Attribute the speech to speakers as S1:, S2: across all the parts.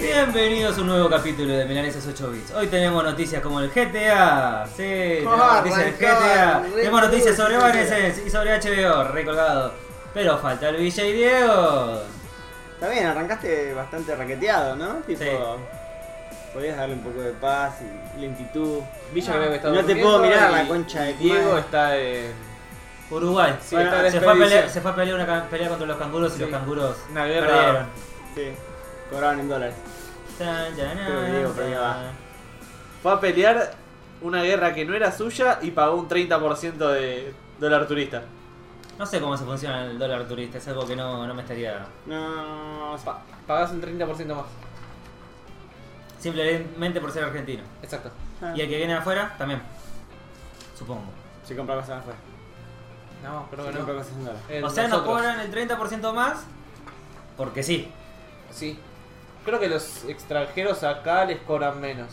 S1: Bienvenidos a un nuevo capítulo de Milanesas 8 Bits. Hoy tenemos noticias como el GTA, sí, tenemos
S2: Ah,
S1: noticias del
S2: arrancaba,
S1: GTA,
S2: re
S1: tenemos noticias sobre
S2: duro,
S1: Evanescence y sobre HBO, recolgado. Pero falta el Villa y Diego.
S2: Está bien, arrancaste bastante raqueteado, ¿no? Tipo,
S1: Sí.
S2: podías darle un poco de paz y lentitud.
S3: Villa creo que está
S2: No te
S3: durmiendo
S2: puedo mirar
S3: y
S2: la concha de tu
S3: Diego
S2: madre.
S3: está de
S1: Uruguay.
S3: Sí,
S1: Bueno,
S3: está la
S1: se, fue a pelear,
S3: expedición.
S1: se fue a pelear una ca- pelea contra los canguros y
S3: Sí.
S1: los canguros
S3: una
S1: perdieron.
S3: guerra.
S2: Sí, cobraban en dólares.
S1: Tan, tan, tan,
S2: Creo que Diego
S1: tan.
S2: premiaba.
S3: Fue a pelear una guerra que no era suya y pagó un 30% de dólar turista.
S1: No sé cómo se funciona el dólar turista, es algo que no, no me estaría...
S2: No,
S3: Pa- pagás un 30% más.
S1: Simplemente por ser argentino.
S3: Exacto.
S2: ah,
S1: Y el que viene de afuera, también. Supongo.
S2: se compra cosas afuera.
S3: No, creo
S2: Se
S3: que
S2: compra
S3: no.
S2: cosas en dólares.
S3: Eh,
S1: O sea, nos
S3: nosotros.
S1: cobran el 30% más porque sí.
S3: Sí. Creo que los extranjeros acá les cobran menos.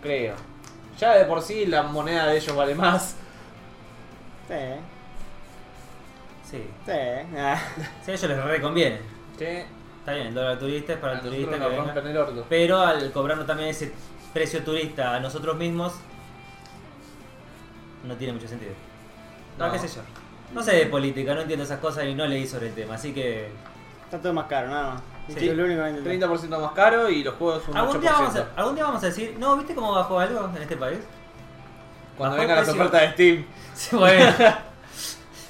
S3: Creo. Ya de por sí la moneda de ellos vale más.
S2: Sí,
S1: Sí.
S2: sí. ah.
S1: Sí, a ellos les reconviene.
S3: Che,
S1: Está bien, el dólar turista es para
S3: a
S1: el
S3: nosotros
S1: turista que
S3: nos
S1: venga.
S3: rompen el orto.
S1: Pero al cobrarnos también ese precio turista a nosotros mismos, no tiene mucho sentido. No,
S3: No.
S1: qué sé yo. No sé de política, no entiendo esas cosas y no leí sobre el tema, así que...
S2: Está todo más caro, nada más.
S1: Sí.
S2: Eso es lo único que entendí.
S3: 30% más caro y los juegos un
S1: ¿Algún
S3: 8%.
S1: día, vamos a, algún día vamos a decir, no, ¿viste cómo bajó algo en este país?
S3: Cuando
S1: Bajó
S3: vengan las
S1: el precio.
S3: ofertas de Steam.
S1: Sí, bueno.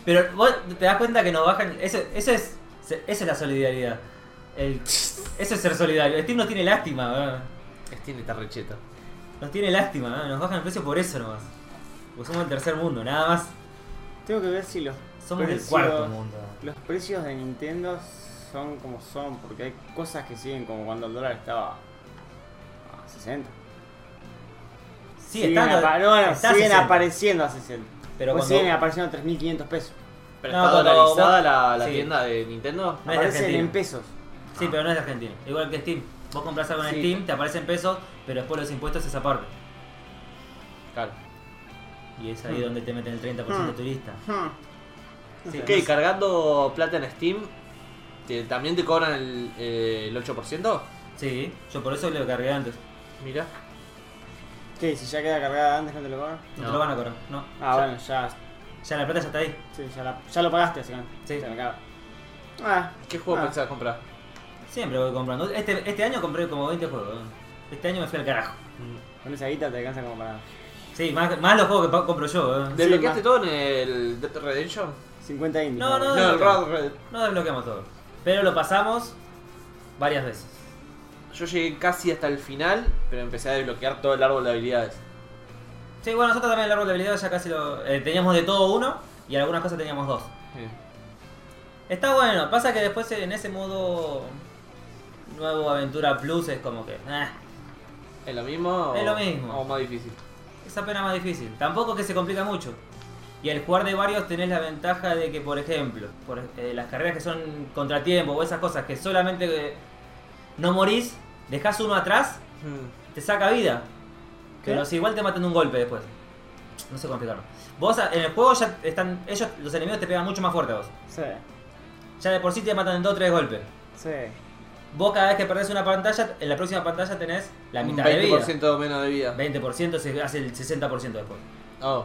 S1: Pero vos te das cuenta que nos bajan. Eso, eso es. se- Eso es la solidaridad. El- eso es ser solidario. Steam nos tiene lástima, ¿verdad?
S3: Steam está recheta.
S1: Nos tiene lástima, ¿verdad? Nos bajan el precio por eso nomás. Porque somos el tercer mundo, nada más.
S2: Tengo que ver si los
S1: Somos el
S2: precios-
S1: cuarto mundo.
S2: Los precios de Nintendo son como son, porque hay cosas que siguen como cuando el dólar estaba a 60.
S1: Sí,
S2: siguen,
S1: están los-
S2: apa- no, no,
S1: está
S2: siguen
S1: 60.
S2: apareciendo a 60.
S1: Pero
S2: Pero
S1: cuando-
S2: siguen apareciendo a 3.500 pesos.
S3: Pero
S1: No,
S3: está
S1: cuando
S3: dolarizada
S1: vos-
S3: la, la
S1: sí.
S3: tienda de Nintendo.
S1: No es de
S2: Aparecen
S1: Argentina.
S2: en pesos.
S1: Sí, pero no es de Argentina. Igual que Steam. Vos compras algo en
S3: Sí.
S1: Steam, te aparecen pesos, pero después los impuestos es aparte.
S3: Claro.
S1: Y es ahí
S2: Hmm.
S1: donde te meten el 30%
S2: Hmm.
S1: turista.
S2: Hmm.
S1: Sí,
S3: ¿Qué? ¿Cargando plata en Steam? te- ¿También te cobran el, eh, el 8%?
S1: Sí, yo por eso lo cargué antes.
S3: Mira.
S2: ¿Qué? Si ya queda cargada antes, no te lo cobran.
S1: No,
S3: No.
S1: te lo van a cobrar. No.
S2: Ah,
S1: ya,
S2: bueno, ya,
S1: ya la plata ya está ahí.
S2: sí, ya, la- ya lo pagaste, así que
S1: Sí.
S2: se me acaba. Ah,
S3: ¿Qué juego
S2: Ah.
S3: pensás comprar?
S1: Siempre voy comprando. Este, este año compré como 20 juegos. ¿eh? Este año me fui al carajo.
S3: Mm.
S2: con esa guita te alcanza como para
S1: Sí, más, más los juegos que pa- compro yo. ¿eh?
S3: ¿Desbloqueaste
S2: ma-
S3: todo en el Dead Redemption?
S2: 50 indies.
S1: No, no,
S3: No, el
S1: claro.
S3: Red Red.
S1: No desbloqueamos todo. Pero lo pasamos varias veces.
S3: Yo llegué casi hasta el final, pero empecé a desbloquear todo el árbol de habilidades.
S1: Sí, bueno, nosotros también el árbol de habilidades ya casi lo. eh, teníamos de todo uno y algunas cosas teníamos dos. Está bueno, pasa que después en ese modo. Nuevo Aventura Plus es como que. eh,
S3: ¿Es lo mismo?
S1: Es
S3: o-
S1: lo mismo.
S3: O más difícil.
S1: es apenas más difícil. Tampoco que se complica mucho. Y al jugar de varios tenés la ventaja de que, por ejemplo, por, eh, las carreras que son contratiempo o esas cosas que solamente eh, no morís, dejás uno atrás,
S3: Mm.
S1: te saca vida.
S2: ¿Qué?
S1: Pero si igual te matan de un golpe después. No sé cómo explicarlo. Vos a- en el juego ya están. Ellos, los enemigos te pegan mucho más fuerte a vos.
S2: Sí,
S1: Ya de por sí te matan en dos o tres golpes.
S2: sí.
S1: Vos cada vez que perdés una pantalla, en la próxima pantalla tenés la
S3: Un
S1: mitad de vida.
S3: 20% menos de vida.
S1: 20% se hace el 60% después.
S3: Oh.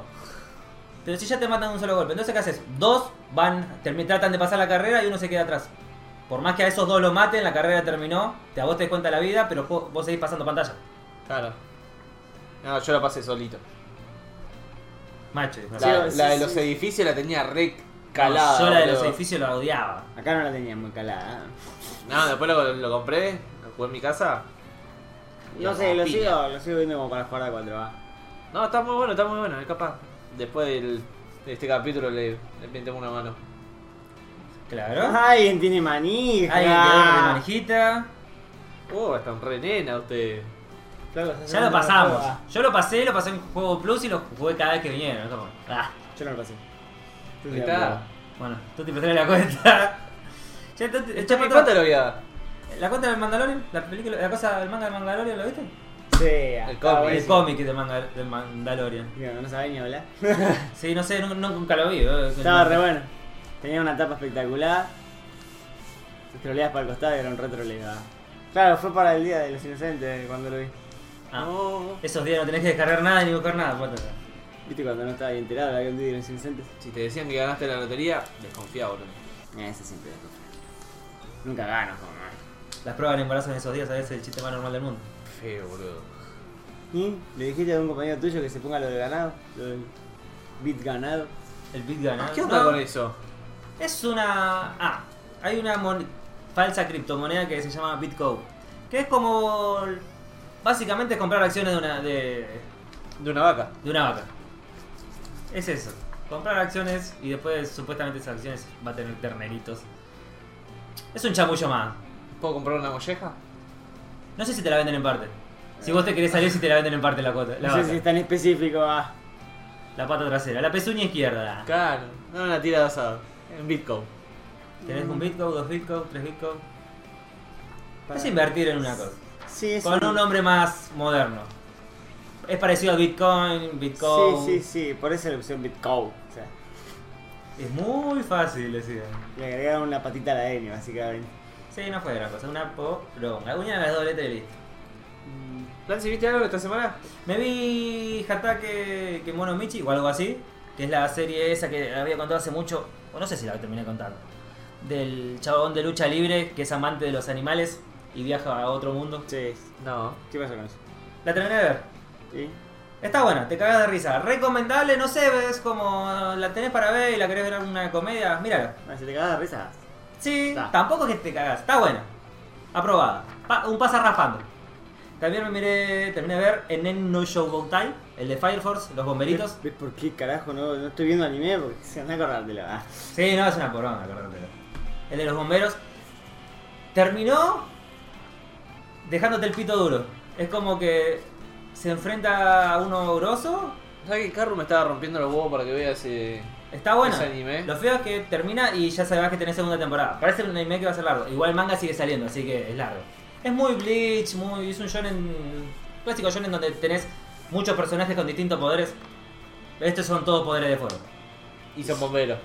S1: Pero si ya te matan de un solo golpe, entonces ¿qué haces? Dos van, termi- tratan de pasar la carrera y uno se queda atrás. Por más que a esos dos lo maten, la carrera terminó, te, a vos te des cuenta la vida, pero jo- vos seguís pasando pantalla.
S3: Claro. No, yo la pasé solito.
S1: Macho.
S3: La,
S2: Sí,
S3: la
S2: sí,
S3: de
S2: sí.
S3: los edificios la tenía re calada.
S1: yo la de
S3: boludo.
S1: los edificios la odiaba.
S2: Acá no la tenía muy calada.
S3: No, después lo, lo compré, lo jugué en mi casa.
S2: No sé, lo sigo, lo sigo viendo como para jugar a 4A.
S3: No, está muy bueno, está muy bueno, es capaz. Después del- de este capítulo le, le pintemos una mano.
S1: Claro.
S2: Alguien tiene manija.
S1: Ahí quedó la manijita.
S3: Oh, están re nena ustedes.
S2: Flaco, estás
S1: Ya lo
S2: hablando de
S1: pasamos.
S2: juego, ah.
S1: Yo lo pasé, lo pasé en Juego Plus y lo jugué cada vez que vinieron. es como, ah.
S2: Yo no lo pasé. Yo
S3: Ahí
S2: sí lo
S3: está.
S2: probé.
S1: Bueno, tú te perdés la cuenta. Ya, tú-
S3: ¿Y
S1: el
S3: ¿Cuánto
S1: chapato-
S3: lo voy a dar?
S1: ¿La cuenta del Mandalorian? ¿La película, la cosa del manga del Mandalorian, la viste?
S2: Sí,
S3: El
S2: ah,
S3: cómic.
S1: El
S2: buenísimo.
S1: cómic del, manga, del Mandalorian.
S2: Mira, no sabía ni hablar.
S1: Sí, no sé, nu- nu- nunca lo vi. eh,
S2: Estaba
S1: no-
S2: re bueno. Tenía una tapa espectacular. Te troleabas para el costado y era un retroleo. Claro, fue para el Día de los Inocentes cuando lo vi.
S1: Ah,
S3: No.
S1: Esos días no tenés que descargar nada ni buscar nada. Bueno,
S2: ¿Viste cuando no estaba bien enterado de aquel Día de los Inocentes?
S3: Si te decían que ganaste la lotería, desconfiaba, boludo.
S2: Eh, ese siempre lo sufre. Nunca gano, mamá.
S1: Las pruebas de embarazo en esos días, ¿sabes? Es el chiste más normal del mundo.
S3: Feo, boludo.
S2: ¿Y? ¿Le dijiste a un compañero tuyo que se ponga lo del ganado? Lo del bit ganado.
S1: El bit ganado.
S3: ¿Qué onda
S1: No,
S3: con eso?
S1: Es una. Ah, hay una mon- falsa criptomoneda que se llama Bitcoin. Que es como. Básicamente es comprar acciones de una. de,
S3: De una vaca.
S1: de una vaca. Es eso. Comprar acciones y después supuestamente esas acciones va a tener terneritos. Es un chamullo más.
S3: ¿Puedo comprar una molleja?
S1: No sé si te la venden en parte. Si vos te querés salir, si te la venden en parte la, cuota, la,
S2: No sé
S1: vaca.
S2: si es tan específico, ah.
S1: la pata trasera. La pezuña izquierda.
S3: Claro, no una tira de asado. En Bitcoin.
S1: Tenés un Bitcoin, dos Bitcoin, tres Bitcoin.
S2: Para-
S1: Es invertir en una cosa.
S2: Sí, es
S1: Con
S2: un-
S1: un nombre más moderno. Es parecido a Bitcoin, Bitcoin.
S2: Sí, sí, sí, por eso la opción Bitcoin. O sea,
S1: Es muy fácil decir.
S2: le agregaron una patita a la N, básicamente.
S1: Sí, no fue gran cosa. Una poronga. Una de las dos letras y listo.
S3: Lance, Mm, ¿viste algo esta semana?
S1: Me vi Hatake que Mono Michi o algo así, que es la serie esa que había contado hace mucho, o no sé si la terminé contando, del chabón de lucha libre que es amante de los animales y viaja a otro mundo.
S2: Che,
S3: No.
S2: ¿qué pasa con eso?
S1: La terminé de ver.
S2: ¿Sí?
S1: Está buena, te cagas de risa. Recomendable, no sé, es como la tenés para ver y la querés ver en una comedia, mírala.
S2: Ah, se te cagas de risa.
S1: Sí,
S2: Está.
S1: tampoco es que te cagas, está buena. Aprobada. Pa- un pasa raspando. También me miré, terminé de ver en el No Show Bowtie, el de Fire Force, los bomberitos.
S2: ¿Ves, ves por qué carajo no, no estoy viendo anime? Porque se anda a acordártelo. Ah,
S1: Sí, no, es una poronga, acordátelo. El de los bomberos terminó dejándote el pito duro. Es como que se enfrenta a uno grosso.
S3: ¿Sabes que Carru me estaba rompiendo los huevos para que vea ese.
S1: Está bueno.
S3: Es anime.
S1: Lo feo es que termina y ya sabes que tenés segunda temporada. Parece un anime que va a ser largo. Igual el manga sigue saliendo, así que es largo. Es muy Bleach, muy es un shonen clásico shonen donde tenés muchos personajes con distintos poderes. Estos son todos poderes de fuego.
S3: Y son bomberos.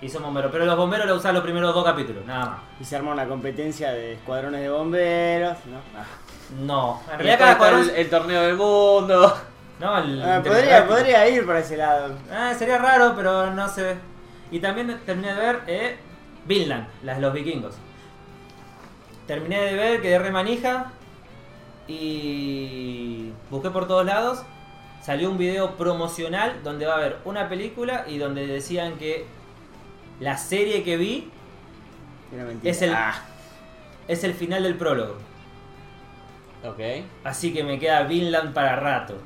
S1: Y son bomberos, pero los bomberos los usan los primeros dos capítulos, nada más.
S2: Y se arma una competencia de escuadrones de bomberos, ¿no? Ah,
S1: No, en
S3: Y
S1: realidad
S3: después
S1: cada
S3: está
S1: cuadrón.
S3: el, el torneo del mundo.
S1: No, el
S2: Ah,
S1: interés
S2: podría,
S1: práctico.
S2: podría ir para ese lado.
S1: Ah, sería raro, pero no sé. Y también terminé de ver eh, Vinland, las los vikingos. Terminé de ver, quedé re manija y busqué por todos lados. Salió un video promocional donde va a haber una película y donde decían que la serie que vi
S2: Era mentira.
S1: Es el-
S2: Ah,
S1: es el final del prólogo.
S3: Ok.
S1: Así que me queda Vinland para rato.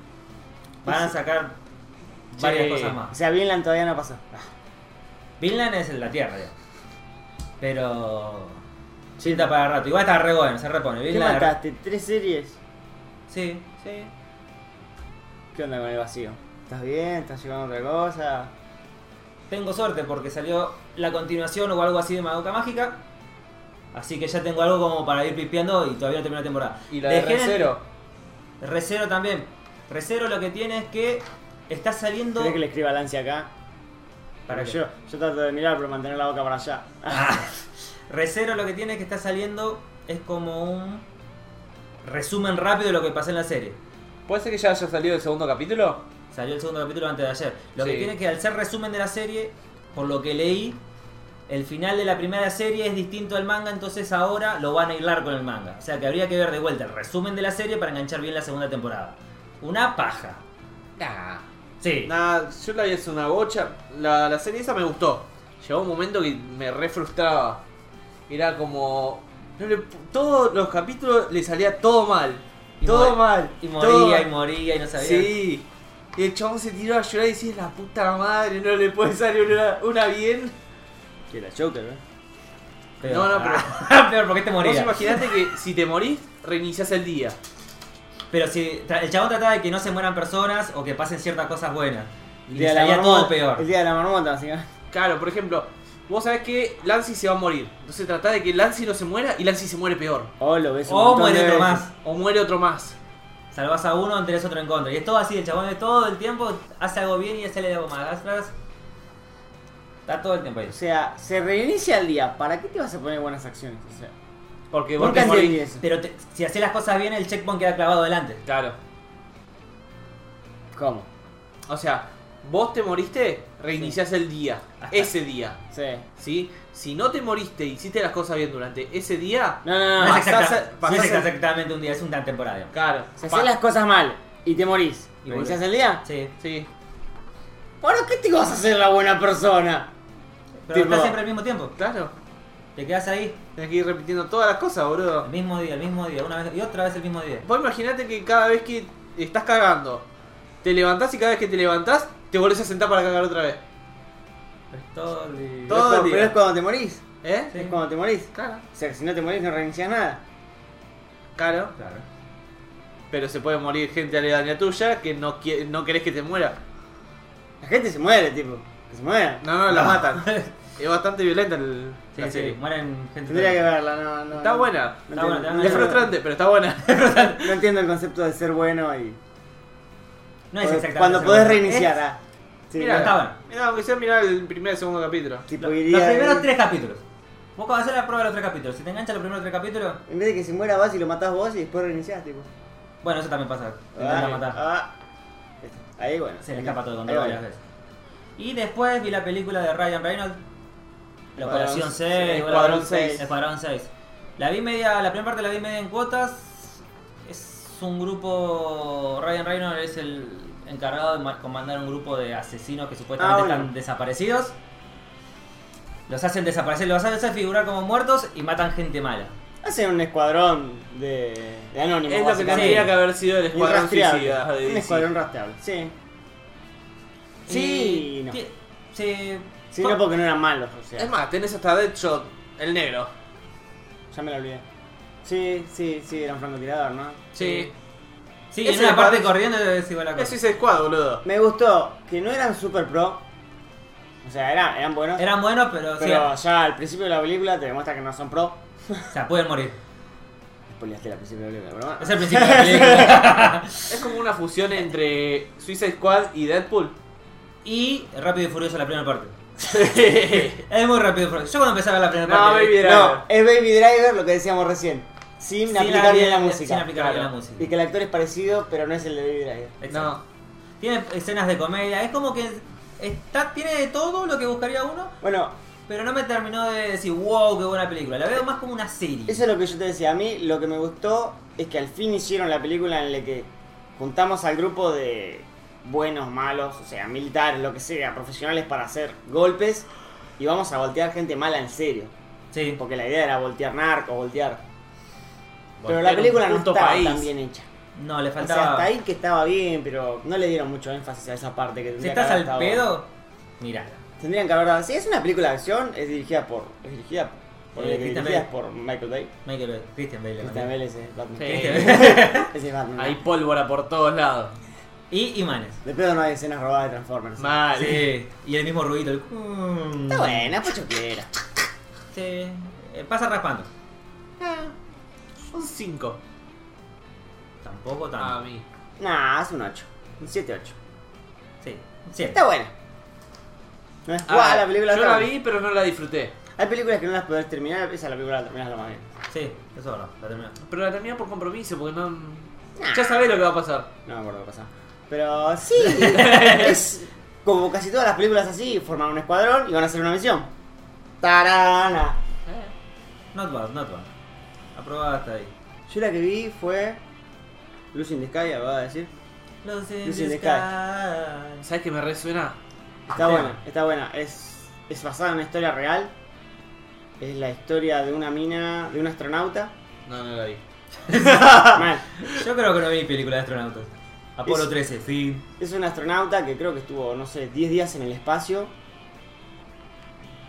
S1: Van a sacar varias
S3: Sí.
S1: cosas
S2: o
S1: más.
S2: sea, Vinland todavía no pasó. Ah,
S1: Vinland es en la Tierra, ya. Pero. Chilta para rato. Igual está re bueno, se repone.
S2: ¿Qué
S1: Vinland.
S2: mataste? ¿Tres series?
S1: Sí, sí.
S2: ¿Qué onda con el vacío? ¿Estás bien? ¿Estás llevando otra cosa?
S1: Tengo suerte porque salió la continuación o algo así de Madoka Mágica. Así que ya tengo algo como para ir pispeando y todavía no termina la temporada.
S3: Y la de
S1: Dejé en-
S3: Recero.
S1: Recero también. Recero lo que tiene es que está saliendo.
S2: ¿Querés que le escriba a Lance acá?
S1: ¿Para
S2: Para
S1: qué? Ah.
S2: yo, yo trato de mirar pero mantener la boca para allá.
S1: Recero lo que tiene es que está saliendo es como un resumen rápido de lo que pasó en la serie.
S3: ¿Puede ser que ya haya salido el segundo capítulo?
S1: Salió el segundo capítulo antes de ayer. Lo que
S3: Sí.
S1: tiene es que al ser resumen de la serie, por lo que leí, el final de la primera serie es distinto al manga, entonces ahora lo van a hilar con el manga. O sea que habría que ver de vuelta el resumen de la serie para enganchar bien la segunda temporada. Una paja.
S3: Nah.
S1: Sí.
S3: Nah, yo la vi hace una bocha. La, la serie esa me gustó. Llegó un momento que me re frustraba. Era como. no le- todos los capítulos le salía todo mal.
S1: Y
S3: todo
S1: mor-
S3: mal.
S1: Y
S3: todo
S1: moría
S3: mal.
S1: y moría y no sabía.
S3: Sí. Y el chabón se tiró a llorar y decís, la puta madre, no le puede salir una, una bien.
S2: Que la Joker, ¿eh?
S1: Peor.
S3: No, no, pero-
S1: Ah, peor porque te
S3: Vos
S1: moría.
S3: imaginate que si te morís, reiniciás el día.
S1: Pero si tra- el chabón trataba de que no se mueran personas o que pasen ciertas cosas buenas. Y
S2: El
S1: le
S2: día de la
S1: salía
S2: marmota.
S1: todo peor.
S2: El día de la marmota, así que.
S3: Claro, por ejemplo, vos sabés que Lancy se va a morir. Entonces tratá de que Lancy no se muera y Lancy se muere peor.
S2: Oh, lo ves un
S1: O
S2: montón
S1: muere
S2: de
S1: otro
S2: veces.
S1: más.
S3: O muere otro más.
S1: Salvas a uno, tenés otro en contra. Y es todo así, el chabón de todo el tiempo hace algo bien y hace le algo mal. Atrás, Está todo el tiempo ahí.
S2: O sea, se reinicia el día. ¿Para qué te vas a poner buenas acciones? O sea,
S3: Porque vos
S2: Nunca
S3: te morís.
S2: entendí eso.
S1: Pero te- si haces las cosas bien, el checkpoint queda clavado delante.
S3: Claro.
S2: ¿Cómo?
S3: O sea, vos te moriste, reiniciás el día.
S1: Hasta-
S3: Ese día.
S2: Sí.
S3: ¿Sí? Si no te moriste y hiciste las cosas bien durante ese día.
S2: No, no, no.
S1: No
S2: no.
S1: es,
S3: Pasás
S1: exacta-
S3: a-
S1: no es
S3: pasás a-
S1: exactamente un día, es una temporada. digamos.
S3: Claro.
S2: Si
S3: pa-
S2: haces las cosas mal y te morís y
S1: Venga.
S2: inicias el día,
S1: Sí.
S3: Sí.
S2: bueno, ¿qué te vas a hacer la buena persona?
S1: Pero
S3: Tipo-
S1: estás siempre al mismo tiempo.
S3: Claro.
S1: Te quedas ahí,
S3: Tienes que ir repitiendo todas las cosas, boludo.
S1: el mismo día, el mismo día, una vez y otra vez el mismo día.
S3: Vos imaginate que cada vez que estás cagando, te levantás y cada vez que te levantás, te volvés a sentar para cagar otra vez.
S1: Es todo el-
S3: Todo
S2: pero, es
S3: el
S2: cu-
S3: día.
S2: pero es cuando te morís.
S3: ¿Eh?
S1: Sí.
S2: Es cuando te morís.
S3: Claro.
S2: O sea, que si no te morís no reinicias nada.
S3: Claro.
S1: Claro.
S3: Pero se puede morir gente aledaña tuya que no, quie- no querés que te muera.
S2: La gente se muere, tipo. Que se muera.
S3: No, no, la matan. es bastante violenta el,
S1: Sí,
S3: la
S1: sí,
S3: serie.
S1: mueren gente.
S2: Tendría que verla, no, no.
S3: Está
S2: no.
S3: buena.
S2: No
S1: Está buena, está
S2: entiendo.
S1: buena.
S3: Es frustrante, pero está buena.
S2: No entiendo el concepto de ser bueno y.
S1: No es exactamente.
S2: Cuando
S1: ese
S2: podés
S1: momento.
S2: reiniciar. ah. Sí,
S3: Mirá,
S2: claro.
S1: está buena.
S3: Mirá, aunque sea mirar el primer y segundo capítulo.
S2: Tipo,
S1: Lo-
S2: iría
S1: los
S2: ahí.
S1: primeros tres capítulos. Vos cuando hacer la prueba de los tres capítulos, si te engancha los primeros tres capítulos,
S2: En vez de que se muera vas y lo matás vos y después reiniciás, tipo.
S1: bueno, eso también pasa. Te
S2: Ah,
S1: intentan matar.
S2: ah. Ahí bueno.
S1: Se le escapa todo
S2: Ahí
S1: control
S2: va.
S1: varias veces. Y después vi la película de Ryan Reynolds, La
S2: Escuadrón
S1: Operación
S2: seis,
S1: 6,
S3: Escuadrón
S1: Escuadrón
S3: seis.
S1: 6. Escuadrón 6. La vi media, la primera parte la vi media en cuotas. Es un grupo. Ryan Reynolds es el encargado de ma- comandar un grupo de asesinos que supuestamente
S2: Ah, bueno.
S1: están desaparecidos. Los hacen desaparecer, los hacen figurar como muertos y matan gente mala.
S2: Hacen un escuadrón de, de anónimos.
S3: Es lo que
S2: básicamente.
S3: tendría que haber sido el escuadrón
S2: Irrastreable.
S3: suicida de
S2: Un
S3: DC.
S2: escuadrón rastreable. Sí. Sí,
S1: Y
S2: no.
S1: ti- sí,
S2: Sí,
S1: fue-
S2: no porque no eran malos, o sea.
S3: Es más, tenés hasta Deadshot, el negro.
S2: Ya me lo olvidé. Sí, sí, sí, eran francotirador, ¿no? Eh,
S3: Sí.
S1: sí,
S3: ese
S1: en una
S3: me
S1: parte
S3: parece-
S1: corriendo es igual a la cosa.
S3: Eso hice squad, boludo.
S2: Me gustó que no eran super pro. O sea, eran, eran buenos.
S1: Eran buenos, pero, sí,
S2: pero ya al principio de la película te demuestra que no son pro.
S1: O sea, pueden morir.
S2: Spoileaste al principio de la película, pero bueno.
S1: Es el principio de la película.
S3: Es como una fusión entre Suicide Squad y Deadpool.
S1: Y Rápido y Furioso la primera parte.
S3: no,
S1: Es muy rápido y furioso. Yo cuando empecé a ver la primera parte.
S3: baby,
S2: No, es Baby Driver lo que decíamos recién. Sin,
S1: sin
S2: aplicar bien la música.
S1: Sin aplicar bien la
S3: claro.
S1: música.
S2: Y que el actor es parecido, pero no es el de Baby Driver.
S1: Exacto.
S3: No.
S1: Tiene escenas de comedia. Es como que está, tiene de todo lo que buscaría uno,
S2: Bueno,
S1: pero no me terminó de decir, wow, qué buena película. La veo más como una serie.
S2: eso es lo que yo te decía. A mí lo que me gustó es que al fin hicieron la película en la que juntamos al grupo de buenos, malos, o sea, militares, lo que sea, profesionales para hacer golpes y vamos a voltear gente mala en serio.
S1: Sí.
S2: Porque la idea era voltear narco, voltear. Pero
S3: Voltear
S2: la
S3: un
S2: película no
S3: puto
S2: estaba
S3: país.
S2: tan bien hecha.
S1: No, le
S2: O sea,
S1: faltaba.
S2: hasta ahí que estaba bien, pero no le dieron mucho énfasis a esa parte que
S1: si
S2: tendría que
S1: estás
S2: haber
S1: al
S2: estado-
S1: pedo, mirá.
S2: Tendrían que haber dado. Sí, es una película de acción, es dirigida por. Es dirigida por.
S1: Eh,
S2: dirigida
S1: Christian Bale.
S2: por Michael Bay.
S1: Michael Bay, Christian Bale.
S2: Christian
S1: también.
S2: Bale es el Batman.
S3: Sí.
S1: Christian Bale.
S2: Ese es Batman.
S3: Hay pólvora por todos lados.
S1: y Imanes.
S2: De pedo no hay escenas robadas de Transformers.
S3: Mal.
S1: Sí. Y el mismo ruido. el- Mm.
S2: Está buena, pochoquera.
S1: Sí. Eh, Pasa raspando.
S3: Un 5.
S1: Tampoco tanto.
S2: Ah,
S3: A mí.
S2: Nah, es un 8. Un 7-8.
S1: Sí, siete.
S2: Está buena. No es
S3: Ah,
S2: guau la película.
S3: Yo
S2: está
S3: la
S2: buena.
S3: vi, pero no la disfruté.
S2: Hay películas que no las podés terminar, esa la película la terminás lo más bien.
S1: Sí, eso es verdad, la terminé.
S3: Pero la terminé por compromiso, porque no. Ya sabés lo que va a pasar.
S2: No me acuerdo qué pasaba. Pero sí, es como casi todas las películas así, forman un escuadrón y van a hacer una misión. Tarana.
S1: Not bad, not bad. Aprobada hasta ahí.
S2: Yo la que vi fue Luz in the Sky, lo voy a decir.
S1: Los in
S2: Lucy
S1: the
S2: the
S1: Sky.
S3: ¿Sabes que me resuena?
S2: Está
S1: Ah,
S2: buena, está buena. Es, es basada en una historia real. Es la historia de una mina, de un astronauta.
S3: No, no la vi.
S2: Mal.
S1: Yo creo que no vi película de astronautas. Apolo
S2: Es-
S1: 13, fin.
S2: Es un astronauta que creo que estuvo, no sé, 10 días en el espacio.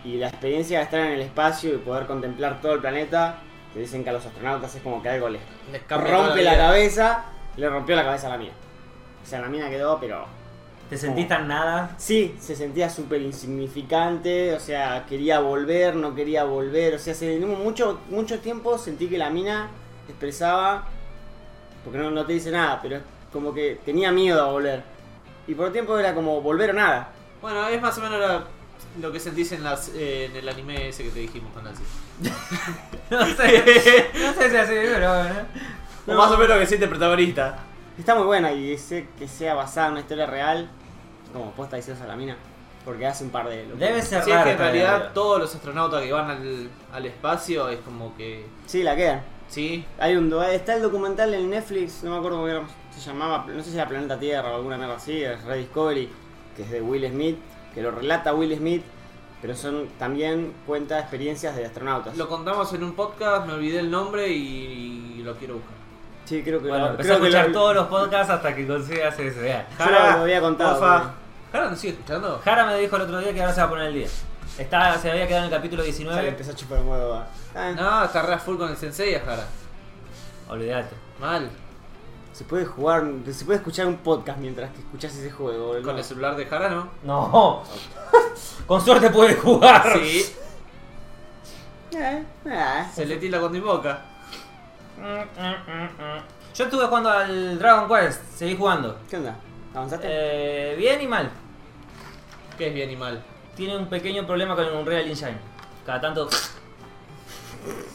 S2: Y la experiencia de estar en el espacio y poder contemplar todo el planeta, te dicen que a los astronautas es como que algo les
S3: Les cambia toda
S2: rompe la
S3: vida.
S2: cabeza. Le rompió la cabeza a la mina. O sea, la mina quedó, pero
S1: ¿Te
S2: Oh.
S1: sentís tan nada?
S2: Sí, se sentía súper insignificante, o sea, quería volver, no quería volver, o sea, se, mucho, mucho tiempo sentí que la mina expresaba, porque no, no te dice nada, pero es como que tenía miedo a volver. Y por tiempo era como volver o nada.
S3: Bueno, es más o menos la lo que sentís en, las, eh, en el anime ese que te dijimos con Nancy.
S1: No sé, no sé si así, pero bueno.
S3: O más o menos lo que siente el protagonista.
S2: Está muy buena y sé que sea basada en una historia real, como posta deseosa la mina, porque hace un par de locuras.
S1: Debe ser
S3: Si es
S1: raro.
S3: que en
S1: pero-
S3: realidad todos los astronautas que van al, al espacio es como que.
S2: Sí, la quedan.
S3: Sí,
S2: Hay un do- está el documental en Netflix, no me acuerdo cómo era, se llamaba, no sé si era Planeta Tierra o alguna mierda así, es Rediscovery, que es de Will Smith, que lo relata Will Smith, pero son también cuenta experiencias de astronautas.
S3: lo contamos en un podcast, me olvidé el nombre y, y lo quiero buscar.
S2: Sí, creo que
S1: Bueno,
S2: lo,
S1: empecé a
S2: creo que
S1: escuchar
S2: lo-
S1: todos los podcasts hasta que consigas ese. ah.
S2: Yo lo había contado,
S3: porfa. ¿Jara nos sigue escuchando?
S1: Jara me dijo el otro día que ahora se va a poner el día. Está, se había quedado en el capítulo
S2: Ya le
S1: 19.
S2: empezó a chupar un huevo. ah. Ah,
S3: No, está re a full con el sensei a Jara.
S1: Olvídate.
S3: Mal.
S2: Se puede jugar, se puede escuchar un podcast mientras que escuchas ese juego,
S1: Pues
S2: boludo.
S3: Con el celular de Jara, ¿no?
S1: No. Con suerte puede jugar.
S3: Sí.
S2: Eh, eh.
S3: Se le tilda cuando invoca.
S1: Yo estuve jugando al Dragon Quest. Seguí jugando.
S2: ¿Qué onda? ¿Avanzaste?
S1: Eh, bien y mal.
S3: ¿Qué es bien y mal?
S1: Tiene un pequeño problema con el Unreal Engine. Cada tanto,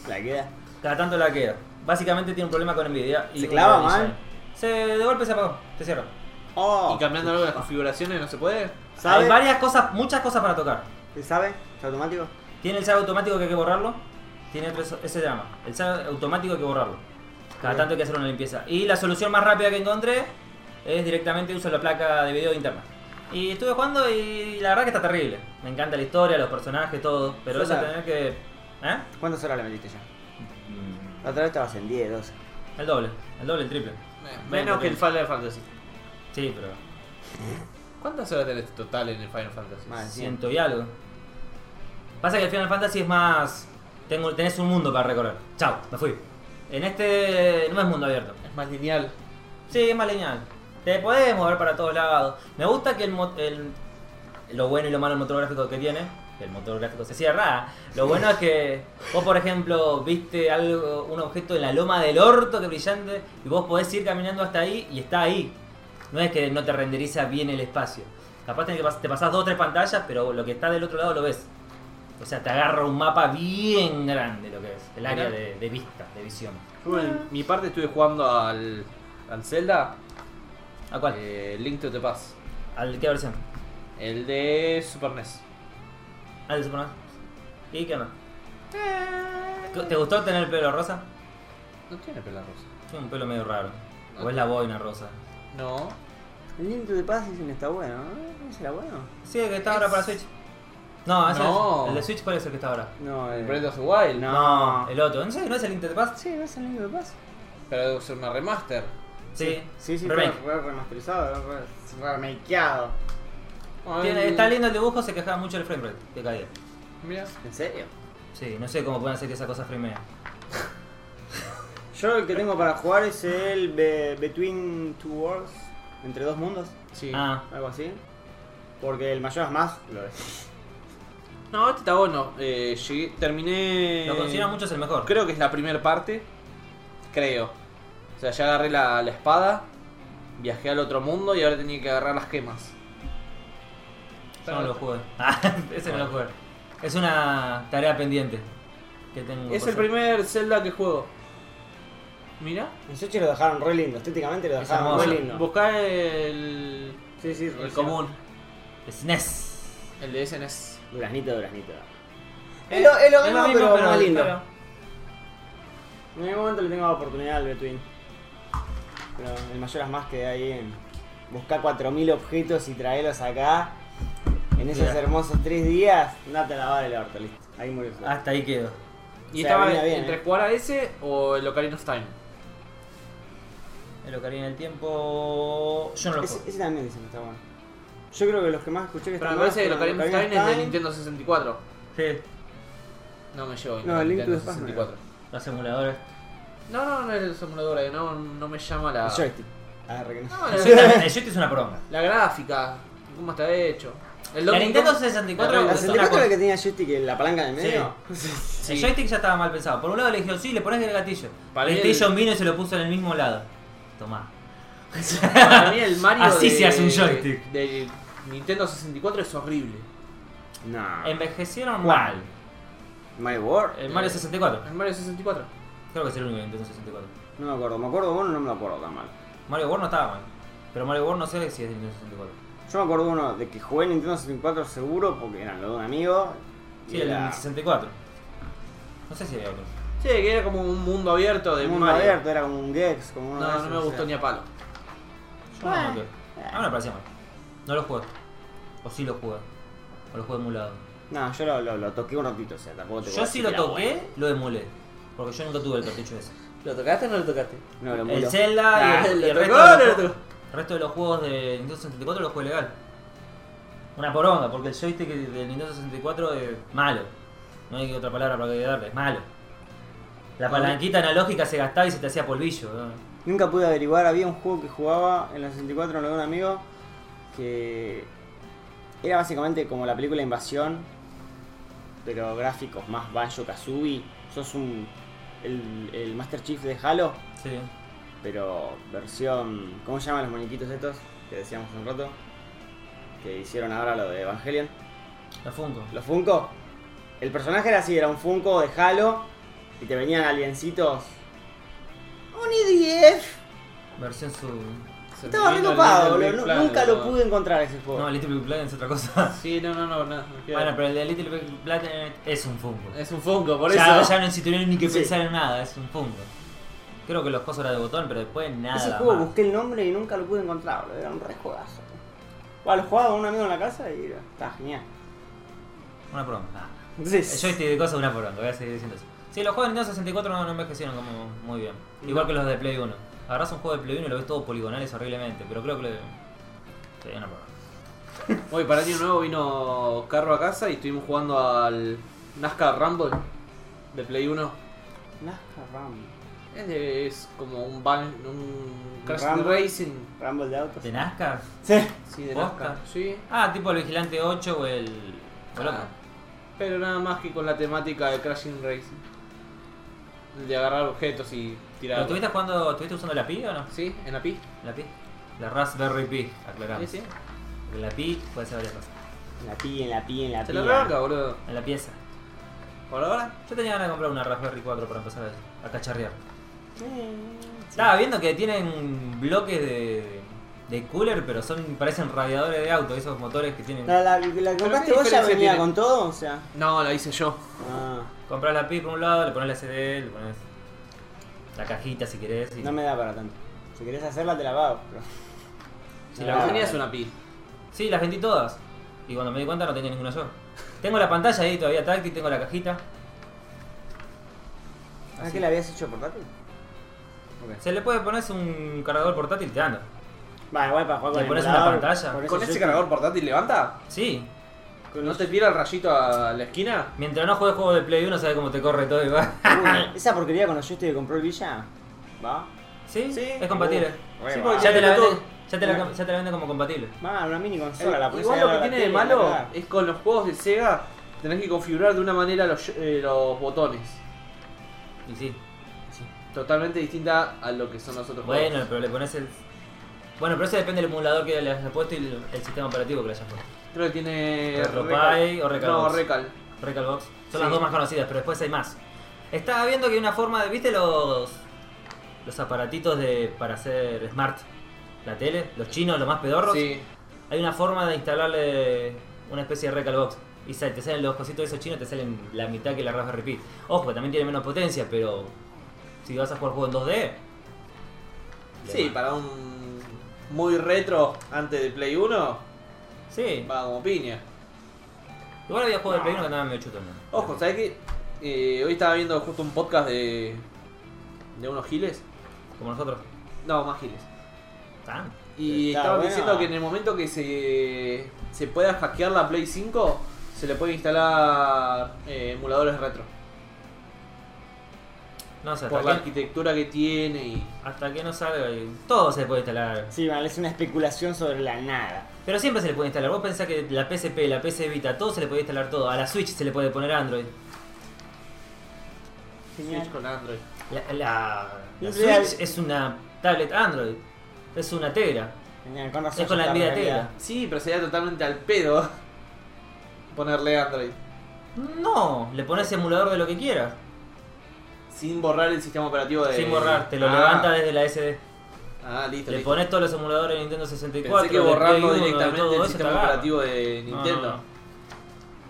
S2: La queda.
S1: cada tanto la queda. Básicamente tiene un problema con Nvidia. Y
S2: ¿Se clava
S1: Unreal
S2: mal?
S1: Engine. Se, de golpe se apagó. Te cierro.
S2: Oh,
S3: ¿Y cambiando algo de las
S1: Ah.
S3: configuraciones no se
S1: Eh,
S3: puede?
S2: ¿Sabe?
S1: Hay varias cosas, muchas cosas para tocar.
S2: ¿Se sabe? ¿Es automático?
S1: Tiene el SAG automático que hay que borrarlo. Tiene otro eso- ese drama. El SAG automático hay que borrarlo. Cada
S2: Bien.
S1: tanto hay que hacer una limpieza. Y la solución más rápida que encontré es directamente uso la placa de video interna. Y estuve jugando y la verdad que está terrible. Me encanta la historia, los personajes, todo. Pero eso
S2: Suena.
S1: tener que. ¿Eh?
S2: ¿Cuántas horas le metiste ya?
S1: Mm.
S2: La otra vez estabas en 10, 12.
S1: El doble, el doble, el triple.
S3: Menos que el Final Fantasy.
S1: Sí, pero.
S3: ¿Cuántas horas tenés total en el Final Fantasy?
S2: Más de 100.
S1: Ciento y algo. Pasa que el Final Fantasy es más. Tengo, tenés un mundo para recorrer. Chao, me fui. En este no es mundo abierto.
S3: Es más lineal.
S1: Sí, es más lineal. Te podés mover para todos lados. Me gusta que el, mo- el- lo bueno y lo malo del motor gráfico que tiene, que el motor gráfico se cierra. Lo bueno es que vos, por ejemplo, viste algo, un objeto en la loma del orto que es brillante y vos podés ir caminando hasta ahí y está ahí. No es que no te renderiza bien el espacio. Capaz tenés que pas- te pasás dos o tres pantallas, pero lo que está del otro lado lo ves. O sea, te agarra un mapa bien grande lo que es, el área de, de vista, de visión.
S3: Yo en mi parte estuve jugando al, al Zelda.
S1: ¿A cuál?
S3: eh, Link to the Past.
S1: ¿Al qué versión?
S3: El de Super E NES.
S1: Ah, de Superman. ¿Y qué onda? ¿Te gustó tener el pelo rosa?
S3: No tiene pela rosa.
S1: Tiene un pelo medio raro. O es la boina rosa.
S3: No.
S2: El Link to the Past dicen que está bueno, ¿no? ¿Ese era bueno?
S1: Sí, el que está ahora para Switch. No, ese
S3: No.
S1: es. El de Switch, ¿cuál es el que está ahora?
S2: No,
S3: El
S2: el...
S3: Breath of the Wild.
S2: No.
S1: No, el otro. ¿En serio no es el Interpass?
S2: Sí, ¿no es el Link to the Past?
S3: Pero debe ser una remaster.
S1: Sí.
S2: Sí, sí,
S1: Remake.
S2: pero re remasterizado, re remakeado.
S1: Tiene-
S3: Ay,
S1: está lindo el dibujo, se quejaba mucho el frame rate que caía.
S3: Mira.
S2: ¿En serio?
S1: Sí, no sé cómo pueden hacer que esa cosa framea.
S2: Yo el que tengo para jugar es el Be- Between Two Worlds, entre dos mundos,
S3: Sí.
S1: Ah,
S2: algo así. Porque el mayor es más, lo es.
S3: No, este está bueno. Eh, llegué- terminé.
S1: lo consideran mucho es el mejor.
S3: Creo que es la primera parte. Creo. O sea, ya agarré la, la espada. Viajé al otro mundo y ahora tenía que agarrar las gemas.
S1: Yo no lo jugué. Ah, ese no lo jugué. Es una tarea pendiente que tengo.
S3: Es
S1: por
S3: el
S1: hacer.
S3: primer Zelda que juego. Mira.
S2: El 18 lo dejaron re lindo, estéticamente lo
S1: Es
S2: dejaron
S1: hermoso.
S2: muy lindo.
S3: Buscá el.
S2: Sí, sí,
S3: El
S2: recién.
S3: común.
S1: SNES.
S3: El de E SNES.
S2: Duraznito, duraznito.
S3: Eh,
S2: Es lo, es lo
S1: Es
S2: mismo,
S1: lo mismo,
S2: pero,
S1: pero
S2: más lindo.
S1: claro.
S2: En algún momento le tengo la oportunidad al Between. Pero el mayor es más que ahí en. Buscar 4000 objetos y traerlos acá. En esos
S1: Mira.
S2: hermosos 3 días, andate a lavar el orto, listo. Ahí murió. el juego.
S1: Hasta ahí quedo.
S3: Y
S2: O sea,
S3: estaba
S2: venía bien,
S3: entre
S2: eh.
S3: jugar a ese o el Ocarina of Time.
S1: El Ocarina del Tiempo. Yo no lo
S2: ese,
S1: juego.
S2: ese también dicen que está bueno. Yo creo que los que Este más escuché que
S3: Pero
S2: están
S3: me parece que el
S2: buenos fueron
S3: Ocarina of Time es de Nintendo 64.
S1: Sí.
S3: No me llevo
S2: No, el Link
S3: Nintendo
S2: to the Past no
S3: 64.
S1: Los emuladores.
S3: No, no, no es el simulador, eh, no, no me llama la.
S2: El joystick. Ah, re que no.
S3: No,
S1: El
S3: la,
S1: joystick el joystick es una poronga.
S3: la gráfica, cómo está hecho. El
S1: La
S3: Donkey
S1: Nintendo
S3: Kong-
S1: 64
S2: La
S1: es una
S2: 64 era
S1: cosa.
S2: la que tenía joystick y la palanca en el medio.
S3: Sí.
S1: El joystick ya estaba mal pensado. Por un lado le dijeron, sí, le pones el gatillo.
S3: Para
S1: el
S3: mí
S1: PlayStation
S3: el-
S1: vino y se lo puso en el mismo lado. Tomá.
S3: Para mí el Mario
S1: Así
S3: de-
S1: se hace un joystick.
S3: De, Nintendo 64 es horrible.
S2: No.
S1: Envejecieron
S2: ¿Cuál?
S1: mal.
S2: Mario World.
S1: El Mario 64.
S3: El Mario 64.
S1: Creo que es el único que Nintendo 64.
S2: No me acuerdo. Me acuerdo uno, no me acuerdo tan mal.
S1: Mario World no estaba mal. Pero Mario World no sé si es de Nintendo 64.
S2: Yo me acuerdo uno de que jugué en Nintendo 64 seguro porque eran los de un amigo. y
S1: Sí, el
S2: era
S1: 64. No sé si había otro.
S3: Sí, que era como un mundo abierto de
S2: un mundo
S3: Mario.
S2: abierto, era como un Gex, como uno de
S3: No, no
S2: esos,
S3: me
S2: o
S3: gustó
S2: sea.
S3: ni a palo.
S1: Yo no me acuerdo. A mí me parecía mal. No lo jugué. O sí lo jugué. O lo jugué emulado.
S2: No, yo lo, lo- lo toqué un ratito, o sea, tampoco te puedo
S1: Yo sí
S2: decir
S1: lo
S2: que era
S1: toqué,
S2: bueno.
S1: lo emulé. Porque yo nunca tuve el cartucho ese.
S3: ¿Lo tocaste o no lo tocaste?
S2: No, lo
S1: El
S2: mulo.
S1: Zelda
S2: Ah,
S1: y el, y el
S3: ¿lo
S1: resto, de
S3: tocó o no
S1: los
S3: lo
S1: ju-
S3: tocó?
S1: el resto de los juegos de Nintendo 64 los jugué legal. Una poronga, porque el joystick de Nintendo 64 es malo. No hay otra palabra para que darle, es malo. La palanquita analógica se gastaba y se te hacía polvillo. ¿no?
S2: Nunca pude averiguar, había un juego que jugaba en la 64 lo de un amigo que era básicamente como la película Invasión, pero gráficos más Banjo Kazooie. Sos un, el, el Master Chief de Halo,
S1: Sí.
S2: pero versión. ¿Cómo se llaman los muñequitos estos? Que decíamos hace un rato. Que hicieron ahora lo de Evangelion.
S1: La Funko.
S2: Los Funko. El personaje era así, era un Funko de Halo y te venían aliencitos. Un IDF.
S1: Versión su.
S2: Estaba
S3: Viendo el
S2: recopado,
S3: Little
S2: boludo.
S3: Big
S2: nu-
S3: Planet,
S2: Nunca lo
S3: boludo.
S2: pude encontrar ese juego.
S1: No, Little Big Planet es otra cosa.
S3: Sí, no, no, no, no. no queda.
S1: bueno, pero el de Little Big Planet es un Funko.
S3: Es un Funko, Eh, por
S1: ya,
S3: eso.
S1: ya no tuvieron ni que
S2: Sí.
S1: pensar en nada, es un Funko. Creo que los cosos eran de botón, pero después nada.
S2: ese juego
S1: más.
S2: busqué el nombre y nunca lo pude encontrar, boludo. Era un re juegazo. Bueno, lo jugaba con un amigo en la casa y era, estaba genial.
S1: Una poronga. Ah. El
S2: Entonces,
S1: joystick de cosas es una poronga, voy a seguir diciendo eso. Sí, los juegos de Nintendo 64 no, no envejecieron como muy bien. Igual que los de Play 1. Agarrás un juego de Play 1 y lo ves todo poligonales horriblemente, pero creo que lo... Sí, una poronga.
S3: Hoy para año nuevo vino Carro a casa y estuvimos jugando al NASCAR Rumble de Play 1.
S2: Nazca Rumble.
S3: Es, de- es como un, ban, un Crash
S2: Rumble.
S3: Racing.
S2: Rumble de autos.
S1: ¿De NASCAR?
S2: Sí.
S3: Sí, de
S1: Posta.
S3: NASCAR. Sí.
S1: Ah, tipo el Vigilante 8 o el... o el otro.
S3: Ah, pero nada más que con la temática de Crashing Racing. De agarrar objetos y
S1: ¿Lo
S3: tirar.
S1: estuviste jugando, estuviste usando la Pi o no?
S3: Sí, en la Pi.
S1: ¿La Pi? La Raspberry Pi,
S3: Sí,
S1: aclaramos.
S3: sí.
S1: Porque la Pi puede ser varias cosas.
S2: En la pilla, en la pilla, en la
S3: Se la
S2: pilla.
S3: rebanca, boludo.
S1: En la pieza.
S3: Por ahora.
S1: Yo tenía ganas de comprar una Raspberry 4 para empezar a, a cacharrear.
S2: Eh,
S1: Estaba viendo que tienen bloques de, de cooler, pero son parecen radiadores de auto, esos motores que tienen.
S2: La, la, la que compraste
S3: qué
S2: vos
S3: diferencia
S2: ya venía
S3: tiene?
S2: con todo, o sea.
S3: No, la hice yo.
S2: Ah,
S1: Compras la PI por un lado, le pones la CD, le pones la cajita si querés. Y...
S2: no me da para tanto. Si querés hacerla, te la pago. pero- Ah,
S1: Sí, la
S2: No me da
S1: verdad.
S3: Tenías
S2: para
S3: una Pi.
S1: Sí, las vendí todas. Y cuando me di cuenta no tenía ninguna yo. Tengo la pantalla ahí todavía táctil, tengo la cajita.
S2: tanto. ¿Ah, que la habías hecho portátil? Ok.
S1: Se le puede poner un cargador portátil, te anda.
S2: Va, igual para jugar
S1: ¿Le
S2: con el
S1: pones una
S2: emulador,
S1: pantalla?
S2: por eso
S3: ¿Con
S2: yo
S3: ese
S2: te-
S3: cargador portátil levanta?
S1: Sí.
S3: ¿No te tira el rayito a la esquina?
S1: Mientras no juegues juegos de Play 1, sabes cómo te corre todo y va.
S2: Uy, Esa porquería con los joysticks que compró el Villa, ¿va?
S1: ¿Sí?
S2: Sí. Uh,
S1: Es compatible.
S2: Re
S3: Sí,
S2: va.
S3: porque
S1: Ya te, la
S3: Tiene
S1: venden,
S3: todo.
S1: ya, te la, ya te la venden como compatible.
S2: Va, una mini consola, la podés
S3: Eh, Igual
S2: llevar
S3: lo que
S2: a la
S3: tiene de
S2: tele,
S3: malo
S2: la
S3: es con los juegos de Sega tenés que configurar de una manera los, eh, los botones.
S1: Y sí.
S3: Totalmente distinta a lo que son los otros
S1: Bueno,
S3: juegos.
S1: pero le pones el. Bueno, pero eso depende del emulador que le hayas puesto y el, el sistema operativo que le hayas puesto.
S3: Creo que tiene.
S1: Retropie o Recalbox.
S3: No, Recal.
S1: Recalbox. Son
S3: Sí.
S1: las dos más conocidas, pero después hay más. Estaba viendo que hay una forma de. ¿Viste los. los aparatitos de para hacer smart? La tele, los chinos, los más pedorros.
S3: Sí.
S1: Hay una forma de instalarle una especie de Recalbox. Y sa- te salen los cositos de esos chinos, te salen la mitad que la Raspberry Pi. Ojo, también tiene menos potencia, pero. Si vas a jugar juego en 2D. le
S3: Sí,
S1: va.
S3: para un. Muy retro antes de Play 1,
S1: Sí.
S3: va como piña.
S1: Igual había juegos de Play 1 que andaban medio chutos. ¿no?
S3: Ojo, ¿sabes qué? Eh, hoy estaba viendo justo un podcast de. de unos giles.
S1: Como nosotros.
S3: No, más giles.
S1: ¿Tan?
S3: Y
S2: Está
S3: estaban
S2: bueno.
S3: diciendo que en el momento que se, se pueda hackear la Play 5, se le puede instalar eh, emuladores retro.
S1: No sé,
S3: por la
S1: hasta que,
S3: arquitectura que tiene y.
S1: hasta que no salga. y- Todo se puede instalar.
S2: verdad. Sí, vale, es una especulación sobre la nada.
S1: Pero siempre se le puede instalar. Vos pensás que la PSP, la PC Vita, todo se le puede instalar todo. A la Switch se le puede poner Android.
S2: Genial.
S3: Switch con Android.
S1: La, la- la
S2: Y
S1: Switch
S2: real.
S1: es una tablet Android. Es una Tegra.
S2: Genial, con razón.
S1: Es con la
S2: yo estaba
S1: Nvidia
S2: re
S1: Tegra.
S2: olvidado.
S3: Sí, pero sería totalmente al pedo. ponerle Android.
S1: No, le pones emulador de lo que quieras.
S3: Sin borrar el sistema operativo de.
S1: Sin borrar, te lo
S3: Ah.
S1: levanta desde la SD.
S3: Ah, listo.
S1: Le
S3: listo.
S1: pones todos los emuladores de Nintendo 64.
S3: Pensé que
S1: de Play
S3: borrarlo
S1: 1, de todo
S3: directamente
S1: eso,
S3: del sistema
S1: está bárbaro.
S3: operativo de
S1: No,
S3: Nintendo.
S1: no,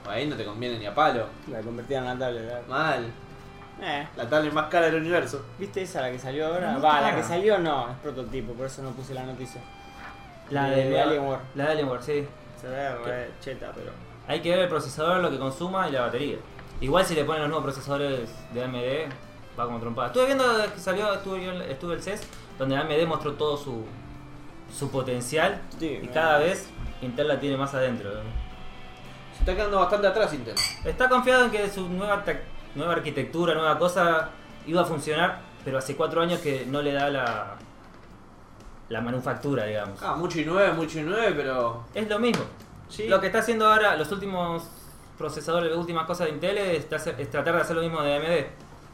S1: no.
S3: Ahí no te conviene ni a palo.
S2: La convertieron en la tablet. ¿verdad?
S3: Mal.
S2: Eh,
S3: La tablet más cara del universo.
S2: ¿Viste esa la que salió
S1: No,
S2: ahora?
S1: no
S2: Va,
S1: está
S2: la que
S1: cara.
S2: salió no, es prototipo, por eso no puse la noticia.
S1: La
S2: de,
S1: de,
S2: de Alienware.
S1: La de Alienware, sí.
S2: Se ve re cheta, pero.
S1: Hay que ver el procesador, lo que consuma y la batería. Igual si le ponen los nuevos procesadores de AMD, va como trompada. Estuve viendo que salió, estuve, yo- estuve el CES, donde AMD mostró todo su, su potencial
S2: Sí,
S1: y
S2: no.
S1: cada vez Intel la tiene más adentro.
S3: Se está quedando bastante atrás Intel.
S1: Está confiado en que su nueva, tec- nueva arquitectura, nueva cosa, iba a funcionar, pero hace cuatro años que no le da la, la manufactura, digamos.
S3: Ah, mucho y nueve, mucho y nueve, pero.
S1: Es lo mismo.
S3: Sí.
S1: Lo que está haciendo ahora los últimos procesadores, las últimas cosas de Intel es, tra- es tratar de hacer lo mismo de AMD.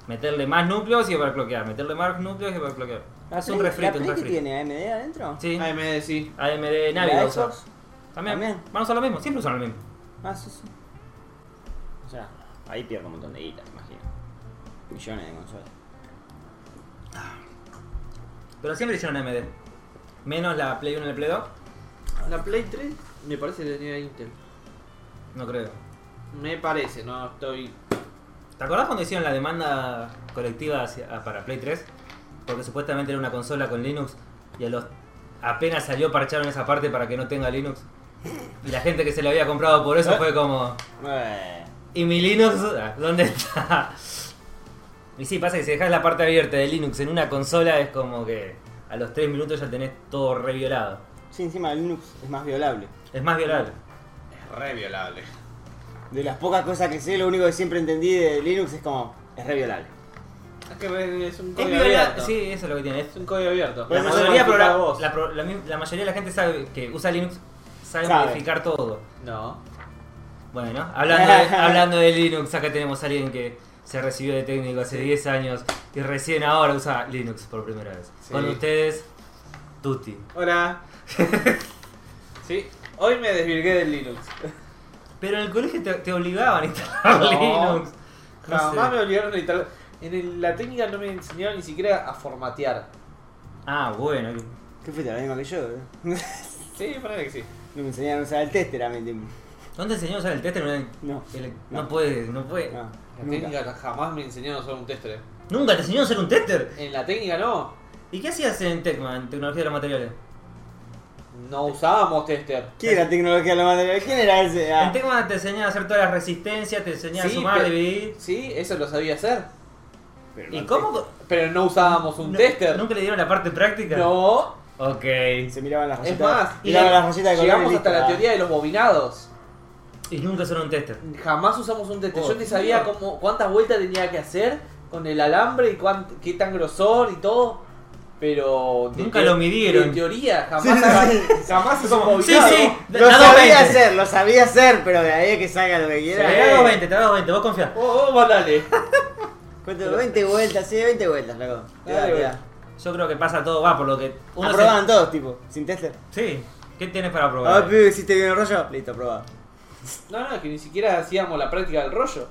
S1: Meterle más núcleos y overclockear. Meterle más núcleos y overclockear. Es un
S2: Play-
S1: refrito,
S2: ¿La
S1: un
S2: Play que
S1: refrito.
S2: tiene AMD adentro?
S1: Sí.
S3: AMD sí.
S1: AMD
S2: ¿Y la
S1: Navi va a usar.
S2: Xbox?
S1: También.
S2: También.
S1: Van a usar lo mismo, siempre usan lo mismo.
S2: Ah, sí, sí. O sea, ahí pierdo un montón de guita, me imagino. Millones de consolas.
S1: Pero siempre hicieron AMD. Menos la Play 1 y la Play 2.
S3: La Play 3 me parece que tenía Intel.
S1: No creo.
S3: Me parece, no estoy.
S1: ¿Te acordás cuando hicieron la demanda colectiva hacia- ah, para Play 3? Porque supuestamente era una consola con Linux y a los apenas salió parcharon esa parte para que no tenga Linux. Y la gente que se la había comprado por eso fue como...
S2: Eh,
S1: ¿Y mi Linux? Ah, ¿Dónde está? Y sí, pasa que si dejas la parte abierta de Linux en una consola es como que a los 3 minutos ya tenés todo re violado.
S2: sí, encima Linux es más violable.
S1: Es más violable.
S3: Es re violable.
S2: De las pocas cosas que sé, lo único que siempre entendí de Linux es como, es re violable.
S3: Es que es un
S1: Es
S3: código
S1: violable,
S3: abierto.
S1: sí, eso es lo que tiene. es-
S3: Es un código abierto.
S1: La
S2: Bueno,
S1: mayoría,
S2: no
S1: progra-
S3: programas vos.
S1: la pro- la mi- la mayoría de la gente sabe que usa Linux sabe,
S2: Sabe.
S1: modificar todo.
S3: No.
S1: Bueno, hablando de, hablando de Linux, acá tenemos a alguien que se recibió de técnico hace 10 años y recién ahora usa Linux por primera vez.
S3: Sí.
S1: Con ustedes, Tutti.
S3: Hola. sí, hoy me desvirgué del Linux.
S1: Pero en el colegio te, te obligaban a instalar
S3: No.
S1: Linux. No
S3: Jamás
S1: sé.
S3: me obligaron a instalar. En el- la técnica no me enseñaron ni siquiera a formatear.
S1: Ah, bueno.
S2: ¿Qué fuiste la misma que yo? eh?
S3: Sí, parece que sí.
S2: no me enseñaron a usar el tester a mí. tipo.
S1: ¿No te enseñó a usar el tester? No,
S2: No,
S1: el-
S2: no.
S1: no puede, no puede.
S2: no,
S3: La
S2: nunca.
S3: técnica jamás me enseñaron a usar un tester.
S1: Nunca te enseñó a ser un tester.
S3: En la técnica no.
S1: ¿Y qué hacías en Tecma, en tecnología de los materiales?
S3: No usábamos tester.
S2: ¿Quién era tecnología de la materia? ¿Quién era ese? Ah,
S1: En Tecma te enseñaba a hacer todas las resistencias, te enseñaba
S3: Sí,
S1: a sumar,
S3: pe-
S1: dividir.
S3: Sí, eso lo sabía hacer.
S2: pero
S1: ¿Y
S2: no,
S1: cómo?
S3: Pero no usábamos un
S1: No-
S3: tester.
S1: ¿Nunca le dieron la parte práctica?
S3: No.
S1: Ok.
S2: Se miraban las
S3: Es
S2: rositas.
S3: más,
S2: miraban las rositas de color y
S3: llegamos hasta
S2: listo,
S3: la
S2: ah.
S3: teoría de los bobinados.
S1: Y nunca son un tester.
S3: Jamás usamos un tester.
S1: Oh,
S3: Yo ni sabía
S1: tío.
S3: cómo, cuántas vueltas tenía que hacer con el alambre y cuán- qué tan grosor y todo. Pero. de
S1: Nunca
S3: teo-
S1: lo midieron.
S3: De teoría, jamás. Jamás es un
S1: Sí, sí,
S2: Lo
S1: da
S2: sabía
S1: 220.
S2: hacer, lo sabía hacer, pero de ahí a que salga lo que
S1: Te
S2: quiera. eh,
S1: da 220, te da 220, vos confiás.
S3: Oh, oh, mandale.
S2: Cuento 20 vueltas, sí, 20 vueltas, loco.
S3: Dale,
S2: Ya, ya.
S3: vuelta.
S1: Yo creo que pasa todo, va, por lo que uno se-
S2: Aprobaban todos, tipo, sin tester.
S1: Sí. ¿Qué tienes para
S2: Ah,
S1: probar?
S2: pibe, hiciste bien el rollo. Listo, aprobado.
S3: No, no, que ni siquiera hacíamos la práctica del rollo.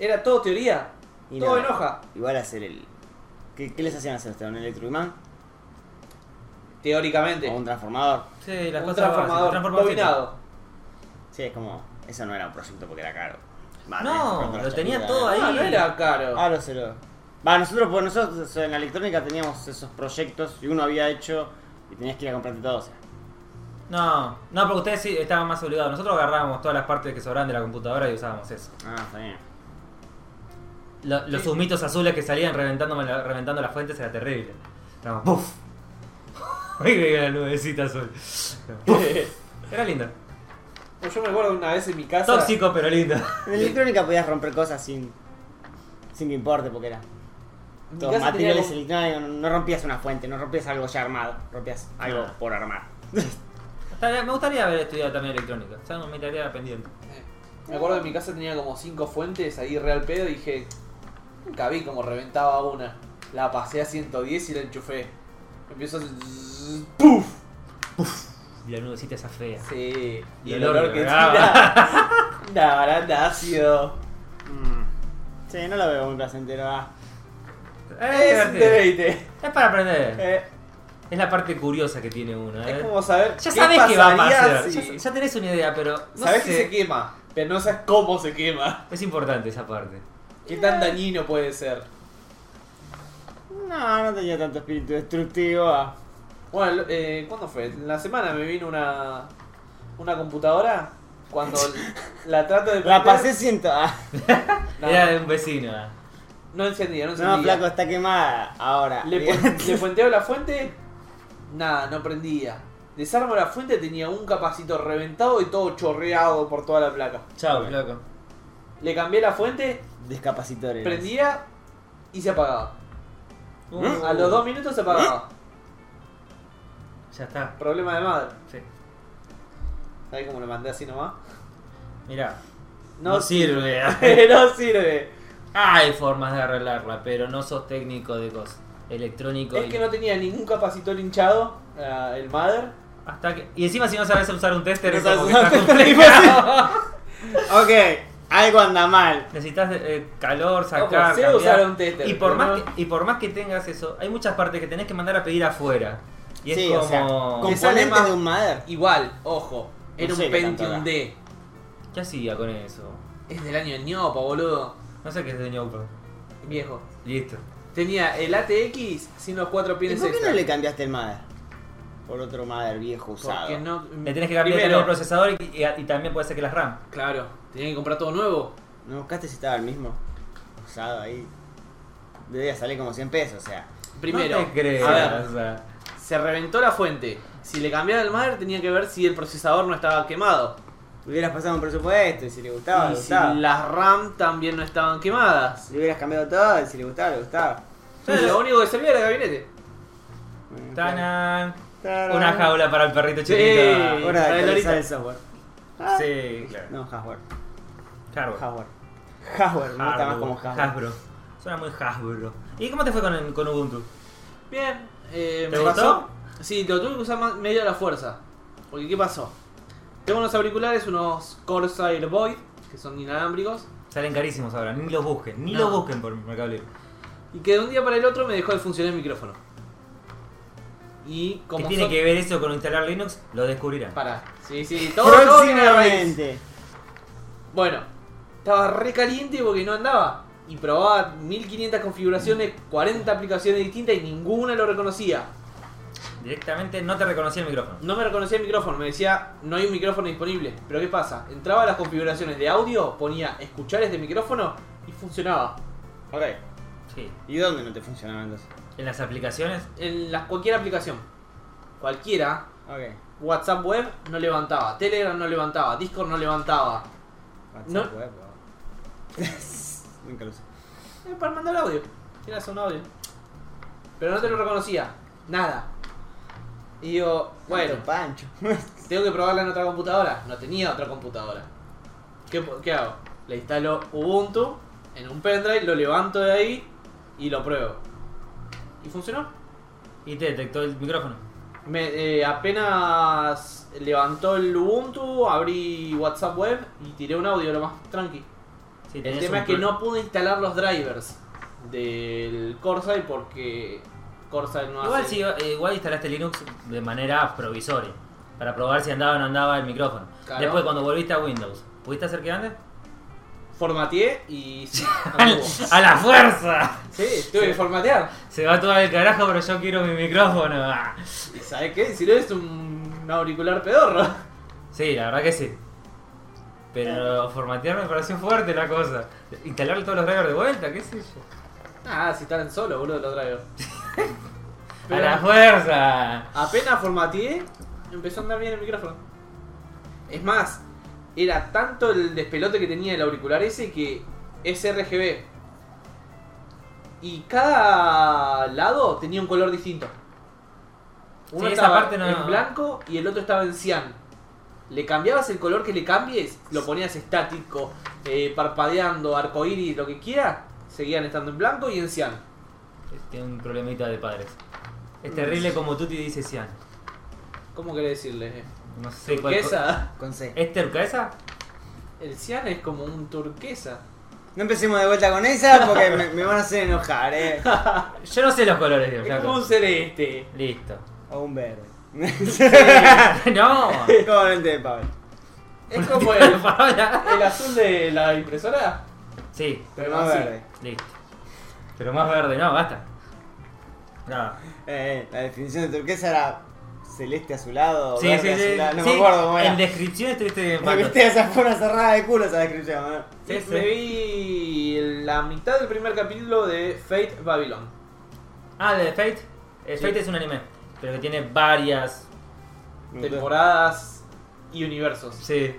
S3: Era todo teoría.
S2: Y
S3: todo
S2: nada.
S3: en hoja.
S2: Igual hacer el. ¿Qué, qué les hacían hacer ustedes? ¿Un electroimán?
S3: Teóricamente.
S2: ¿O un transformador?
S1: sí, las
S3: un
S1: cosas básicas,
S3: transformador, bobinado.
S2: Sí, es como. Eso no era un proyecto porque era caro. Va,
S1: No,
S2: tenés que comprar
S1: lo
S2: la
S1: tenía
S2: chapita,
S1: todo
S2: ¿eh?
S1: ahí.
S3: No, no era caro.
S2: Ah, lo se lo. Va, nosotros, pues nosotros en la electrónica teníamos esos proyectos y uno había hecho y tenías que ir a comprarte todo. o sea.
S1: No, no, porque ustedes sí estaban más obligados. Nosotros agarrábamos todas las partes que sobraban de la computadora y usábamos eso.
S2: Ah, está bien.
S1: Lo- los
S3: Sí.
S1: humitos azules que salían reventándome la- reventando las fuentes era terrible. Estábamos, ¡puf! Y veía la nubecita azul. Era lindo.
S3: Pues yo me acuerdo una vez en mi casa.
S1: Tóxico, pero lindo.
S2: En la electrónica podías romper cosas sin. sin que importe porque era.
S3: mi
S2: Todos
S3: casa tenía
S2: materiales
S3: como-
S2: electrónicos, no, no rompías una fuente, no rompías algo ya armado, rompías algo
S1: Ah.
S2: por armar.
S1: Estaría- Me gustaría haber estudiado también electrónica. O sea, me tarea pendiente.
S3: Me acuerdo que en mi casa tenía como cinco fuentes ahí real pedo y dije, nunca vi como reventaba una. La pasé a 110 y la enchufé. Empiezo a hacer zzzz, ¡Puf!
S1: Y la nubecita esa fea.
S3: Sí. Y,
S1: Y
S3: el
S1: el ah.
S3: olor
S1: olor
S3: que
S1: que
S3: tira. Darandacio.
S2: Mm. Sí, no lo veo muy placentero. ah.
S1: Es,
S3: Es deleite.
S1: es para aprender.
S3: Eh,
S1: Es la parte curiosa que tiene uno.
S3: es
S1: ¿eh?
S3: como saber.
S1: Ya
S3: qué
S1: sabes qué va a
S3: pasaría
S1: pasar.
S3: si-
S1: Ya, ya tenés una idea, pero no
S3: sabes
S1: sé.
S3: que se quema, pero no sabes cómo se quema.
S1: Es importante esa parte.
S3: Qué tan dañino puede ser.
S2: No, no tenía tanto espíritu destructivo. ah.
S3: Bueno, eh, ¿cuándo fue? En la semana me vino una, una computadora. Cuando la trato de
S2: La
S3: prender,
S2: pasé siento. ah.
S3: No,
S1: Era de un vecino. ¿eh?
S3: no encendía, no encendía.
S2: No, flaco, está quemada ahora.
S3: Le, pu- le puenteo la fuente, nada, no prendía. Desarmo la fuente, tenía un capacito reventado y todo chorreado por toda la placa.
S1: Chao,
S2: Bueno.
S1: loco.
S3: Le cambié la fuente,
S2: Discapacitores.
S3: prendía y se apagaba.
S2: ¿Mm?
S1: Uh,
S3: ¿Mm? A los dos minutos se apagaba.
S1: Ya está.
S3: Problema de madre.
S1: Sí.
S3: ¿Sabés cómo lo mandé así nomás?
S1: Mirá. No,
S3: No,
S1: sirve.
S3: no sirve.
S1: Hay formas de arreglarla, pero no sos técnico de cosas. Electrónico.
S3: Es
S1: y...
S3: que no tenía ningún capacitor hinchado, ah, el mother.
S1: Hasta que... Y encima si no sabes usar un tester
S2: No
S1: es como que
S2: sabes
S1: está
S2: usar un
S1: complicado.
S2: Ok, algo anda mal.
S1: Necesitas eh, calor,
S3: Ojo,
S1: sacar,
S3: sé
S1: cambiar.
S3: usar un tester,
S1: y, por
S3: pero
S1: más
S3: no-
S1: que, y por más que tengas eso, hay muchas partes que tenés que mandar a pedir afuera. Y es
S2: sí,
S1: como...
S2: o sea,
S3: Te sale
S2: componentes
S3: más-
S2: de un Mother.
S3: Igual, ojo, era
S2: No sé
S3: un
S2: qué tanto
S3: Pentium
S2: era.
S3: D.
S1: ¿Qué hacía con eso?
S3: Es del año de ñopa, boludo.
S1: No sé qué es de Newport.
S3: Viejo.
S1: Listo.
S3: Tenía el ATX sin los cuatro
S2: ¿Y
S3: pines
S2: por qué no
S3: extra.
S2: le cambiaste el Mother? Por otro Mother viejo usado.
S3: Porque no.
S1: Le tenés que cambiar
S3: Mm, Primero,
S1: el procesador y, y- y también puede ser que las RAM.
S3: Claro, tenía que comprar todo nuevo.
S2: ¿No buscaste si estaba el mismo? Usado ahí. Debía salir como 100 pesos, o sea.
S3: Primero,
S1: No te creas.
S3: a ver,
S1: o sea,
S3: se reventó la fuente. Si le cambiaba el madre, tenía que ver si el procesador no estaba quemado.
S2: Hubieras pasado un presupuesto y si le gustaba,
S3: y
S2: le
S3: si
S2: gustaba.
S3: las RAM también no estaban quemadas.
S2: Le hubieras cambiado todo y si le gustaba, le gustaba.
S3: Lo único que servía era el gabinete.
S2: Bueno,
S1: Tanan.
S2: claro.
S1: Una jaula para el perrito
S3: Sí.
S1: chiquito.
S2: Hora
S3: Para
S2: de
S3: el
S2: actualizar
S3: Lolita.
S2: el software.
S3: Ah.
S1: Sí, claro.
S2: Ah. No, hardware.
S1: Hardware.
S2: Hardware. Hardware, me gusta más
S1: Hasbro.
S2: como hardware.
S1: Hasbro. Suena muy Hasbro. ¿Y cómo te fue con, con Ubuntu?
S3: Bien, eh,
S1: ¿Te
S3: me
S1: gustó?
S3: pasó. Sí, lo tuve que usar más- medio a la fuerza. Porque, ¿qué pasó? Tengo unos auriculares, unos Corsair Void, que son inalámbricos.
S1: Salen carísimos ahora, ni los busquen, ni
S3: No.
S1: los busquen por Mercado Libre.
S3: Y que de un día para el otro me dejó de funcionar el micrófono. Y
S1: ¿Qué
S3: como
S1: tiene
S3: son-
S1: que ver eso con instalar Linux? Lo descubrirán.
S3: Pará. Sí, sí, todo, todo tiene raíz.
S2: Próximamente.
S3: Bueno, estaba re caliente porque no andaba. Y probaba 1500 configuraciones, 40 aplicaciones distintas y ninguna lo reconocía.
S1: Directamente no te reconocía el micrófono.
S3: No me reconocía el micrófono, me decía no hay un micrófono disponible. Pero ¿qué pasa? Entraba a las configuraciones de audio, ponía escuchar este micrófono y funcionaba.
S2: Ok.
S1: Sí.
S2: ¿Y dónde no te funcionaba entonces?
S1: En las aplicaciones,
S3: En las, cualquier aplicación, cualquiera,
S2: Ok.
S3: WhatsApp web no levantaba, Telegram no levantaba, Discord no levantaba.
S2: WhatsApp
S3: No.
S2: web, wow. Nunca lo usé.
S3: Eh, para mandar audio. Tienes un audio. Pero no te lo reconocía. Nada. Y digo, bueno,
S2: Otro Pancho.
S3: tengo que probarla en otra computadora. No tenía otra computadora. ¿Qué, po- qué hago? Le instalo Ubuntu en un pendrive, lo levanto de ahí y lo pruebo. Y funcionó.
S1: y te detectó el micrófono.
S3: Me, eh, apenas levantó el Ubuntu, abrí WhatsApp web y tiré un audio lo más tranqui.
S1: Sí,
S3: El
S1: tenés
S3: tema
S1: un
S3: es que
S1: pro-
S3: no pude instalar los drivers del Corsair porque Corsair no
S1: Igual,
S3: hace...
S1: sí, eh, igual instalaste Linux de manera provisoria. Para probar si andaba o no andaba el micrófono.
S3: Claro.
S1: Después, cuando volviste a Windows, ¿pudiste hacer que ande?
S3: Formateé y... sí,
S1: ¡Al-
S3: anduvo.
S1: ¡A la fuerza!
S3: sí, tuve que formatear.
S1: Se va todo al carajo, pero yo quiero mi micrófono. Ah.
S3: ¿Y sabes qué? Si no es un auricular pedorro.
S1: Sí, la verdad que sí. Pero formatear me pareció fuerte la cosa. Instalarle todos los drivers de vuelta, qué sé yo.
S3: Ah, si están solo, boludo, los drivers.
S1: ¡A la
S3: Pero
S1: fuerza!
S3: apenas formateé, empezó a andar bien el micrófono. Es más, era tanto el despelote que tenía el auricular ese que es RGB. Y cada lado tenía un color distinto. Uno
S1: Sí, esa
S3: estaba
S1: parte no-
S3: en blanco y el otro estaba en cian. Le cambiabas el color que le cambies, lo ponías estático, eh, parpadeando, arcoíris, lo que quiera, seguían estando en blanco y en cian.
S1: Tiene un problemita de padres. Es terrible como Tuti dice Cian.
S3: ¿Cómo querés decirle?
S1: No sé cuál.
S3: Turquesa.
S2: Con C.
S1: ¿Es turquesa?
S3: El cian es como un turquesa.
S2: No empecemos de vuelta con esa porque me, me van a hacer enojar, eh.
S1: Yo no sé los colores de un
S3: Es
S1: flaco.
S3: como un celeste.
S1: Listo.
S2: O un verde.
S1: no.
S2: Como lente de Pavel.
S3: Es como el,
S1: Paola.
S3: el azul de la impresora.
S1: Sí,
S2: Pero no
S3: así.
S2: verde.
S1: listo. Pero más verde, no, basta. No.
S2: Eh, la definición de turquesa era celeste azulado,
S1: Sí, sí,
S2: verde
S1: sí.
S2: azulado. No
S1: Sí,
S2: me acuerdo Este- cómo era.
S1: En descripción estuviste bien,
S2: Me
S1: Pato.
S2: viste esa fue una cerrada de culo esa descripción, ¿no?
S1: Sí, sí.
S3: Me vi la mitad del primer capítulo de Fate Babylon.
S1: Ah, de Fate. Eh,
S3: Sí.
S1: Fate es un anime, pero que tiene varias.
S3: Temporadas y universos.
S1: Sí.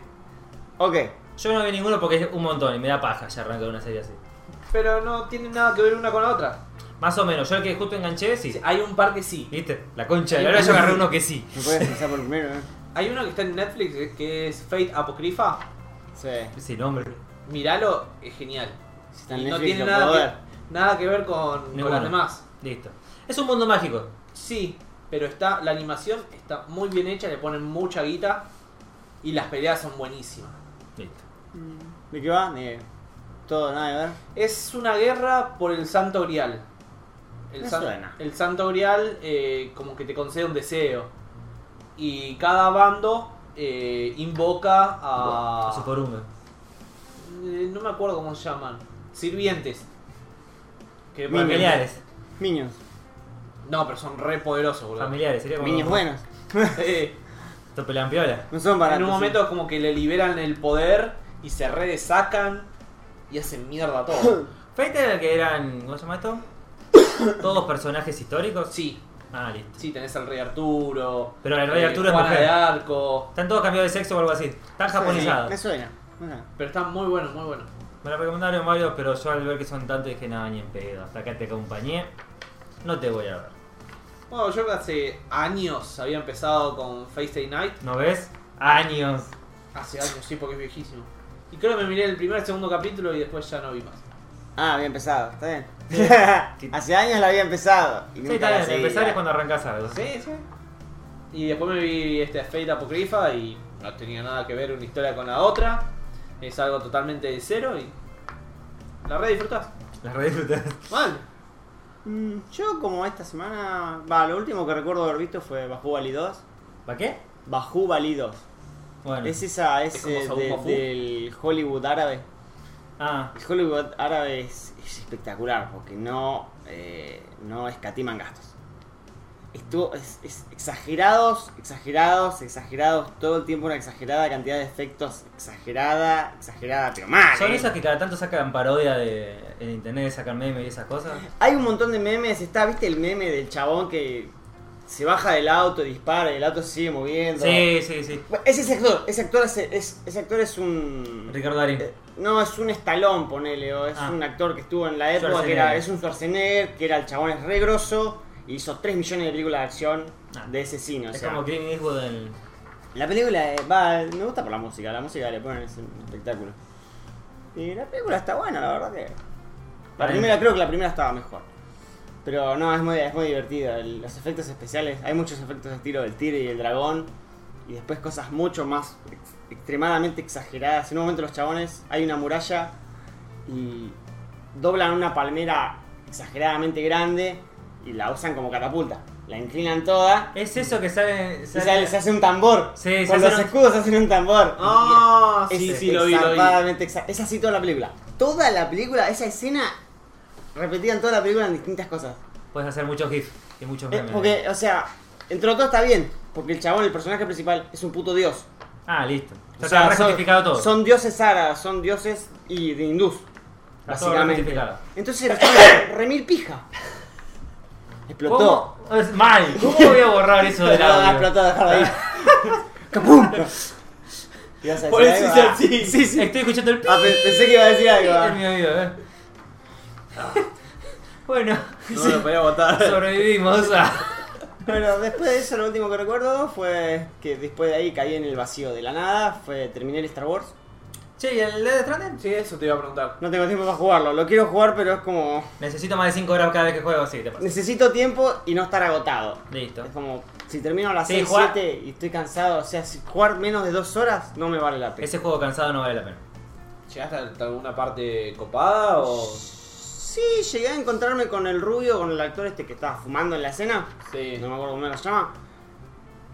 S2: Ok.
S1: Yo no vi ninguno porque es un montón y me da paja ya arrancar una serie así.
S3: Pero no tienen nada que ver una con la otra.
S1: Más o menos, yo el que justo enganché, sí.
S3: Hay un par que sí.
S1: ¿Viste? La concha. Y ahora yo agarré uno que sí.
S2: Me puedes empezar por primero, ¿eh?
S3: Hay uno que está en Netflix eh, que es Fate Apocrypha.
S2: Sí.
S1: Ese nombre.
S3: Miralo, es genial.
S2: Si está
S3: Y
S2: en
S3: no
S2: Netflix,
S3: tiene
S2: lo
S3: nada
S2: puedo
S3: que,
S2: ver.
S3: nada que ver con, con
S1: Ninguno.
S3: las demás.
S1: Listo. Es un mundo mágico.
S3: Sí, pero está la animación está muy bien hecha, le ponen mucha guita y las peleas son buenísimas.
S1: Listo.
S2: ¿De qué va? Ni idea. Todo, nada de ver.
S3: Es una guerra por el Santo Grial. El,
S2: Me
S3: san-
S2: suena.
S3: el Santo Grial eh, como que te concede un deseo. Y cada bando eh, invoca a...
S2: Ah.
S1: A su porume.
S3: Eh, no me acuerdo cómo se llaman. Sirvientes. Que
S2: Minions.
S1: Familiares.
S2: Minions.
S3: No, pero son re poderosos, boludo.
S1: Familiares, sería como.
S2: Minions buenos.
S3: Eh,
S1: Topelampiola.
S2: No son baratos.
S3: en un
S2: sí.
S3: momento es como que le liberan el poder y se redesacan y hacen mierda todo.
S1: Fate era el que eran. ¿Cómo se llama esto? Todos personajes históricos.
S3: sí,
S1: Ah, listo.
S3: sí, tenés al rey Arturo. eh,
S1: Pero el rey Arturo es
S3: Juana
S1: mujer.
S3: de Arco.
S1: Están todos cambiados de sexo o algo así. Están japonizados.
S2: Me suena. me suena.
S3: Pero está muy bueno, muy bueno.
S1: Me lo recomendaron varios, pero yo al ver que son tantos dije, nada, ni en pedo. Hasta acá te acompañé. No te voy a ver.
S3: Bueno, yo hace años había empezado con Face Day Night.
S1: ¿No ves? Años.
S3: Hace años, sí, porque es viejísimo. Y creo que me miré el primer, segundo capítulo y después ya no vi más.
S2: Ah, había empezado, está bien.
S1: Sí.
S2: Hace años la había empezado. Y
S1: Sí,
S2: nunca
S1: está
S2: la
S1: bien.
S2: seguí.
S1: Empezar es cuando arrancás algo.
S3: Sí, sí. Y después me vi este Fate Apocrypha y no tenía nada que ver una historia con la otra. Es algo totalmente de cero y. La re disfrutás.
S1: Las redes disfrutas.
S3: Mal.
S2: Mm, Yo, como esta semana. Va, lo último que recuerdo haber visto fue Bajú Bali 2.
S1: ¿Para qué?
S2: Bajú Bali 2.
S1: Bueno.
S2: Es esa, es,
S3: ¿Es como
S2: eh,
S3: Saúl
S2: de-
S3: Mafú?
S2: del Hollywood árabe.
S1: Ah,
S2: El Hollywood árabe es, es espectacular porque no, eh, no escatiman gastos. Estuvo es, es exagerados, exagerados, exagerados, todo el tiempo una exagerada cantidad de efectos, exagerada, exagerada, pero mal.
S1: ¿Son
S2: ¿eh?
S1: esos que cada tanto sacan parodia de en internet, sacan memes y esas cosas?
S2: Hay un montón de memes, está, viste el meme del chabón que se baja del auto, dispara y el auto se sigue moviendo.
S1: Sí, sí, sí.
S2: Bueno, ese es actor, ese actor, hace- es, ese actor es un...
S1: Ricardo Darín.
S2: Eh, No, es un estalón, ponele, o es
S1: Ah.
S2: un actor que estuvo en la época, que era,
S1: Schwarzenegger.
S2: es un Schwarzenegger, que era el chabón es re grosso, y hizo 3 millones de películas de acción
S1: Ah.
S2: de ese cine, o
S1: es
S2: sea.
S1: como Clint Eastwood en...
S2: La película eh, va, me gusta por la música, la música le ponen es un espectáculo. Y la película está buena, la verdad que. La
S1: Para
S2: primera, creo que la primera estaba mejor. Pero no, es muy, es muy divertida. el- Los efectos especiales, hay muchos efectos de estilo del tigre y el dragón. Y después cosas mucho más ex- extremadamente exageradas. En un momento los chabones, hay una muralla y doblan una palmera exageradamente grande y la usan como catapulta. La inclinan toda
S1: Es eso que sale...
S2: y sale- se hace un tambor.
S1: Sí, se
S2: Con
S1: hace
S2: los
S1: un-
S2: escudos hacen un tambor.
S3: Ah,
S2: Es
S3: sí, sí, lo vi, lo vi.
S2: zarpadamente exa- Es así toda la película. Toda la película, esa escena repetida en toda la película en distintas cosas.
S1: Puedes hacer muchos GIFs y muchos
S2: Eh,
S1: memes.
S2: porque, o sea, entre todo está bien. Porque el chabón, el personaje principal, es un puto dios.
S1: Ah, listo.
S2: O
S1: Ya
S2: sea,
S1: está
S2: son-
S1: rejustificado todo.
S2: Son dioses árabes, son dioses y de hindús.
S1: Está todo
S2: Básicamente.
S1: rejustificado.
S2: Entonces, el chabón, remil pija. Explotó.
S1: ¿Cómo? Es mal. ¿Cómo voy a borrar eso del
S2: No,
S1: audio?
S2: explotó, dejarlo ahí. ¡Capum! ¿Ibas a
S3: Por
S2: decir
S3: eso
S2: algo?
S3: hice
S2: Ah.
S3: así.
S2: Sí, sí.
S1: Estoy escuchando el pi
S2: Ah, pe- pensé que iba a decir algo. ah.
S1: en mi oído, eh. bueno,
S3: No me lo podía botar.
S1: sobrevivimos a...
S2: Bueno, después de eso, lo último que recuerdo fue que después de ahí caí en el vacío de la nada. Fue terminé el Star Wars.
S1: Che, ¿y el Death Stranding?
S3: Sí, eso te iba a preguntar.
S2: No tengo tiempo para jugarlo. Lo quiero jugar, pero es como.
S1: Necesito más de 5 horas cada vez que juego, sí, te pasa.
S2: Necesito tiempo y no estar agotado.
S1: Listo.
S2: Es como. Si termino a las
S1: Sí,
S2: 6,
S1: jugar-
S2: 7 y estoy cansado, o sea, si jugar menos de 2 horas no me vale la pena.
S1: Ese juego cansado no vale la pena.
S3: ¿Llegaste hasta alguna parte copada o.?
S2: Sí, llegué a encontrarme con el rubio, con el actor este que estaba fumando en la escena.
S3: Sí.
S2: No me acuerdo cómo era que se llama.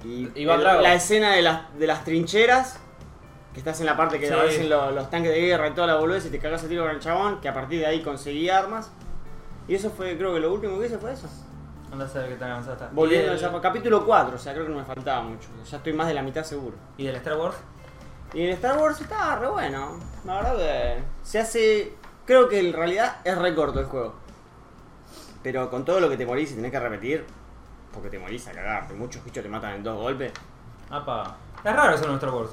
S2: Y
S3: Iba a
S2: el-
S3: trago.
S2: la escena de las, de las trincheras, que estás en la parte que
S1: Sí.
S2: aparecen lo- los, tanques de guerra y toda la boludez y te cagas a tiro con el chabón, que a partir de ahí conseguí armas. Y eso fue, creo que lo último que hice fue eso.
S1: Anda a saber qué tan avanzado está.
S2: Volviendo
S1: ¿Y
S2: al
S1: del,
S2: Japa- capítulo 4, o sea, creo que no me faltaba mucho. Ya estoy más de la mitad seguro.
S1: ¿Y del Star Wars?
S2: Y el Star Wars está re bueno. La verdad que se hace. Creo que en realidad es re corto el juego. Pero con todo lo que te morís y tenés que repetir, porque te morís a cagarte. Muchos bichos te matan en dos golpes.
S1: Apa. Es raro eso en Star Wars.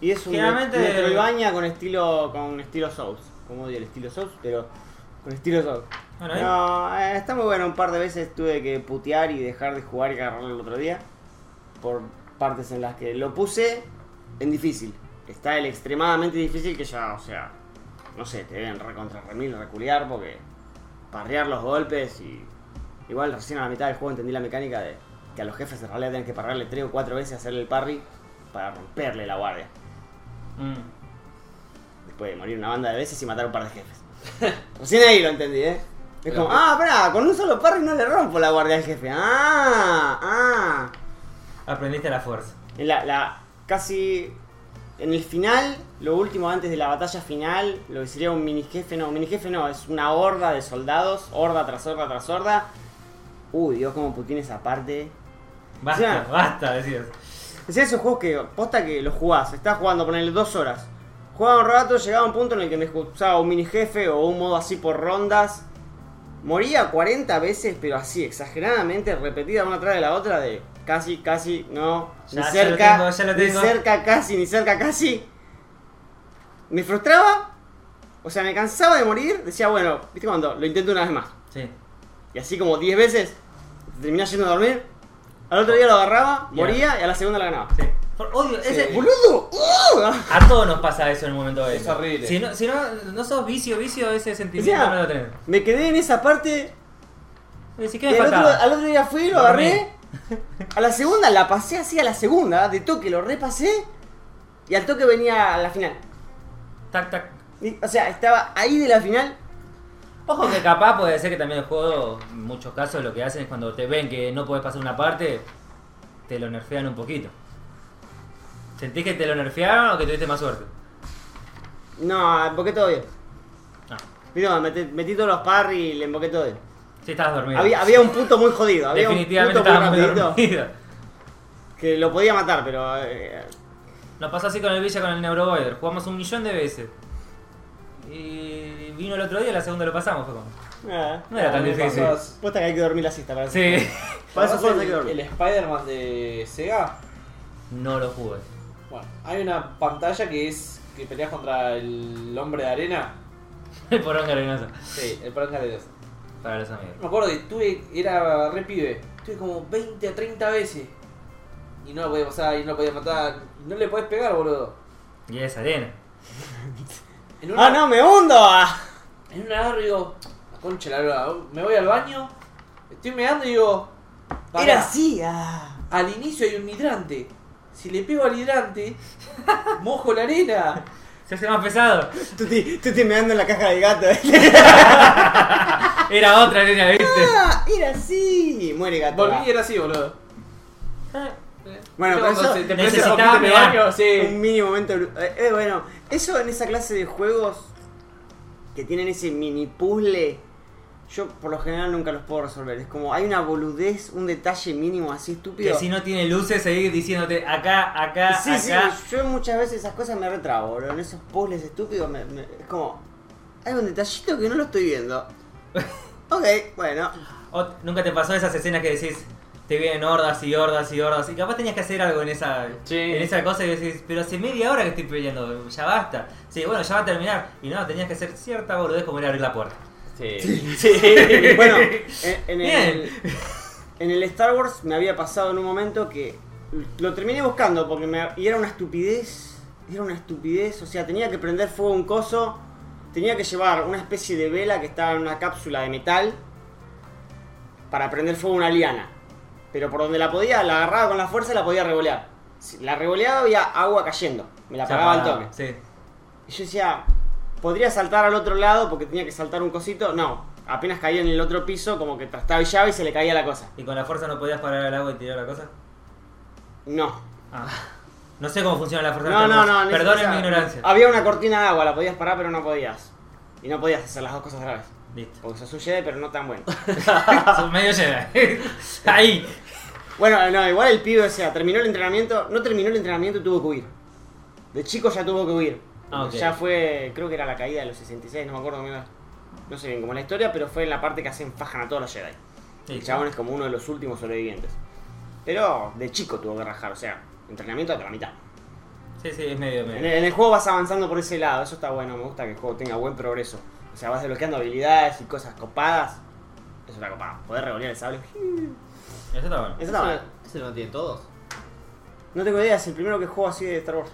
S2: Y es un
S1: Generalmente-
S2: Metroidvania con estilo con estilo Souls. Como odio el estilo Souls, pero con estilo Souls.
S1: Bueno, ahí.
S2: No, eh, está muy bueno. Un par de veces tuve que putear y dejar de jugar y agarrarlo el otro día. Por partes en las que lo puse en difícil. Está el extremadamente difícil que ya, o sea, no sé, te deben recontra remil, reculear porque parrear los golpes y. Igual recién a la mitad del juego entendí la mecánica de que a los jefes en realidad tienen que parrarle tres o cuatro veces y hacerle el parry para romperle la guardia.
S1: Mm.
S2: Después de morir una banda de veces y matar un par de jefes. Recién ahí lo entendí, ¿eh? Es
S3: Claro.
S2: como, ah, pará, con un solo parry no le rompo la guardia al jefe. Ah, ah.
S1: Aprendiste a la fuerza.
S2: En la, la- casi en el final, lo último antes de la batalla final, lo que sería un mini jefe, no, mini jefe no, es una horda de soldados, horda tras horda tras horda. Uy, Dios, como Putin esa parte.
S1: Basta,
S2: Ya.
S1: basta, decías.
S2: Es esos juegos que, posta que los jugás, estás jugando, ponele dos horas. Jugaba un rato, llegaba un punto en el que me escuchaba un mini jefe o un modo así por rondas. Moría 40 veces, pero así, exageradamente, repetida una atrás de la otra, de casi, casi, no,
S1: Ya, ya
S2: ni
S1: lo
S2: cerca,
S1: tengo, ya lo tengo.
S2: ni cerca, casi, ni cerca, casi. Me frustraba, o sea, me cansaba de morir, decía, bueno, viste cuando lo intento una vez más.
S1: Sí.
S2: Y así como 10 veces, terminás yendo a dormir. Al otro día lo agarraba,
S1: Ya.
S2: moría y a la segunda la ganaba.
S1: Sí. Por- odio, ese-
S2: Eh, ¡Boludo! ¡Oh!
S1: a todos nos pasa eso en el momento de
S3: Es horrible.
S1: Si no, si no, no sos vicio, vicio, ese sentimiento
S2: O sea,
S1: no lo tenés.
S2: Me quedé en esa parte.
S1: Y decís,
S2: Y
S1: ¿qué me
S2: al, otro,
S1: faltaba?
S2: al otro día fui, lo
S1: Dormí.
S2: agarré. A la segunda la pasé así, a la segunda, de toque lo repasé. Y al toque venía a la final.
S1: Tac, tac.
S2: Y, o sea, estaba ahí de la final.
S1: Ojo que capaz puede ser que también el juego, en muchos casos, lo que hacen es cuando te ven que no podés pasar una parte, te lo nerfean un poquito. ¿Sentís que te lo nerfearon o que tuviste más suerte?
S2: No, porque todo bien.
S1: No.
S2: Viste, cuando metí, metí todos los parry y le emboqué todo bien.
S1: Sí, estabas dormido.
S2: Había, había un punto muy jodido. Había
S1: Definitivamente
S2: un punto
S1: estabas
S2: muy
S1: muy
S2: rapidito
S1: dormido.
S2: que lo podía matar, pero. eh,
S1: Nos pasó así con el Villa con el Neurovoider. Jugamos un millón de veces. Y vino el otro día, la segunda lo pasamos. Fue como...
S2: eh,
S1: No era tan
S3: Me
S1: difícil.
S3: pasó hace-
S2: Posta que hay que dormir la siesta para eso.
S1: Sí.
S2: Para eso
S3: ¿Conocés
S2: juegos hay que
S3: el,
S2: dormir.
S3: el Spider-Man de Sega.
S1: No lo jugué.
S3: Bueno, hay una pantalla que es que peleas contra el hombre de arena.
S1: El poronga arenosa.
S3: Sí, el Prank Arena.
S1: Para los amigos.
S3: Me acuerdo que tuve, era re pibe, tuve como 20 a 30 veces. Y no lo podía pasar, y no lo podía matar, y no le podés pegar, boludo.
S1: Y es arena.
S3: En una,
S2: ¡Ah, no, me hundo! Ah.
S3: En una agarro y digo, la concha de la verdad, me voy al baño, estoy meando y digo, pará,
S2: Era así. ah.
S3: al inicio hay un hidrante. Si le pego al hidrante, mojo la arena.
S1: Se hace más pesado.
S2: Tú te, tú te meando en la caja del gato.
S1: Era otra arena, ¿viste?
S2: ah, era así. Muere gato.
S3: Volví y era así, boludo.
S2: Bueno,
S3: Yo
S2: pero
S3: cuando
S2: eso-
S3: se- te
S1: necesitaba
S3: pones en el
S1: mear.
S3: baño,
S2: Un
S3: sí.
S2: mini momento. bru- eh, eh, bueno, eso en esa clase de juegos que tienen ese mini puzzle, yo por lo general nunca los puedo resolver. Es como hay una boludez, un detalle mínimo así
S1: Que
S2: estúpido.
S1: si no tiene luces, seguir diciéndote acá, acá,
S2: sí, sí,
S1: acá.
S2: yo muchas veces esas cosas me retrabo, bro. En esos puzzles estúpidos me- me- es como. Hay un detallito que no lo estoy viendo. ok, bueno.
S1: O- ¿Nunca te pasó esas escenas que decís, te vienen hordas y hordas y hordas? Y capaz tenías que hacer algo en esa,
S3: Sí.
S1: en esa cosa y decís, pero hace media hora que estoy peleando, ya basta. Sí, bueno, ya va a terminar. Y no, tenías que hacer cierta boludez como ir a abrir la puerta.
S3: Sí.
S2: bueno, en, en el,
S1: Bien.
S2: en el Star Wars me había pasado en un momento que lo terminé buscando porque me, y era una estupidez. Era una estupidez. O sea, tenía que prender fuego un coso. Tenía que llevar una especie de vela que estaba en una cápsula de metal para prender fuego una liana. Pero por donde la podía, la agarraba con la fuerza y la podía revolear. Si La revoleaba había agua cayendo. Me la
S1: Ya
S2: apagaba al
S1: paraba,
S2: toque.
S1: Sí.
S2: Y yo decía, ¿podría saltar al otro lado porque tenía que saltar un cosito? No, apenas caía en el otro piso, como que trastabillaba y se le caía la cosa.
S1: ¿Y con la fuerza no podías parar al agua y tirar la cosa?
S2: No.
S1: Ah. No sé cómo funciona la fuerza
S2: No,
S1: del
S2: no,
S1: terremoto.
S2: no, no
S1: Perdonen
S2: importa.
S1: mi ignorancia.
S2: Había una cortina de agua, la podías parar, pero no podías. Y no podías hacer las dos cosas a la vez.
S1: Listo.
S2: Porque sos un Jedi, pero no tan bueno.
S1: Son medio Jedi. Ahí.
S2: Bueno, no, igual el pibe, o sea, terminó el entrenamiento, no terminó el entrenamiento y tuvo que huir. De chico ya tuvo que huir.
S1: Ah, ok.
S2: Ya fue, creo que era la caída de los 66, no me acuerdo bien, la- no sé bien cómo es la historia, pero fue en la parte que hacen fajan a todos los Jedi. El
S1: Listo.
S2: chabón es como uno de los últimos sobrevivientes. Pero de chico tuvo que rajar, o sea, entrenamiento hasta la mitad.
S1: Sí, sí, es medio
S2: En el,
S1: medio.
S2: en el juego vas avanzando por ese lado, eso está bueno, me gusta que el juego tenga buen progreso. O sea, vas desbloqueando habilidades y cosas copadas. Eso está copado. Poder revolear el sable.
S1: Eso está bueno.
S2: Eso está bueno.
S4: Ese no lo tienen todos.
S2: No tengo idea, es el primero que juego así de Star Wars.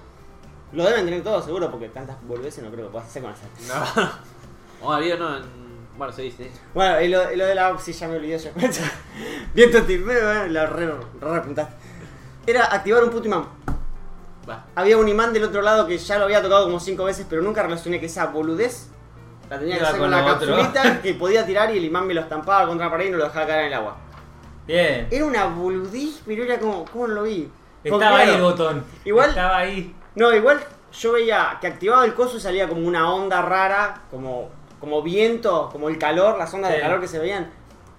S2: Lo deben tener todos seguro, porque tantas boludeces no creo que puedas hacer con esa.
S3: No. Oh, había no. en- Bueno, se dice.
S2: Bueno, y lo, y lo de la sí ya me olvidé yo. Bien tontín, eh, la re, re apuntaste. Era activar un puto imán.
S3: Va.
S2: Había un imán del otro lado que ya lo había tocado como cinco veces, pero nunca relacioné que esa boludez la tenía que
S1: Iba
S2: hacer
S1: con
S2: con la
S1: lo otro.
S2: capsulita que podía tirar y el imán me lo estampaba contra la pared y no lo dejaba caer en el agua.
S1: Bien.
S2: Era una boludez, pero era como, ¿cómo no lo vi? Porque,
S1: Estaba ahí
S2: claro,
S1: el botón.
S2: Igual-
S1: Estaba ahí.
S2: No, igual yo veía que activaba el coso y salía como una onda rara, como, como viento, como el calor, las ondas
S1: Sí.
S2: de calor que se veían.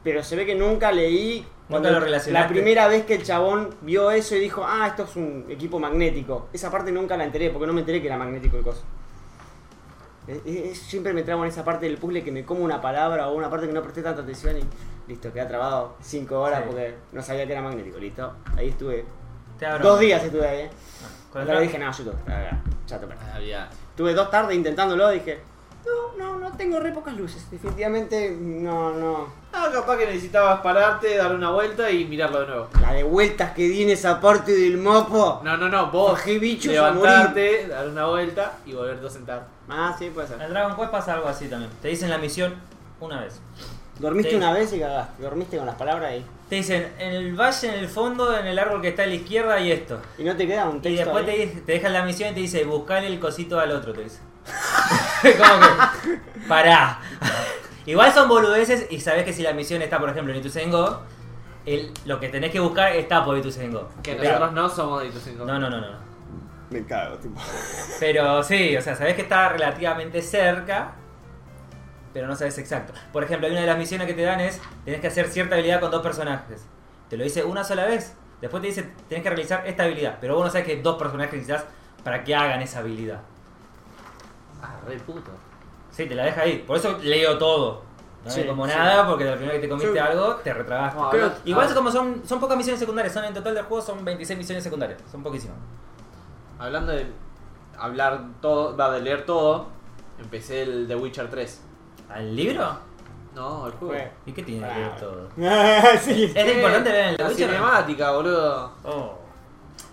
S2: Pero se ve que nunca leí. cuando
S1: lo relacionaste.
S2: La primera vez que el chabón vio eso y dijo, ah, esto es un equipo magnético. Esa parte nunca la enteré, porque no me enteré que era magnético el coso. Eh, eh, Siempre me trabo en esa parte del puzzle que me como una palabra o una parte que no presté tanta atención y listo, queda trabado cinco horas
S1: Sí.
S2: porque no sabía que era magnético, listo. Ahí estuve.
S1: Te abro.
S2: Dos días estuve ahí, eh.
S1: Con el
S2: Ahora
S1: tra-
S2: dije, no, yo Ah, tengo que estar acá. Chato, pará.
S4: Había.
S2: Tuve dos tardes intentándolo y dije, no, no, no tengo re pocas luces. Definitivamente, no, no.
S3: Ah, capaz que necesitabas pararte, dar una vuelta y mirarlo de nuevo.
S2: La de vueltas que di en esa parte del mopo.
S3: No, no, no, vos
S2: Cogí bichos a
S3: levantarte, dar una vuelta y volverte a sentar.
S2: Ah, sí, puede
S1: En
S2: ser.
S1: el Dragon Quest pasa algo así también. Te dicen la misión una vez.
S2: Dormiste
S1: Sí.
S2: una vez y cagaste. Dormiste con las palabras ahí.
S1: Te dicen, en el valle, en el fondo, en el árbol que está a la izquierda y esto.
S2: Y no te queda un
S1: Y
S2: texto.
S1: después te,
S2: ahí.
S1: dice- te dejan la misión y te dice, buscale el cosito al otro, te dice. Como que, pará. Igual son boludeces y sabes que si la misión está, por ejemplo, en Ituzengo, el, lo que tenés que buscar está por Ituzengo.
S3: Que
S2: Claro.
S3: nosotros no somos de Ituzaingó.
S1: No, no, no, no.
S2: Me cago, tipo.
S1: Pero sí, o sea, sabés que está relativamente cerca, pero no sabes exacto. Por ejemplo, hay una de las misiones que te dan es, tenés que hacer cierta habilidad con dos personajes. Te lo dice una sola vez. Después te dice, tenés que realizar esta habilidad. Pero vos no sabés que dos personajes necesitas para que hagan esa habilidad.
S3: Ah, re puto.
S1: Sí, te la deja ahí. Por eso leo todo. No
S2: Sí,
S1: hay como
S2: sí.
S1: nada, porque la primera vez que te comiste
S2: Sí.
S1: algo, te retrabaste.
S3: No,
S2: Pero-
S3: habla-
S1: Igual
S3: habla-
S1: como son, son pocas misiones secundarias, son en total del juego son 26 misiones secundarias, son poquísimas.
S3: Hablando de hablar todo, va de leer todo, empecé el The Witcher 3.
S1: ¿Al libro?
S3: No, el juego.
S1: ¿Y qué tiene que ver todo?
S2: Ah, sí.
S1: ¿Es
S3: Eh,
S1: importante leer el The
S3: la
S1: Witcher?
S3: cinemática, boludo.
S1: Oh.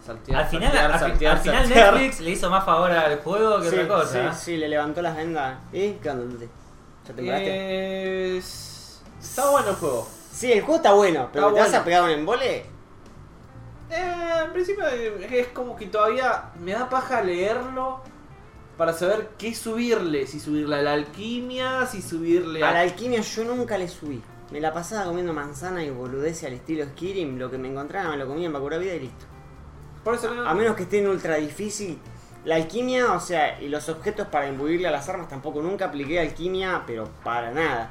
S3: Saltear,
S1: al final,
S3: saltear,
S1: al fi-
S3: saltear,
S1: al final
S3: saltear.
S1: Netflix le hizo más favor al juego que
S2: Sí,
S1: otra cosa. ¿eh?
S2: sí, sí, le levantó las vendas. ¿Y qué onda? Tute? ¿Ya te curaste?
S3: Eh, es- Está bueno el juego.
S2: Sí, el juego está bueno, pero
S3: Está
S2: ¿te vas
S3: bueno.
S2: a pegar un embole?
S3: Eh, en principio eh, es como que todavía me da paja leerlo para saber qué subirle. Si subirle a la alquimia, si subirle a...
S2: A la alquimia yo nunca le subí. Me la pasaba comiendo manzana y boludeces al estilo Skyrim. Lo que me encontraba me lo comía, me curaba vida y listo.
S3: Por eso no-
S2: A menos que esté en ultra difícil. La alquimia, o sea, y los objetos para imbuirle a las armas tampoco. Nunca apliqué alquimia, pero para nada.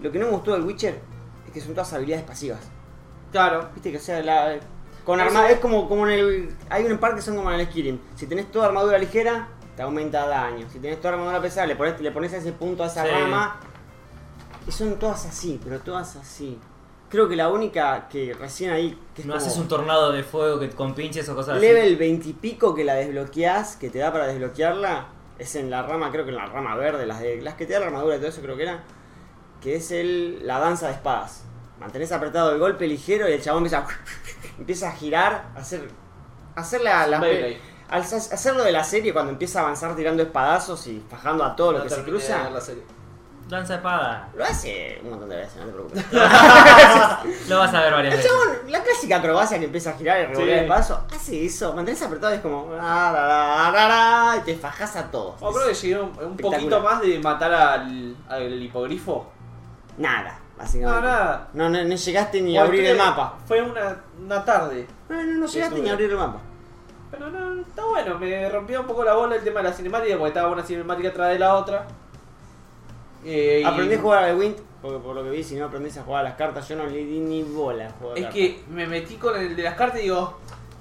S2: Lo que no me gustó del Witcher es que son todas habilidades pasivas.
S3: Claro.
S2: Viste que, o sea, la- con
S3: Por
S2: armadura
S3: eso-
S2: es como, como en el... Hay un par que son como en el Skyrim. Si tenés toda armadura ligera, te aumenta daño. Si tenés toda armadura pesada, le pones, le pones ese punto a esa
S1: Sí.
S2: rama. Y son todas así, pero todas así. Creo que la única que recién ahí... Que es
S1: No
S2: como-
S1: haces un tornado de fuego que con pinches o cosas así.
S2: Level 20 y pico que la desbloqueás, que te da para desbloquearla, es en la rama, creo que en la rama verde, las, de, las que te da la armadura y todo eso creo que era, que es el, la danza de espadas. Mantenés apretado el golpe ligero y el chabón empieza a, empieza a girar, a hacer, a hacer la, la-
S3: Beyblade.
S2: al- hacer lo de la serie cuando empieza a avanzar tirando espadazos y fajando a todo
S3: No
S2: lo que se
S3: terminé de
S2: cruza.
S3: ver la serie.
S1: Lanza espada.
S2: Lo hace un montón de veces, no te preocupes.
S1: Lo vas a ver varias
S2: El
S1: veces.
S2: chabón, la clásica acrobacia que empieza a girar y revolver
S3: Sí.
S2: el paso, hace eso, mantenés apretado y es como. ra, ra, ra, ra, ra, y te fajás a todos.
S3: Oh, creo que llegué un, un poquito
S2: Espectacular.
S3: más de matar al, al hipogrifo.
S2: Nada,
S3: No,
S2: básicamente.
S3: nada.
S2: No, no, no llegaste ni
S3: O
S2: a abrir el
S3: estuve-
S2: mapa.
S3: Fue una, una tarde.
S2: No, no, no llegaste
S3: Estuve.
S2: ni a abrir el mapa.
S3: Pero no, está bueno. Me rompió un poco la bola el tema de la cinemática, porque estaba una cinemática atrás de la otra. Eh, y-
S2: Aprendí a jugar al Wind, porque por lo que vi, si no aprendés a jugar a las cartas, yo no le di ni bola a jugar a
S3: Es
S2: cartas.
S3: que me metí con el de las cartas y digo,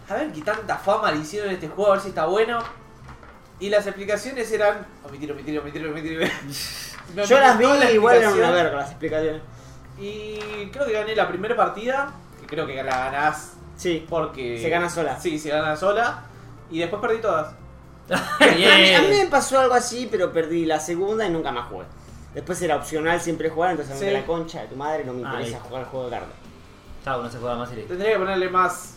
S3: a ver qué tanta fama le hicieron a este juego, a ver si está bueno. Y las explicaciones eran, omitir, omitir, omitir, omitir. Me
S2: Yo las
S3: metí toda la
S2: vi igual eran una
S3: explicación
S2: verga las explicaciones.
S3: Y creo que gané la primera partida, que creo que la ganás
S2: Sí.
S3: porque...
S2: Se gana sola.
S3: Sí, se gana sola. Y después perdí todas.
S2: A mí, a
S1: Bien.
S2: mí me pasó algo así, pero perdí la segunda y nunca más jugué. Después era opcional siempre jugar, entonces
S3: Sí.
S2: aunque la concha de tu madre, no me
S1: Ah,
S2: interesa
S1: listo.
S2: jugar el juego de cartas.
S1: Chao, no se juega más y listo.
S3: Tendría que ponerle más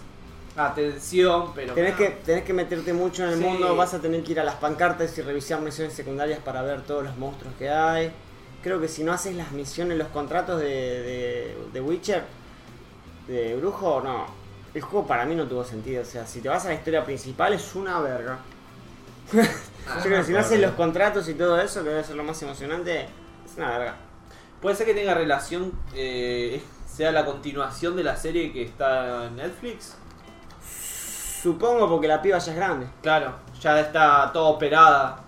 S3: atención, pero...
S2: Tenés que, tenés que meterte mucho en el
S3: Sí.
S2: mundo, vas a tener que ir a las pancartas y revisar misiones secundarias para ver todos los monstruos que hay. Creo que si no haces las misiones, los contratos de, de, de Witcher, de Brujo, no. El juego para mí no tuvo sentido. O sea, si te vas a la historia principal es una verga.
S3: Ah,
S2: Yo creo que si no haces
S1: claro.
S2: los contratos y todo eso, que debe ser lo más emocionante, es una verga.
S3: Puede ser que tenga relación, eh, sea la continuación de la serie que está en Netflix.
S2: Supongo porque la piba ya es grande.
S3: Claro, ya está todo operada.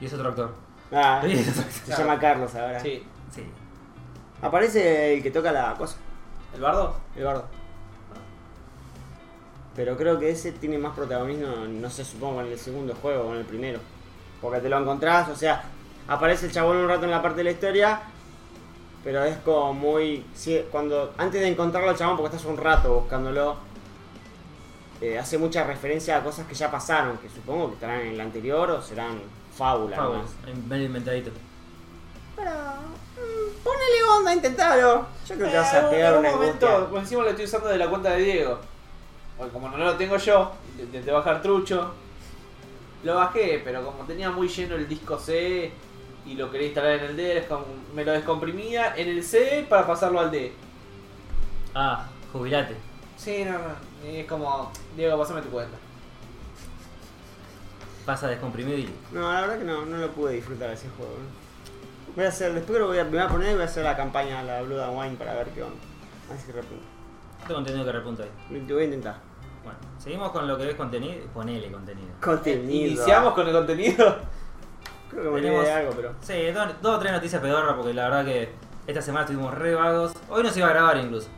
S1: Y es otro actor.
S2: Ah,
S1: Sí,
S2: se
S3: claro.
S2: llama Carlos ahora.
S3: Sí.
S1: Sí.
S2: Aparece el que toca la cosa.
S3: ¿El bardo?
S2: El bardo. Pero creo que ese tiene más protagonismo, no sé, supongo, en el segundo juego o en el primero. Porque te lo encontrás, o sea, aparece el chabón un rato en la parte de la historia, pero es como muy... sí, cuando Antes de encontrarlo al chabón, porque estás un rato buscándolo, eh, hace mucha referencia a cosas que ya pasaron, que supongo que estarán en el anterior o serán fábulas.
S1: Fábula.
S2: nomás.
S1: Medio inventadito.
S2: Pero... mm, ponele onda, intentalo. Eh, Yo creo que vas a pegar una angustia.
S3: por encima lo estoy usando de la cuenta de Diego. Porque como no lo tengo yo, intenté bajar trucho. Lo bajé, pero como tenía muy lleno el disco C y lo quería instalar en el D, es como- me lo descomprimía en el C para pasarlo al D.
S1: Ah, jubilate.
S3: Sí, no, no. Es como, Diego, pasame tu cuenta.
S1: Pasa descomprimido y.
S2: No, la verdad que no, no lo pude disfrutar ese juego. ¿no? Voy a hacer, después lo voy a, me voy a poner y voy a hacer la campaña a la Blood and Wine para ver qué onda. Así que repunto.
S1: Tengo contenido que repunta ahí.
S2: Lo voy a intentar.
S1: Bueno, seguimos con lo que es contenido. Ponele contenido.
S2: Contenido.
S3: Iniciamos con el contenido.
S2: Creo que me olvidé de
S1: Tenemos-
S2: algo, pero.
S1: Sí, dos dos o tres noticias pedorra porque la verdad que esta semana estuvimos re vagos. Hoy no se iba a grabar incluso.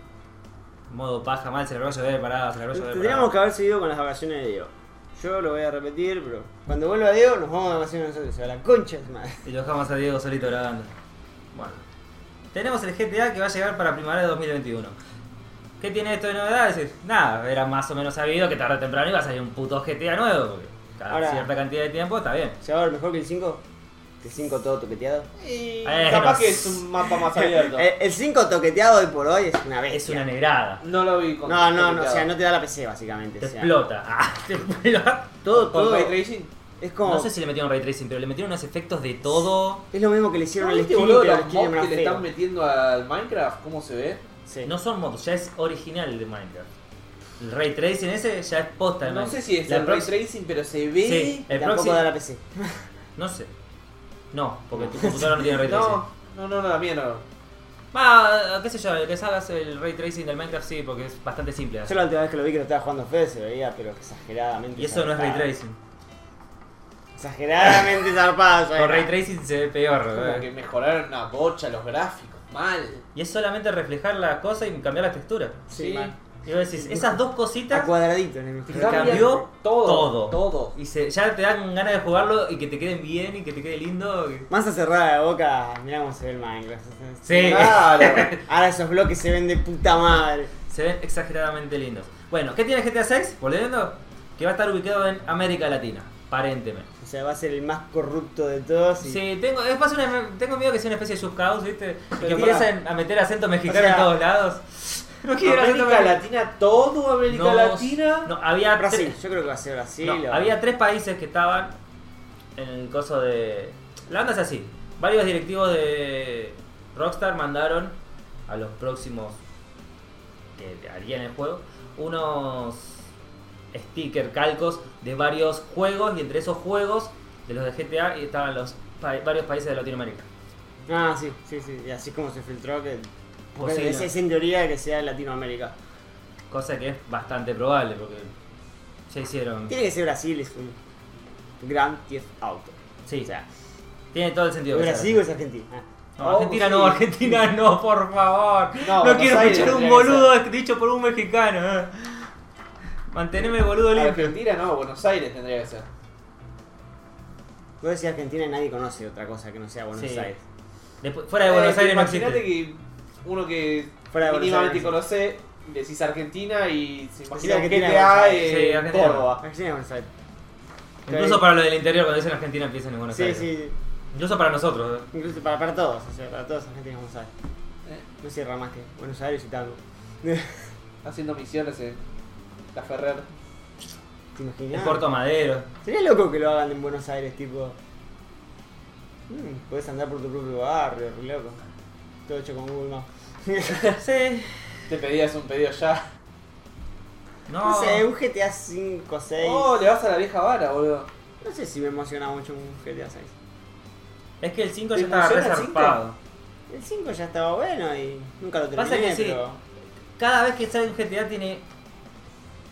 S1: Modo paja, mal, se la rollo de parada, se la rollo de
S2: Tendríamos que haber seguido con las vacaciones de Diego. Yo lo voy a repetir, pero cuando vuelva Diego nos vamos de vacaciones nosotros. A la concha es madre.
S1: Y lo dejamos a Diego solito grabando. Bueno. Tenemos el GTA que va a llegar para primavera de 2021. ¿Qué tiene esto de novedades? Nada, era más o menos sabido que tarde o temprano iba a salir un puto GTA nuevo. Porque cada
S2: Ahora-
S1: cierta cantidad de tiempo está bien.
S2: ¿Se va a ver mejor que el 5? ¿Que el 5 todo toqueteado?
S3: Y
S1: Eh,
S3: capaz
S1: no.
S3: que es un mapa más abierto.
S2: Eh, El 5 toqueteado hoy por hoy es una
S1: Es
S2: bestia.
S1: una negrada.
S3: No lo vi con
S2: No, no, no, o
S3: complicado.
S2: sea, no te da la PC básicamente.
S1: Te
S2: o sea,
S1: explota. Ah, te explota.
S2: todo,
S3: ¿Con
S2: todo.
S3: ray tracing?
S2: Es como.
S1: No sé si le metieron ray tracing, pero le metieron unos efectos de todo.
S2: Es lo mismo que le hicieron
S3: ¿No
S2: al
S3: viste,
S2: skin,
S3: boludo,
S2: pero al
S3: los
S2: skin
S3: mods
S2: más
S3: que le están
S2: feo.
S3: metiendo al Minecraft? ¿Cómo se ve?
S2: Sí.
S1: No son mods, ya es original de Minecraft. El ray tracing ese ya es posta de
S3: No sé
S1: Minecraft.
S3: si es
S1: La
S3: el ray
S1: prox-
S3: tracing, pero se ve...
S1: Sí,
S2: Y
S1: el
S2: tampoco
S1: próximo.
S2: da la PC.
S1: No sé. No, porque tu computadora no tiene ray tracing.
S3: No, no, no, no, la mía no.
S1: Va, qué sé yo, el que hagas el ray tracing del Minecraft sí, porque es bastante simple.
S2: Yo la última vez que lo vi que lo estaba jugando Fede se veía, pero exageradamente.
S1: Y eso no es ray
S2: zarpado.
S1: tracing.
S2: Exageradamente zarpado. ya
S1: Con ray
S2: era.
S1: tracing se ve peor,
S3: Como que
S1: ¿verdad?
S3: mejoraron una bocha los gráficos, mal.
S1: Y es solamente reflejar la cosa y cambiar la textura.
S3: Sí.
S2: Sí, mal.
S1: Y vos decís, esas dos cositas
S2: A cuadradito en el
S1: Te cambió
S3: todo,
S1: todo.
S3: todo.
S1: y se, ya te dan ganas de jugarlo y que te queden bien y que te quede lindo. que-
S2: Más cerrada de boca, mirá cómo se ve el Minecraft.
S1: Sí.
S3: Claro.
S2: Ahora esos bloques se ven de puta madre.
S1: Se ven exageradamente lindos. Bueno, ¿qué tiene GTA 6? Volviendo, que va a estar ubicado en América Latina, aparentemente.
S2: O sea, va a ser el más corrupto de todos. y-
S1: Sí, tengo, es más una- tengo miedo que sea una especie de subcaos, ¿viste? Y que
S2: Pero
S1: empiecen a meter acento mexicano
S2: o sea,
S1: en todos lados. No quiero acento
S3: América
S1: mexicano.
S3: Latina, todo América
S1: No,
S3: Latina.
S1: No, había
S2: Brasil,
S1: tres,
S2: yo creo que va a ser Brasil.
S1: no,
S2: o-
S1: había tres países que estaban en el coso de. La onda es así. Varios directivos de Rockstar mandaron a los próximos que harían el juego unos stickers calcos de varios juegos y entre esos juegos de los de GTA estaban los pa- varios países de Latinoamérica.
S2: Ah, sí, sí, sí. Y así como se filtró que. Porque
S1: Posible.
S2: esa es en teoría que sea de Latinoamérica.
S1: Cosa que es bastante probable porque ya hicieron.
S2: Tiene que ser Brasil, es un Grand Theft Auto.
S1: Sí,
S2: O sea,
S1: tiene todo el sentido. que sea
S2: Brasil o es Argentina. Ah.
S1: No, Argentina no, Argentina no, por favor.
S2: No,
S1: No,
S2: Buenos
S1: quiero
S2: Aires
S1: escuchar un
S2: tendría que
S1: boludo dicho por un mexicano. eh. Manteneme el boludo limpio.
S3: Argentina no, Buenos Aires tendría que ser.
S2: Vos decís Argentina y nadie conoce otra cosa que no sea Buenos
S1: Sí.
S2: Aires.
S1: Después- fuera de Buenos
S3: Eh,
S1: Aires no
S3: Imagínate
S1: existe.
S3: que uno que
S2: Fuera de Buenos
S3: mínimamente
S2: Aires.
S3: conoce, decís Argentina y se imagina un
S2: Argentina,
S3: GTA
S2: Buenos
S1: Aires. Sí,
S3: en
S1: Argentina.
S3: Córdoba.
S2: Argentina y Buenos Aires.
S1: Incluso para los del interior, cuando dicen Argentina, empiezan en Buenos
S2: Sí,
S1: Aires.
S2: sí.
S1: Incluso para nosotros. eh.
S2: Incluso para, para todos, o sea, para todos Argentina y Buenos Aires.
S3: Eh,
S2: No cierra más que Buenos Aires y Tango.
S3: haciendo misiones en La Ferrer.
S2: ¿Te
S1: El
S2: imaginas?
S1: Puerto Madero.
S2: Sería loco que lo hagan en Buenos Aires, tipo. mm, puedes andar por tu propio barrio, re loco. Todo hecho con Google Maps.
S1: Sí.
S3: Te pedías un pedido ya.
S1: No.
S2: No. sé, un GTA 5, 6.
S3: Oh, le vas a la vieja vara, boludo.
S2: No sé si me emociona mucho un GTA 6.
S1: Es que el 5
S3: ¿Te
S1: ya estaba re
S3: emociona el cinco?
S1: zarpado.
S2: El 5 ya estaba bueno y nunca lo terminé,
S1: Pasa que sí.
S2: pero.
S1: Cada vez que sale un GTA tiene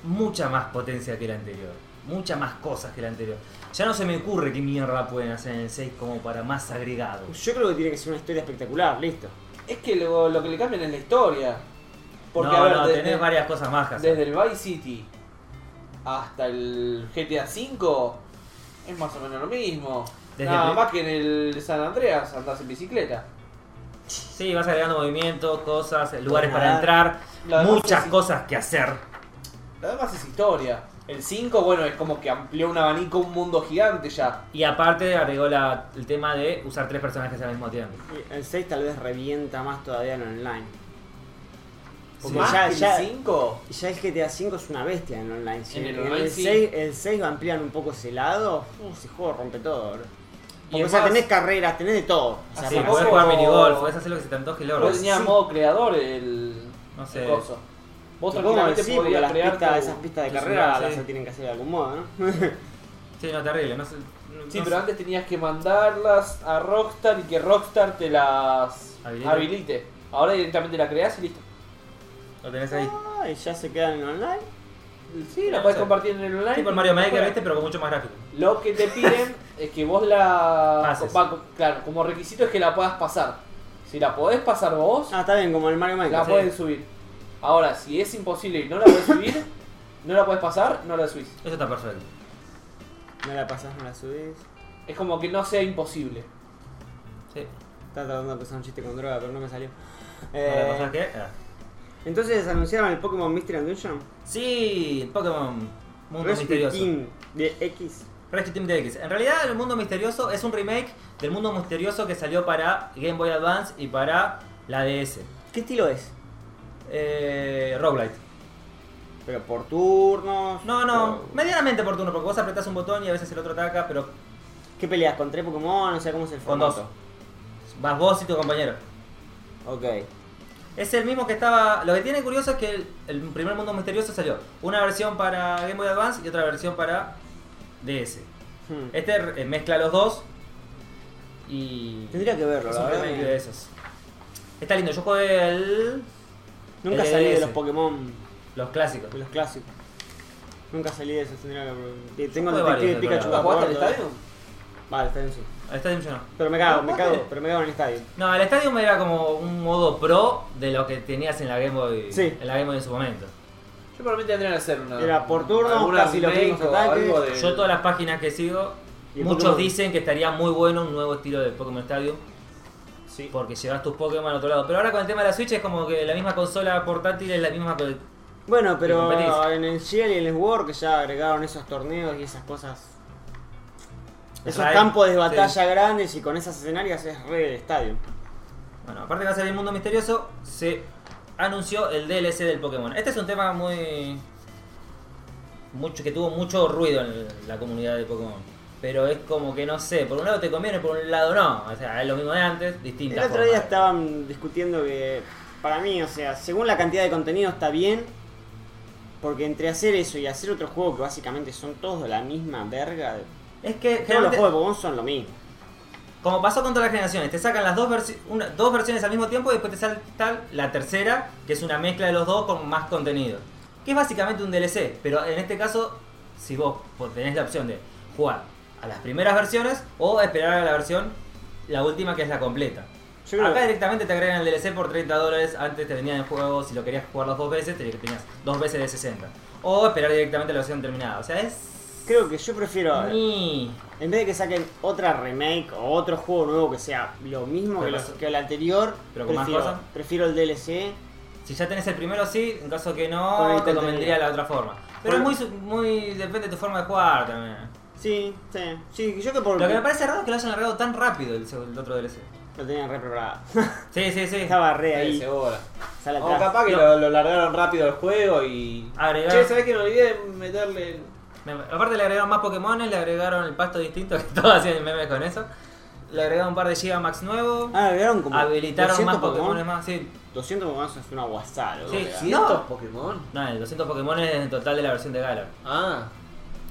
S1: mucha más potencia que el anterior. Muchas más cosas que el anterior. Ya no se me ocurre qué mierda pueden hacer en el 6 como para más agregado.
S2: Yo creo que tiene que ser una historia espectacular, listo.
S3: Es que lo, lo que le cambian es la historia. Porque
S1: no,
S3: a ver,
S1: no,
S3: desde,
S1: tenés varias cosas más que hacer.
S3: desde el Vice City hasta el GTA V es más o menos lo mismo.
S1: Desde
S3: Nada
S1: el-
S3: más que en el San Andreas andás en bicicleta.
S1: Sí, vas agregando movimientos, cosas, lugares para
S2: nadar.
S1: entrar,
S3: Lo demás
S1: muchas
S3: es-
S1: cosas que hacer.
S3: Lo demás es historia. El 5, bueno, es como que amplió un abanico, un mundo gigante ya.
S1: Y aparte agregó la- el tema de usar tres personajes al mismo tiempo.
S2: Y El 6 tal vez revienta más todavía en online. Porque
S3: Más
S2: ya-
S3: que
S2: ya-
S3: el 5.
S2: Y Ya el GTA V es una bestia en online. Si
S3: En el
S2: en
S3: online, sí.
S2: 6, el 6 va a ampliar un poco ese lado. uh, ese juego rompe todo, bro.
S3: Y
S2: Porque, o
S3: es
S2: sea,
S3: más- Ah,
S2: tenés carreras, tenés de todo. O sea,
S1: Así,
S2: para-
S3: poco-
S1: podés jugar minigolf, podés hacer lo que se te antoje y lo
S3: Vos tenías
S1: sí.
S3: modo creador el.
S1: No sé.
S3: el coso. Vos
S2: supongo que
S3: tranquilamente
S2: sí, porque
S3: podías
S2: las
S3: crear
S2: pistas,
S3: tu-
S2: esas pistas de
S1: tu
S2: carrera
S1: celular,
S2: las
S1: sí.
S2: tienen que hacer de algún modo, ¿no?
S1: Sí, no, terrible. No sé, no-
S3: Sí,
S1: no sé.
S3: pero antes tenías que mandarlas a Rockstar y que Rockstar te las
S1: Habilite.
S3: habilite. Ahora directamente la creas y listo.
S1: Lo tenés ahí.
S2: Ah, y ya se quedan en online.
S3: Sí, la
S1: No
S3: puedes
S1: sé.
S3: compartir en el online.
S1: Tipo el Mario Maker, ¿viste? Pero con mucho más gráfico.
S3: Lo que te piden es que vos la.
S1: Pases.
S3: va- claro, como requisito es que la puedas pasar. Si la podés pasar vos,
S2: Ah, está bien, como el Mario Maker.
S3: la
S1: sí.
S3: pueden subir. Ahora, si es imposible y no la puedes subir, no la puedes pasar, no la subís.
S1: Eso está perfecto.
S2: No la pasás, no la subís.
S3: Es como que no sea imposible.
S1: Sí.
S2: Estaba tratando de pasar un chiste con droga, pero no me salió.
S1: ¿Para
S2: Eh,
S1: pasar qué? Ah.
S2: entonces anunciaron el Pokémon Mystery and Dungeon.
S1: Sí, el Pokémon Mundo
S2: Rescue
S1: Misterioso.
S2: King de X.
S1: Rescue Team DX. En realidad, el Mundo Misterioso es un remake del Mundo Misterioso que salió para Game Boy Advance y para la DS.
S2: ¿Qué estilo es?
S1: Eh, Roguelite.
S2: ¿Pero por turnos?
S1: No, no,
S2: ¿O-
S1: medianamente oportuno, porque vos apretás un botón y a veces el otro ataca, pero
S2: ¿Qué peleas? ¿Con tres Pokémon? O sea, ¿cómo es el
S1: con dos.
S2: formato?
S1: Vas vos y tu compañero.
S2: Ok.
S1: Es el mismo que estaba. Lo que tiene curioso es que el, el primer mundo misterioso salió una versión para Game Boy Advance y otra versión para DS.
S2: Hmm.
S1: Este eh, mezcla los dos y.
S2: Tendría que verlo,
S1: es
S2: la
S1: un
S2: verdad.
S1: remake de esos. Está lindo, yo jugué el-
S2: Nunca
S1: El
S2: salí de
S1: DS.
S2: los Pokémon,
S1: los clásicos.
S2: de los clásicos. Nunca salí de esos, tendría que... Tengo
S1: Yo
S2: el
S1: jugué varios,
S2: detective
S1: la
S2: Pikachu.
S1: verdad.
S3: ¿Nunca
S2: para
S3: jugaste al
S2: jugar
S3: estadio?
S2: todo. Vale, está bien, sí.
S1: Al Stadium yo no.
S2: Pero me cago,
S3: No,
S2: me
S3: jugaste.
S2: cago, pero me cago en el estadio.
S1: No, el Stadium era como un modo pro de lo que tenías en la Game Boy,
S2: Sí.
S1: en la Game Boy en su momento.
S3: Yo probablemente tendría que hacer una.
S2: Era por turnos,
S3: alguna
S2: casi los
S3: remake
S2: mismos
S3: o
S2: ataques.
S3: algo de-
S1: Yo todas las páginas que sigo,
S2: ¿Y el
S1: muchos
S2: Pokémon?
S1: dicen que estaría muy bueno un nuevo estilo de Pokémon Stadium.
S3: Sí.
S1: Porque llevas tus Pokémon al otro lado. Pero ahora con el tema de la Switch es como que la misma consola portátil es la misma co-
S2: Bueno,
S1: Y
S2: pero
S1: competís.
S2: en el Shell y en el World que ya agregaron esos torneos y esas cosas. Esos
S1: Raid,
S2: campos de batalla
S1: sí.
S2: grandes y con esas escenarias es re de estadio.
S1: Bueno, aparte que va a ser el mundo misterioso, se anunció el DLC del Pokémon. Este es un tema muy. mucho que tuvo mucho ruido en la comunidad de Pokémon. Pero es como que no sé, por un lado te conviene, por un lado no. O sea, es lo mismo de antes,
S2: El
S1: distinta
S2: otro
S1: forma
S2: día
S1: de-
S2: estaban discutiendo que, para mí, o sea, según la cantidad de contenido está bien, porque entre hacer eso y hacer otro juego que básicamente son todos de la misma verga,
S1: Es que
S2: todos los
S1: generalmente,
S2: juegos de Pokémon son lo mismo.
S1: como pasó con todas las generaciones, te sacan las dos, versi- una- dos versiones al mismo tiempo y después te salta la tercera, que es una mezcla de los dos con más contenido. Que es básicamente un DLC, pero en este caso, si vos pues, tenés la opción de jugar a las primeras versiones o esperar a la versión, la última que es la completa.
S2: Yo creo
S1: Acá
S2: que-
S1: directamente te agregan el DLC por 30 dólares. Antes te venían el juego, si lo querías jugar las dos veces, te tenías dos veces de 60. O esperar directamente la versión terminada. O sea, es.
S2: Creo que yo prefiero,
S1: ni-
S2: en vez de que saquen otra remake o otro juego nuevo que sea lo mismo que,
S1: Pero
S2: los-
S1: más-
S2: que el anterior,
S1: pero con más
S2: prefiero,
S1: cosas.
S2: prefiero el DLC.
S1: Si ya tenés el primero, sí. En caso que
S2: Con el
S1: no, te
S2: contenido.
S1: convendría la otra forma. Pero es
S2: Bueno.
S1: muy, su- muy. Depende de tu forma de jugar también.
S2: Sí, sí, sí, yo que por
S1: Lo que me parece raro es que lo hayan largado tan rápido el, seg- el otro DLC.
S2: lo tenían re preparado.
S1: Sí, sí, sí. Oh,
S2: Estaba re
S3: Ahí.
S2: ahí,
S3: Cebola.
S2: sale
S3: O
S2: atrás.
S3: capaz que
S1: No.
S3: lo, lo largaron rápido al juego y.
S1: Agregar-
S3: Che, ¿sabés que me olvidé de meterle el-
S1: Me- Aparte le agregaron más Pokémones, le agregaron el pasto distinto, que todos hacían memes con eso. Le agregaron un par de Giga Max nuevo.
S2: Ah, agregaron como
S1: habilitaron
S2: 200
S1: más
S2: Pokémon.
S1: Pokémones más, sí.
S2: 200 Pokémon es una guasada, loco.
S1: Sí,
S2: ¿verdad?
S1: sí.
S3: 200
S1: No.
S3: Pokémon?
S1: No, el 200 Pokémon es en total de la versión de Galar.
S3: Ah,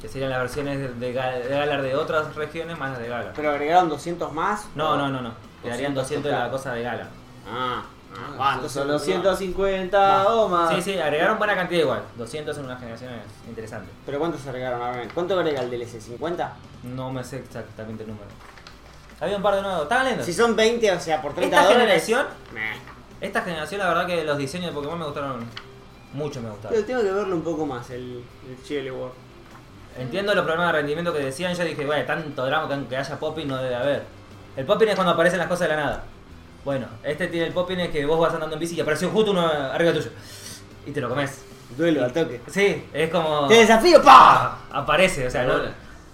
S1: Que serían las versiones de, Ga- de Galar de otras regiones más las de Galar.
S2: Pero agregaron 200 más.
S1: No, no, no, no. Quedarían 200 de la
S3: 200
S1: cosa de Galar.
S2: Ah, ah,
S3: ah
S2: ah, entonces
S3: son
S2: no.
S3: los 150
S2: Va.
S3: o más.
S1: Sí, sí, agregaron buena cantidad igual. 200 en una generación es interesante.
S2: Pero ¿cuántos agregaron? A ver, ¿cuánto agrega el DLC? ¿50?
S1: No me sé exactamente el número. Había un par de nuevos. Estaban leyendo.
S2: Si son 20, o sea, por 30
S1: ¿Esta
S2: dólares.
S1: generación?
S2: meh.
S1: Esta generación, la verdad que los diseños de Pokémon me gustaron. Mucho me gustaron.
S2: Pero tengo que verlo un poco más, el, el Chile World.
S1: Entiendo los problemas de rendimiento que decían. Yo dije, bueno, tanto drama que- que haya popping no debe haber. El popping es cuando aparecen las cosas de la nada. Bueno, este tiene el popping es que vos vas andando en bici y apareció justo uno arriba tuyo. Y te lo comes.
S2: Duelo al toque.
S1: Sí, es como.
S2: ¡Te desafío! ¡Pah!
S1: Aparece, o sea, ¿no?
S3: Ahora.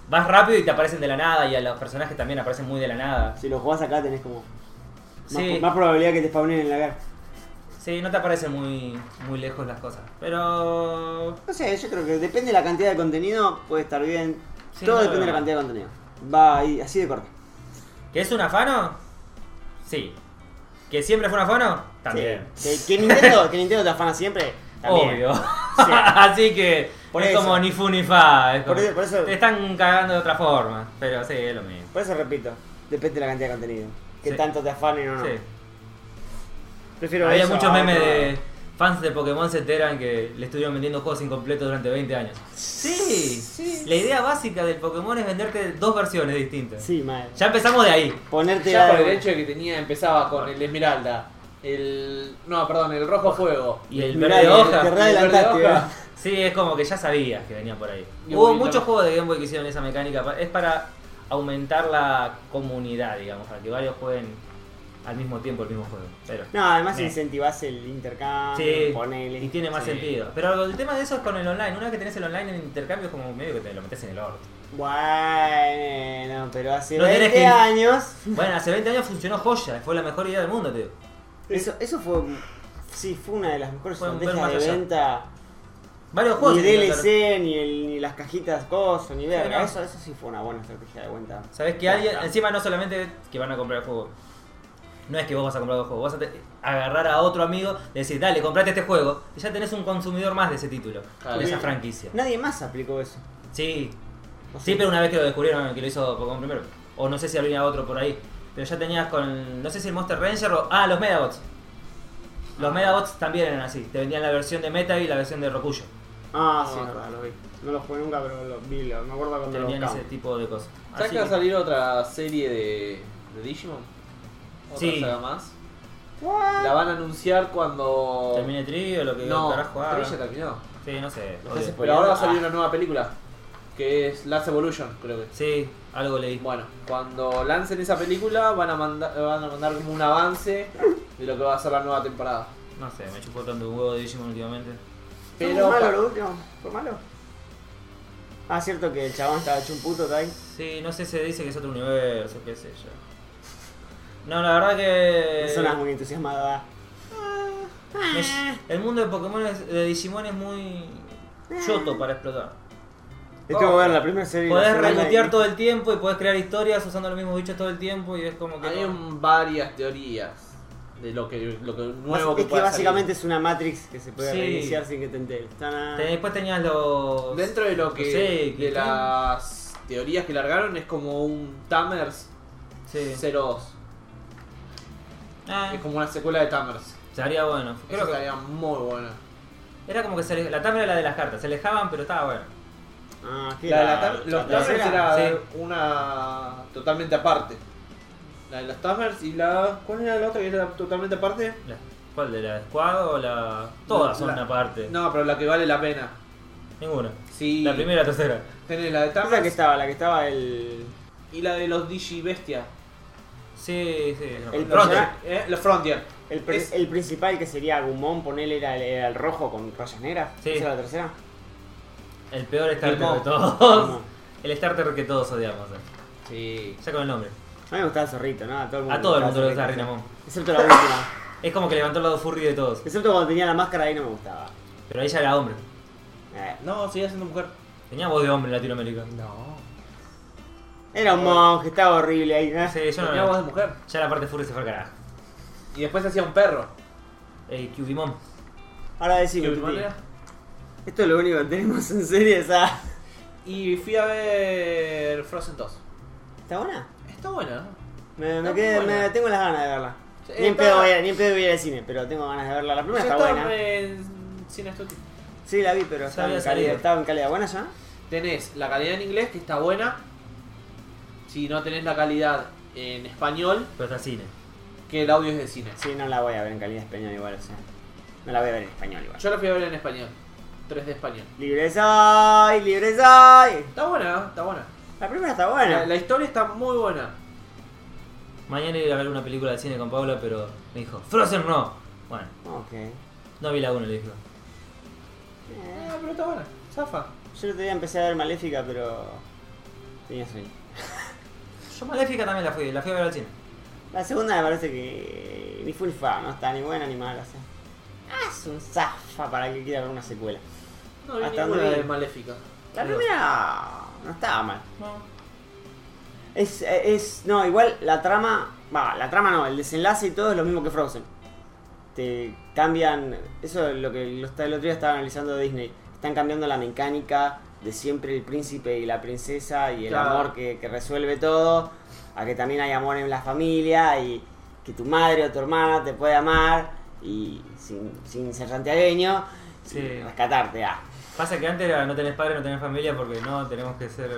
S1: vas rápido y te aparecen de la nada. Y a los personajes también aparecen muy de la nada.
S2: Si lo jugás acá tenés como. Más,
S1: Sí.
S2: más probabilidad que te spawnen en la cara.
S1: Sí, no te aparecen muy, muy lejos las cosas. Pero.
S2: No sé, yo creo que depende de la cantidad de contenido, puede estar bien.
S1: Sí,
S2: Todo
S1: no,
S2: depende de la
S1: no.
S2: cantidad de contenido. Va ahí, así de corto.
S1: ¿Que es un afano? Sí. ¿Que siempre fue un afano? También.
S2: Sí. Que, que Nintendo, que Nintendo te afana siempre. También.
S1: Obvio.
S2: Sí.
S1: Así que
S2: Por
S1: es
S2: eso.
S1: como ni fu ni fa. es
S2: Por
S1: como-
S2: eso- por eso-
S1: Te están cagando de otra forma. Pero sí, es lo mismo.
S2: Por eso repito, depende de la cantidad de contenido. Que
S1: Sí.
S2: tanto te afanen o no.
S1: Sí.
S2: Prefiero
S1: Había
S2: eso
S1: muchos
S2: a
S1: memes
S2: otro-
S1: de fans de Pokémon se enteran que le estuvieron vendiendo juegos incompletos durante 20 años. Sí. La idea básica del Pokémon es venderte dos versiones distintas.
S2: Sí, madre.
S1: Ya empezamos de ahí.
S2: Ponerte
S3: Ya por
S2: algo.
S3: el hecho de que tenía, empezaba con el Esmeralda, el. No, perdón, el Rojo Fuego.
S1: Y el
S2: Mirá,
S1: verde de
S2: el-
S1: hoja.
S2: te
S3: el verde
S2: adelantaste,
S3: hoja.
S2: ¿verdad?
S1: Sí, es como que ya sabías que venía por ahí.
S3: Y
S1: Hubo
S3: aumentar-
S1: muchos juegos de Game Boy que hicieron esa mecánica. pa- Es para aumentar la comunidad, digamos, para que varios jueguen al mismo tiempo el mismo juego. Pero,
S2: No, además
S1: Bien.
S2: incentivás el intercambio,
S1: sí,
S2: ponele.
S1: y tiene más
S3: Sí.
S1: sentido. Pero el tema de eso es con el online. Una vez que tenés el online en intercambio, es como medio que te lo metes en el orto.
S2: Bueno, pero hace
S1: No tenés
S2: 20
S1: que-
S2: años.
S1: Bueno, hace 20 años funcionó joya, fue la mejor idea del mundo, te digo.
S2: Eso, eso fue. Sí, fue una de las mejores
S1: Fue un
S2: estrategias
S1: más
S2: de
S1: allá.
S2: venta.
S1: Varios juegos.
S2: Ni
S1: se intentaron.
S2: DLC, ni, el- ni las cajitas cosas, ni verga.
S1: no.
S2: Eso, eso sí fue una buena estrategia de venta.
S1: Sabes que alguien, encima no solamente que van a comprar el juego. No es que vos vas a comprar el juego, vas a te- agarrar a otro amigo, decir, dale, comprate este juego, y ya tenés un consumidor más de ese título,
S3: Claro.
S1: de esa
S2: Sí.
S1: franquicia.
S2: Nadie más aplicó eso.
S1: Sí,
S2: O
S1: sí,
S2: sea,
S1: pero una vez que lo descubrieron, que lo hizo Pokémon primero, o no sé si habría otro por ahí, pero ya tenías con, no sé si el Monster Ranger o, ah, los Medabots.
S3: Ah.
S1: Los Medabots también eran así, te vendían la versión de Meta y la versión de Rocuyo.
S2: Ah,
S3: No,
S2: sí, es
S3: no.
S2: verdad, lo vi. No lo jugué nunca, pero lo vi, lo- me acuerdo
S1: Te
S2: cuando lo
S1: vendían
S2: buscaba.
S1: ese tipo de cosas.
S3: ¿Sabes
S1: Así
S3: que va a
S1: que-
S3: salir otra serie de, de Digimon? ¿Otra
S1: Sí.
S3: saga más?
S2: What?
S3: La van a anunciar cuando.
S1: Termine Tri o lo que
S3: No,
S1: carajo haga.
S3: Tri ya terminó.
S1: Sí, no sé.
S2: Lo
S1: obvio.
S2: haces por-
S3: Pero ahora va a salir
S2: Ah.
S3: una nueva película. Que es Last Evolution, creo que.
S1: Ah, Sí, algo leí.
S3: Bueno, cuando lancen esa película van a mandar van a mandar como un avance de lo que va a ser la nueva temporada.
S1: No sé, me chupó tanto un huevo de Digimon últimamente.
S2: Pero
S3: Pero
S2: malo
S3: pa-
S2: lo último? ¿Fue malo? Ah, cierto que el chabón estaba hecho un puto Tai.
S1: Sí, no sé, se dice que es otro universo, qué sé yo. No, la verdad que...
S2: No Sonas muy entusiasmada.
S1: oh. me- el mundo de Pokémon, es- de Digimon es muy choto para explotar.
S2: Es como ver la primera serie. y la
S1: Podés
S2: segunda y-
S1: rebotear todo el tiempo y podés crear historias usando los mismos bichos todo el tiempo y es como que.
S3: Hay
S1: no.
S3: un- varias teorías de lo que, lo que nuevo
S2: Es que
S3: pueda
S2: básicamente
S3: salir.
S2: es una Matrix que se puede
S1: Sí.
S2: reiniciar sin que te enteres. Tanán.
S1: Te- Después tenías los.
S3: Dentro de lo que.
S1: No sé,
S3: de
S1: ¿qué-
S3: las teorías que largaron es como un Tamers
S1: Sí.
S3: 02.
S1: Ah,
S3: Es como una secuela de Tamers.
S1: estaría bueno.
S3: Creo
S1: Creo
S3: Eso
S1: que
S3: estaría muy buena.
S1: era como que se ale- la tabla era la de las cartas, se alejaban pero estaba bueno.
S2: Ah, ¿qué
S3: La, de
S2: era?
S3: la tam- los
S2: ¿La
S3: Tamers
S2: tercera?
S3: era
S1: Sí.
S3: una totalmente aparte. La de los Tamers y la. ¿Cuál era la otra que era totalmente aparte?
S1: La- ¿Cuál de la Squad o la.? Todas son
S3: La-
S1: una parte.
S3: No, pero la que vale la pena.
S1: Ninguna.
S3: Sí.
S1: La primera y la tercera.
S3: Tenés la de
S2: La tercera que
S3: Tamers
S2: estaba, la que estaba el.
S3: y la de los Digi Bestia.
S1: Sí, sí. no.
S2: El
S1: Pronto.
S2: personaje-
S3: Eh, Los Frontier.
S2: El, pr-
S3: Es-
S2: el principal que sería Agumon, ponele era el, era el rojo con rayas negras.
S1: Sí.
S2: ¿Esa es la tercera?
S1: El peor starter
S3: Mo.
S1: de todos.
S2: Agumon.
S1: El starter que todos odiamos. eh.
S3: Sí.
S1: Ya con el nombre.
S2: A mí me gustaba el zorrito, ¿no? A todo el mundo,
S1: A todo el
S2: gustaba
S1: mundo le gusta
S2: zorrito.
S1: Rinamon.
S2: Excepto la última.
S1: Es como que levantó el lado furry de todos.
S2: Excepto cuando tenía la máscara ahí no me gustaba.
S1: Pero ella era hombre.
S2: Eh,
S3: No, sigue siendo mujer.
S1: Tenía voz de hombre en Latinoamérica.
S3: No.
S2: Era
S3: Oh.
S2: un monje, estaba horrible ahí. ¿no?
S1: Sí, yo no
S3: Tenía voz de mujer.
S1: Ya la parte furry se fue al carajo.
S3: Y después se hacía un perro.
S1: Ey, Cubimon.
S2: Ahora decime,
S3: ¿Qué
S2: Tuti,
S3: manera?
S2: Esto es lo único que tenemos en serie, esa.
S3: Y fui a ver Frozen 2.
S2: ¿Está buena?
S3: Está buena, ¿no?
S2: Me, me
S3: Está
S2: quedé-
S3: muy
S2: me-
S3: buena.
S2: tengo las ganas de verla.
S3: Sí,
S2: ni, en
S3: está-
S2: pedo voy a, ni en pedo voy a ir al cine, pero tengo ganas de verla. La
S3: Ya
S2: primera está
S3: estaba
S2: buena.
S3: en Cine Studio.
S2: Sí, la vi, pero
S1: Ya
S2: estaba
S1: había
S2: en, calidad,
S1: salido.
S2: estaba en calidad. ¿Buena ya?
S3: Tenés la calidad en inglés, que está buena. Si no tenés la calidad en español,
S1: Pero está cine.
S3: que el audio es de cine.
S2: Sí, no la voy a ver en calidad español igual, o sea. No la voy a ver en español igual.
S3: Yo la fui a ver en español. 3D español.
S2: Libre soy, libre soy.
S3: Está buena, ¿no? está buena.
S2: La primera está buena.
S3: La, la historia está muy buena.
S1: Mañana iré a ver una película de cine con Paula, pero me dijo, Frozen no. Bueno,
S2: Ok.
S1: no vi la 1, le dijo.
S2: Eh,
S3: Ah, pero está buena. Zafa.
S2: yo el otro día empecé a ver Maléfica, pero. Tenía sueño.
S1: Yo Maléfica también la fui, la fui a ver al cine.
S2: La segunda me parece que. Ni full fa, no está ni buena ni mala, o sea. Ah, es un zafa para el que quiera ver una secuela.
S3: No vi
S2: Hasta
S3: ninguna
S2: donde-
S3: de Maléfica.
S2: La
S1: Pero-
S2: primera. No estaba mal.
S1: No.
S2: Es, es. No, igual la trama. Va, la trama no, el desenlace y todo es lo mismo que Frozen. Te cambian. Eso es lo que lo está- el otro día estaba analizando Disney. Están cambiando la mecánica de siempre el príncipe y la princesa y el
S3: Claro.
S2: amor que, que resuelve todo. A que también hay amor en la familia y que tu madre o tu hermana te puede amar y sin, sin ser santiagueño.
S1: Sí.
S2: y Rescatarte, ah.
S1: Pasa que antes era no tenés padre, no tenés familia, porque no, tenemos que ser...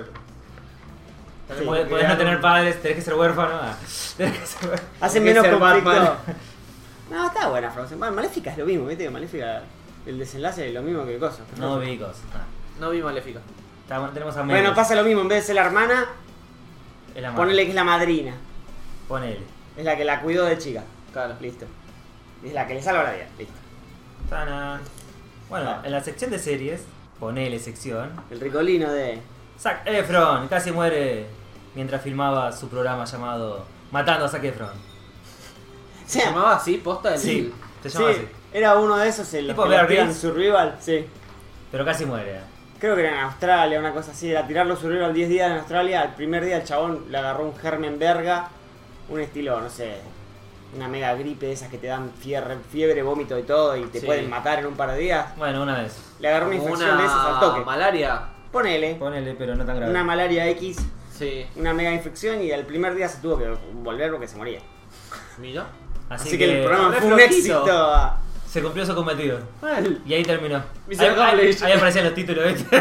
S2: Sí,
S1: podés
S3: que
S1: podés no
S3: crear
S1: tener
S3: un-
S1: padres, tenés que ser huérfano. ah. Tenés que ser huérfano.
S2: Hace
S3: Hay que
S2: menos
S3: ser
S2: conflicto.
S3: Batman.
S2: No, está buena Frozen. Bueno, Maléfica es lo mismo, viste que Maléfica, el desenlace es lo mismo que el coso.
S1: No vi cosas. Ah.
S3: No vi Maléfica.
S1: Estamos- Tenemos a
S2: Bueno,
S1: Melos.
S2: pasa lo mismo, en vez de ser la hermana,
S1: Es la madre.
S2: ponele que es la madrina.
S1: Ponele.
S2: Es la que la cuidó de chica.
S3: Claro.
S2: Listo. Es la que le salva la vida. Listo.
S1: Tana. Bueno,
S2: Ah.
S1: en la sección de series, ponele sección.
S2: El ricolino de.
S1: Zac Efron casi muere mientras filmaba su programa llamado Matando a Zac Efron.
S2: Sí,
S3: ¿Se llamaba así? Posta del.
S1: Sí, se
S2: sí,
S1: llama así.
S2: era uno de esos en los
S1: Tipo
S2: que lo
S1: Bear
S2: tiran
S1: Grylls.
S2: survival. Sí.
S1: Pero casi muere.
S2: Creo que era en Australia, una cosa así. Era tirarlo survival 10 días en Australia. El primer día el chabón le agarró un germen verga. Un estilo, no sé. Una mega gripe de esas que te dan fiebre, fiebre vómito y todo y te
S3: Sí.
S2: pueden matar en un par de días.
S1: Bueno, una vez.
S2: Le agarró una
S3: Como
S2: infección
S3: una
S2: de esas al toque.
S3: malaria.
S2: Ponele.
S1: Ponele, pero no tan grave.
S2: Una malaria X,
S3: Sí.
S2: una mega infección y al primer día se tuvo que volver porque se moría.
S3: Mira.
S1: Así,
S2: Así,
S1: que,
S2: que, el programa
S3: re
S2: fue un
S3: flojito.
S2: éxito.
S1: se cumplió su cometido.
S3: Mal.
S1: Y ahí terminó.
S3: Misión
S1: Ahí- ahí,
S3: accomplished.
S1: ahí aparecían los títulos, ¿viste?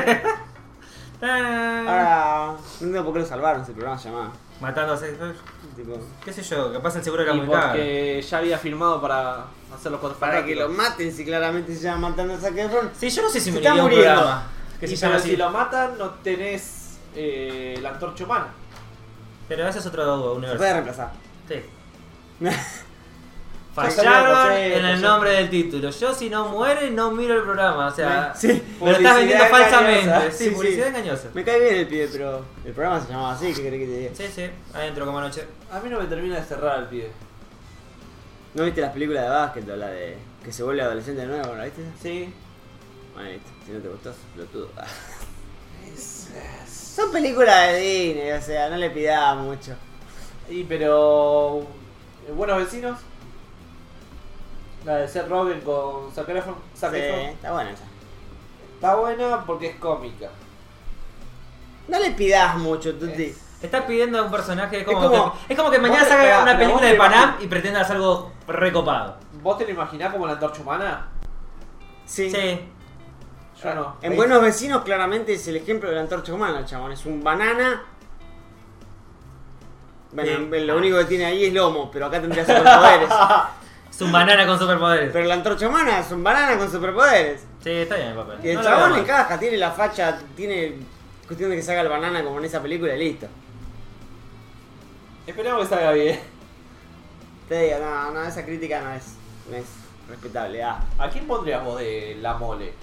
S1: Tarán.
S2: Ahora, no entiendo por qué lo salvaron ese programa se llamaba.
S1: Matando a Zac Efron.
S2: Tipo,
S1: ¿Qué sé yo? Capaz el seguro era
S3: Y
S1: muy caro.
S3: porque ya había filmado para hacer los cuatro
S2: para que lo
S3: fantásticos.
S2: maten si claramente se llama matando a Zac Efron.
S1: Sí, yo no sé si
S2: Se
S1: me
S2: está
S1: iría a un
S2: muriendo.
S1: programa. Que se
S3: Y
S1: llama
S3: pero
S1: así.
S3: si lo matan, no tenés eh, la antorcha humana.
S1: Pero ese es otro
S2: Se
S1: universo.
S2: puede reemplazar.
S1: Sí.
S2: Fallaron
S1: Fallaron
S2: en
S1: en el
S2: el
S1: nombre del título. Yo si no muere no miro el programa. O sea,
S2: Sí.
S1: me lo estás vendiendo
S2: Publicidad
S1: falsamente.
S2: engañosa.
S1: Sí,
S2: Sí, sí.
S1: publicidad engañosa.
S2: Me cae bien el pibe, pero el programa se llamaba así, ¿qué querés que te diga?
S1: Sí, sí, adentro como anoche.
S3: A mí no me termina de cerrar el pibe.
S2: ¿No viste las películas de básquet o la de que se vuelve adolescente de nuevo? ¿La viste?
S3: Sí.
S2: Bueno, listo. Si no te gustó, lo tuvo.
S3: Es- es-
S2: Son películas de Disney, o sea, no le pidaba mucho.
S3: Y pero. eh, Buenos vecinos. La de Seth Rogen con Zac Efron. Zac
S2: Sí,
S3: Efron.
S2: está bueno esa.
S3: Está buena porque es cómica.
S2: No le pidas mucho, Tuti.
S3: Es-
S1: Estás pidiendo a un personaje, es como,
S2: Es como-
S1: que, es como que mañana
S3: Vos te
S1: salga
S3: pegás,
S1: una
S3: pero
S1: película
S3: vos
S1: de
S3: te vas-
S1: Panam y pretendas algo recopado.
S3: ¿Vos te lo imaginás como la antorcha humana?
S2: Sí.
S1: Sí.
S3: Yo no.
S2: En Buenos Vecinos claramente es el ejemplo de la antorcha humana, el chabón. Es un banana. Bueno,
S1: Sí.
S2: lo único que tiene ahí es lomo, pero acá tendría superpoderes.
S1: Es un banana con superpoderes.
S2: pero la antorcha humana es un banana con superpoderes.
S1: Sí, está bien el papel.
S2: Y el
S1: No lo
S2: chabón
S1: veo mal.
S2: encaja, tiene la facha, tiene cuestión de que salga el banana como en esa película y listo.
S3: Esperemos que salga bien.
S2: Te digo, no, no, esa crítica no es, no es respetable. Ah.
S3: ¿A quién pondrías vos de La Mole?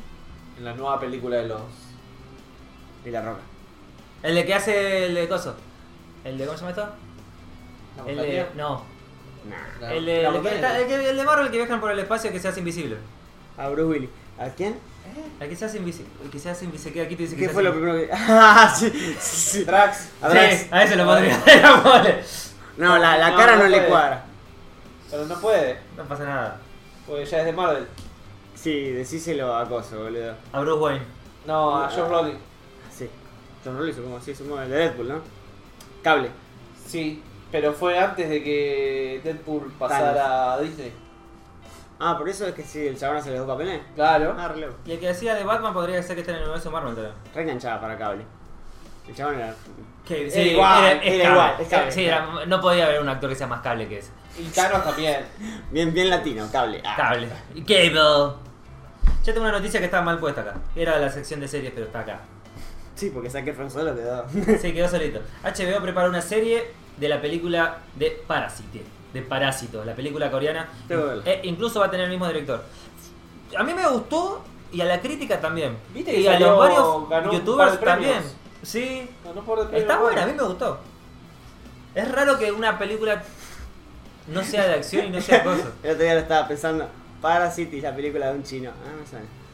S3: En la nueva película de los.
S2: Y la roca.
S1: El de que hace el de coso. ¿El de cómo se llama esto?
S3: ¿La
S1: El de.
S3: montaña?
S1: No.
S2: Nah.
S3: La-
S1: el, de,
S3: la
S1: el que
S3: montaña.
S1: está- el que- el de Marvel que viajan por el espacio que se hace invisible.
S2: A Bruce Willis. ¿A quién?
S1: El que se hace invisible. El que se hace invisible. queda aquí te dice que
S2: ¿Qué
S1: se
S2: fue
S1: hace
S2: lo primero que.? Ah, sí, sí, sí.
S3: Drax.
S2: A ver.
S1: Sí, a ese lo podría hacer la mole.
S2: No, la, la
S3: No,
S2: cara
S3: no
S2: no le
S3: puede.
S2: cuadra.
S3: Pero no puede,
S1: No pasa nada.
S3: porque ya es de Marvel.
S2: Sí, decíselo a Coso, boludo.
S1: A Bruce Wayne.
S3: No, a Josh Brolin.
S2: Sí. John Roll hizo como así, su modo el de Deadpool, ¿no? Cable.
S3: Sí, pero fue antes de que Deadpool pasara a Disney.
S2: Ah, por eso es que sí, el chabón hace los dos papeles.
S3: Claro.
S2: Ah, relevo.
S1: Y el que hacía de Batman podría ser que esté en el universo Marvel también.
S2: Re enganchada para cable. El chabón era.
S1: Que,
S3: Era igual,
S1: es cable.
S2: era igual, es cable.
S1: Sí, era- no podía haber un actor que sea más cable que ese.
S3: Y Thanos también.
S2: Bien, bien latino, cable. Ah.
S1: Cable. Cable. Ya tengo una noticia que estaba mal puesta acá. Era de la sección de series, pero está acá.
S2: Sí, porque saqué Fran solo quedó.
S1: Se quedó solito. HBO prepara una serie de la película de Parásite. De Parásito, la película coreana.
S2: Qué bueno.
S1: E incluso va a tener el mismo director. A mí me gustó y a la crítica también.
S3: Viste
S1: y
S3: que
S1: a los
S3: salió-
S1: varios
S3: ganó un
S1: youtubers
S3: par de premios.
S1: también. Sí.
S3: No, no por el
S1: Está
S3: premio,
S1: buena, a
S3: no.
S1: mí me gustó. Es raro que una película no sea de acción y no sea cosa.
S2: El otro día lo estaba pensando. Parasite, la película de un chino. Ah, no saben.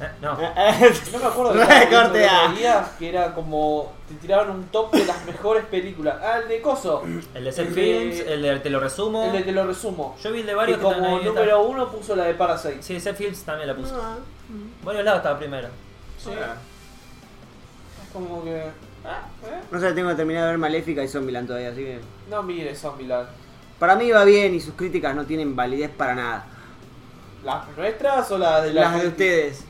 S1: Eh, No.
S3: No me acuerdo
S2: Re
S3: cuál,
S2: corte
S3: pero
S2: A.
S3: veía que era como. Te tiraban un top de las mejores películas. Ah, el de Coso.
S1: El de Set
S3: El de-
S1: Films, el de Te lo resumo.
S3: El de te lo resumo.
S1: Yo vi el de varios
S3: que
S1: que están
S3: como
S1: ahí,
S3: número uno puso la de Parasite.
S1: Sí, Seth Films también la puso.
S2: No.
S1: Varios lados estaba primero.
S3: Sí. Es como que. Ah, ¿eh?
S2: No sé, tengo que terminar de ver Maléfica y Zombieland todavía, así que.
S3: No mire Zombieland.
S2: Para mí va bien y sus críticas no tienen validez para nada.
S3: ¿Las nuestras o las de la
S2: Las de ustedes.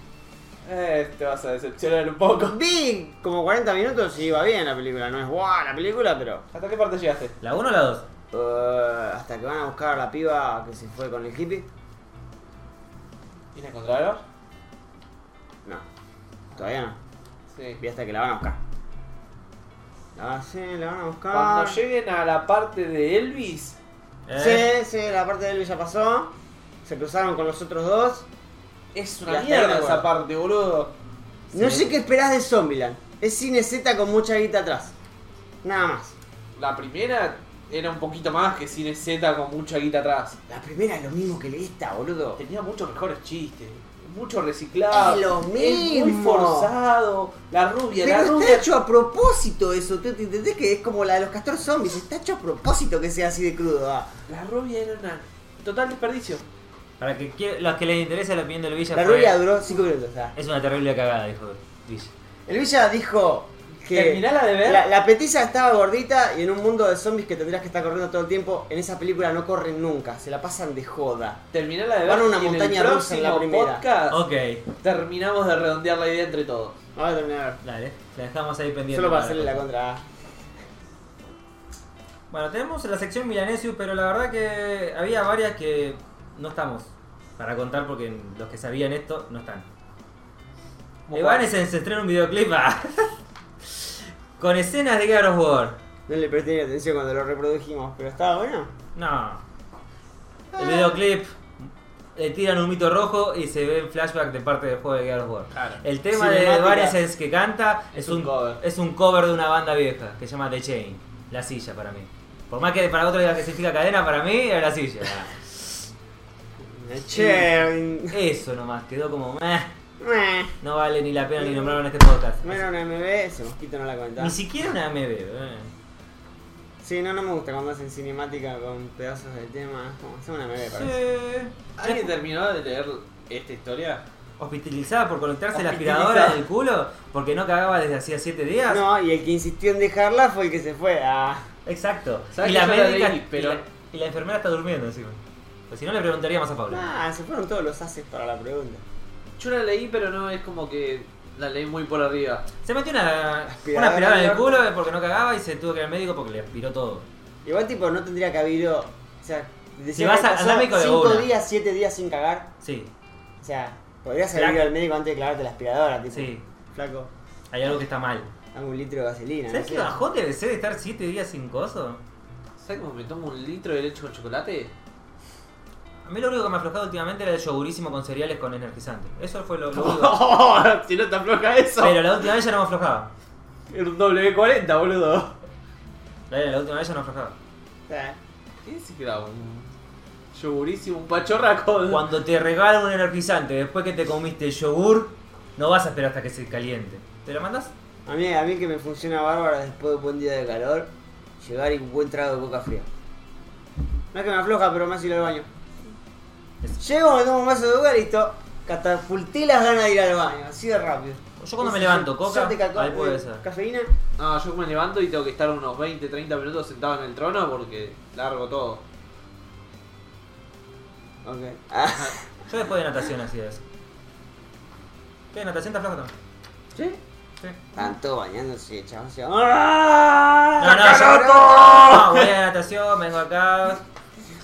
S3: Eh, te vas a decepcionar un poco.
S2: Vi como 40 minutos y iba bien la película. No es guau la película, pero.
S3: ¿Hasta qué parte llegaste?
S1: ¿La 1 o la 2?
S2: eh, hasta que van a buscar a la piba que se fue con el hippie.
S3: ¿Y la encontraron?
S2: No, todavía no.
S3: Sí.
S2: Vi hasta que la van a buscar. La van, sí, la van a buscar.
S3: Cuando lleguen a la parte de Elvis,
S1: ¿Eh?
S3: Eh.
S2: Sí, sí, la parte de él ya pasó. Se cruzaron con los otros dos.
S3: es
S2: Y
S3: una
S2: hasta ahí
S3: mierda
S2: me
S3: esa
S2: acuerdo.
S3: parte, boludo.
S2: No
S1: Sí.
S2: sé qué esperás de Zombieland. Es cine Z con mucha guita atrás. Nada más.
S3: La primera era un poquito más que Cine Z con mucha guita atrás.
S2: La primera es lo mismo que esta, boludo.
S3: Tenía muchos mejores chistes, mucho reciclado.
S2: Es lo
S3: muy
S2: mismo.
S3: forzado. La rubia, la
S2: Pero está
S3: rubia.
S2: hecho a propósito eso, ¿tú te entendés que es como la de los castor zombies? Está hecho a propósito que sea así de crudo, ah.
S3: La rubia era una total desperdicio.
S1: Para que quie- los que les interese la opinión del Villa.
S2: La
S1: fue-
S2: rubia duró 5 minutos, ah.
S1: Es una terrible cagada, dijo Villa.
S2: El Villa dijo que
S3: Terminala de ver.
S2: la, la petiza estaba gordita y en un mundo de zombies que tendrías que estar corriendo todo el tiempo, en esa película no corren nunca, se la pasan de joda.
S3: Terminala de ver.
S2: Van a una
S3: y en el
S2: montaña rusa en la
S3: próximo
S2: primera.
S3: podcast
S1: Ok,
S3: terminamos de redondear la idea entre todos.
S2: Vamos a terminar.
S1: dale. La dejamos ahí pendiente.
S2: Solo para
S1: para
S2: hacerle la contra.
S1: Bueno, tenemos la sección Milanesius, pero la verdad que había varias que no estamos para contar porque los que sabían esto no están.
S3: Como
S1: Evanes se estrena un videoclip ah, con escenas de God of War.
S2: No le presté ni atención cuando lo reprodujimos, pero estaba bueno.
S1: No.
S2: Ah.
S1: El videoclip le tiran un mito rojo y se ve en flashback de parte del juego de God of War.
S3: Claro.
S1: El tema de
S2: Cinemática.
S1: Evanescence que canta es,
S3: Es
S1: un,
S3: un cover.
S1: es un cover de una banda vieja que se llama The Chain. La silla para mí. Por más que para otro diga que significa cadena, para mí era la silla.
S2: Che,
S1: Eso nomás, quedó como. meh.
S2: Meh.
S1: No vale ni la pena ni nombraron este podcast.
S2: No era una MB, ese mosquito no la comentaba.
S1: Ni siquiera una MB. eh.
S2: Sí, no, no me gusta cuando hacen cinemática con pedazos de tema. Como hacer una MB, parece.
S3: ¿Alguien terminó de leer esta historia?
S1: Hospitalizada por conectarse la aspiradora
S2: Hospitalizada.
S1: del culo porque no cagaba desde hacía 7 días.
S2: No, y el que insistió en dejarla fue el que se fue. Ah,
S1: Exacto.
S3: ¿Sabes
S1: Y
S3: que
S1: la,
S3: yo la
S1: médica,
S3: leí, pero-
S1: y, la, y la enfermera está durmiendo encima. Pues si no le preguntaríamos a Pablo.
S2: Ah, se fueron todos los haces para la pregunta.
S3: Yo la leí, pero no es como que la leí muy por arriba.
S1: Se metió una
S2: Aspiradora
S1: una aspiradora en el
S2: en el
S1: culo porque no cagaba y se tuvo que ir al médico porque le aspiró todo.
S2: Igual, tipo, no tendría que haber ido. O sea, decía
S1: Si vas
S2: que
S1: a-
S2: pasó
S1: al médico de
S2: cinco
S1: una.
S2: días, siete días sin cagar.
S1: Sí,
S2: O sea, podrías
S1: Flaco.
S2: haber ido al médico antes de clavarte la aspiradora, tipo.
S1: sí.
S2: Flaco,
S1: Hay algo que está mal.
S2: dame un litro de vaselina.
S1: ¿Sabes
S2: no
S1: qué
S2: sé.
S1: bajón debe ser de estar 7 días sin coso?
S3: ¿Sabes cómo me tomo un litro de leche con chocolate?
S1: A mí lo único que me ha aflojado últimamente era el yogurísimo con cereales con energizante. Eso fue lo, lo único.
S3: si no te afloja eso,
S1: Pero la última vez ya no me aflojaba.
S3: era un W40, boludo.
S1: La, la última vez ya no me aflojaba.
S2: Está.
S3: ¿Qué es que era un yogurísimo, un pachorra con.
S1: Cuando te regalan un energizante después que te comiste el yogur, no vas a esperar hasta que se caliente. ¿Te lo mandas?
S2: A mí, a mí que me funciona bárbaro después de un buen día de calor, llegar y un buen trago de coca fría. No es que me afloja, pero me hace ir al baño. Llego, me tomo un vaso de coca y listo. Catapulté las ganas de ir al baño, así de rápido.
S1: Yo cuando me
S2: Ese-
S1: levanto, coca,
S2: ya te calcó- ¿Eh?
S1: ahí puede ser.
S2: Cafeína,
S3: No, yo me levanto y tengo que estar unos 20, 30 minutos sentado en el trono porque largo todo.
S2: ok. Ah,
S1: Yo después de natación hacía eso. ¿Qué? ¿Natación te afloja también?
S3: ¿Sí?
S1: Sí.
S2: tanto bañándose, chavos.
S1: ¡Ah!
S2: ¡Ah!
S1: No, no, yo- no, Ah, voy a natación, vengo acá,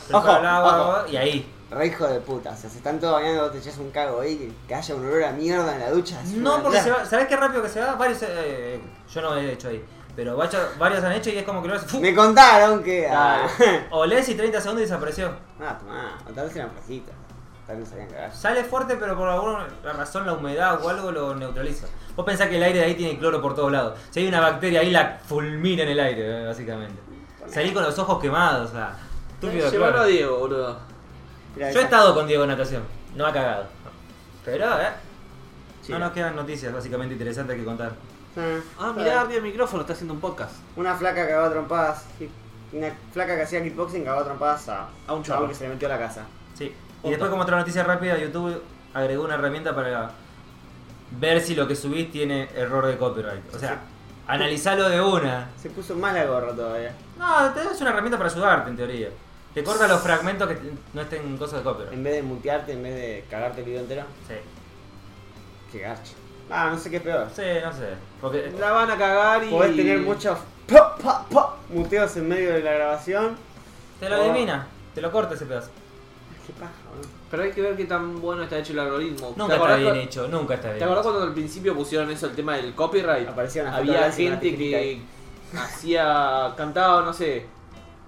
S1: preparo el agua y ahí.
S2: Re hijo de puta, o sea, se están todos bañando, vos te echas un cago ahí, que, que haya un olor a mierda en la ducha. es
S1: No,
S2: una
S1: porque
S2: lata.
S1: se va, ¿sabés qué rápido que se va? Varios, eh, yo no he hecho ahí, pero varios, varios han hecho y es como que lo ves,
S2: Me contaron que. Ah,
S1: olés y 30 segundos y desapareció.
S2: ah tomá, o tal vez eran fresitas. Tal vez sabían cagar.
S1: Sale fuerte, pero por alguna razón la humedad o algo lo neutraliza. Vos pensás que el aire de ahí tiene cloro por todos lados. Si hay una bacteria ahí, la fulmina en el aire, eh, básicamente. Salí con los ojos quemados, o sea, estúpido de
S3: Llevarlo a
S1: cloro.
S3: Diego, boludo.
S2: Mirá,
S1: Yo he
S2: esa-
S1: estado con Diego en natación, no ha cagado. Pero, eh,
S2: Sí.
S1: no nos quedan noticias básicamente interesantes que contar.
S2: Ah,
S3: Ah, mirá,
S2: mirá.
S3: arriba el micrófono, está haciendo un podcast.
S2: Una flaca cagaba a trompadas. sí. Una flaca que hacía kickboxing cagaba a trompadas a,
S3: A un chorro.
S2: que se le metió a la casa.
S1: Sí. Y después, como otra noticia rápida, YouTube agregó una herramienta para ver si lo que subís tiene error de copyright. O sea, analizalo de una.
S2: Se puso más la gorra todavía.
S1: No, te- es una herramienta para ayudarte en teoría. Te corta los fragmentos que t- no estén cosas de copyright.
S2: En vez de mutearte, en vez de cagarte el video entero,
S1: Sí.
S2: que garche. Ah, no sé qué es peor.
S1: Sí, no sé. Porque
S3: La van a cagar y.
S2: Podés tener muchos pa, pa, pa, muteos en medio de la grabación.
S1: te lo elimina, te lo corta ese pedazo.
S2: Qué paja, boludo.
S3: Pero hay que ver qué tan bueno está hecho el algoritmo.
S1: Nunca está
S3: acordás
S1: bien
S3: cu-
S1: hecho, nunca está
S3: ¿Te
S1: bien.
S3: acordás
S1: hecho.
S3: cuando al principio pusieron eso, el tema del copyright?
S2: Aparecía una foto de
S3: Había
S2: Nancy con la
S3: gente
S2: tijerita
S3: que hacía, cantaba, no sé,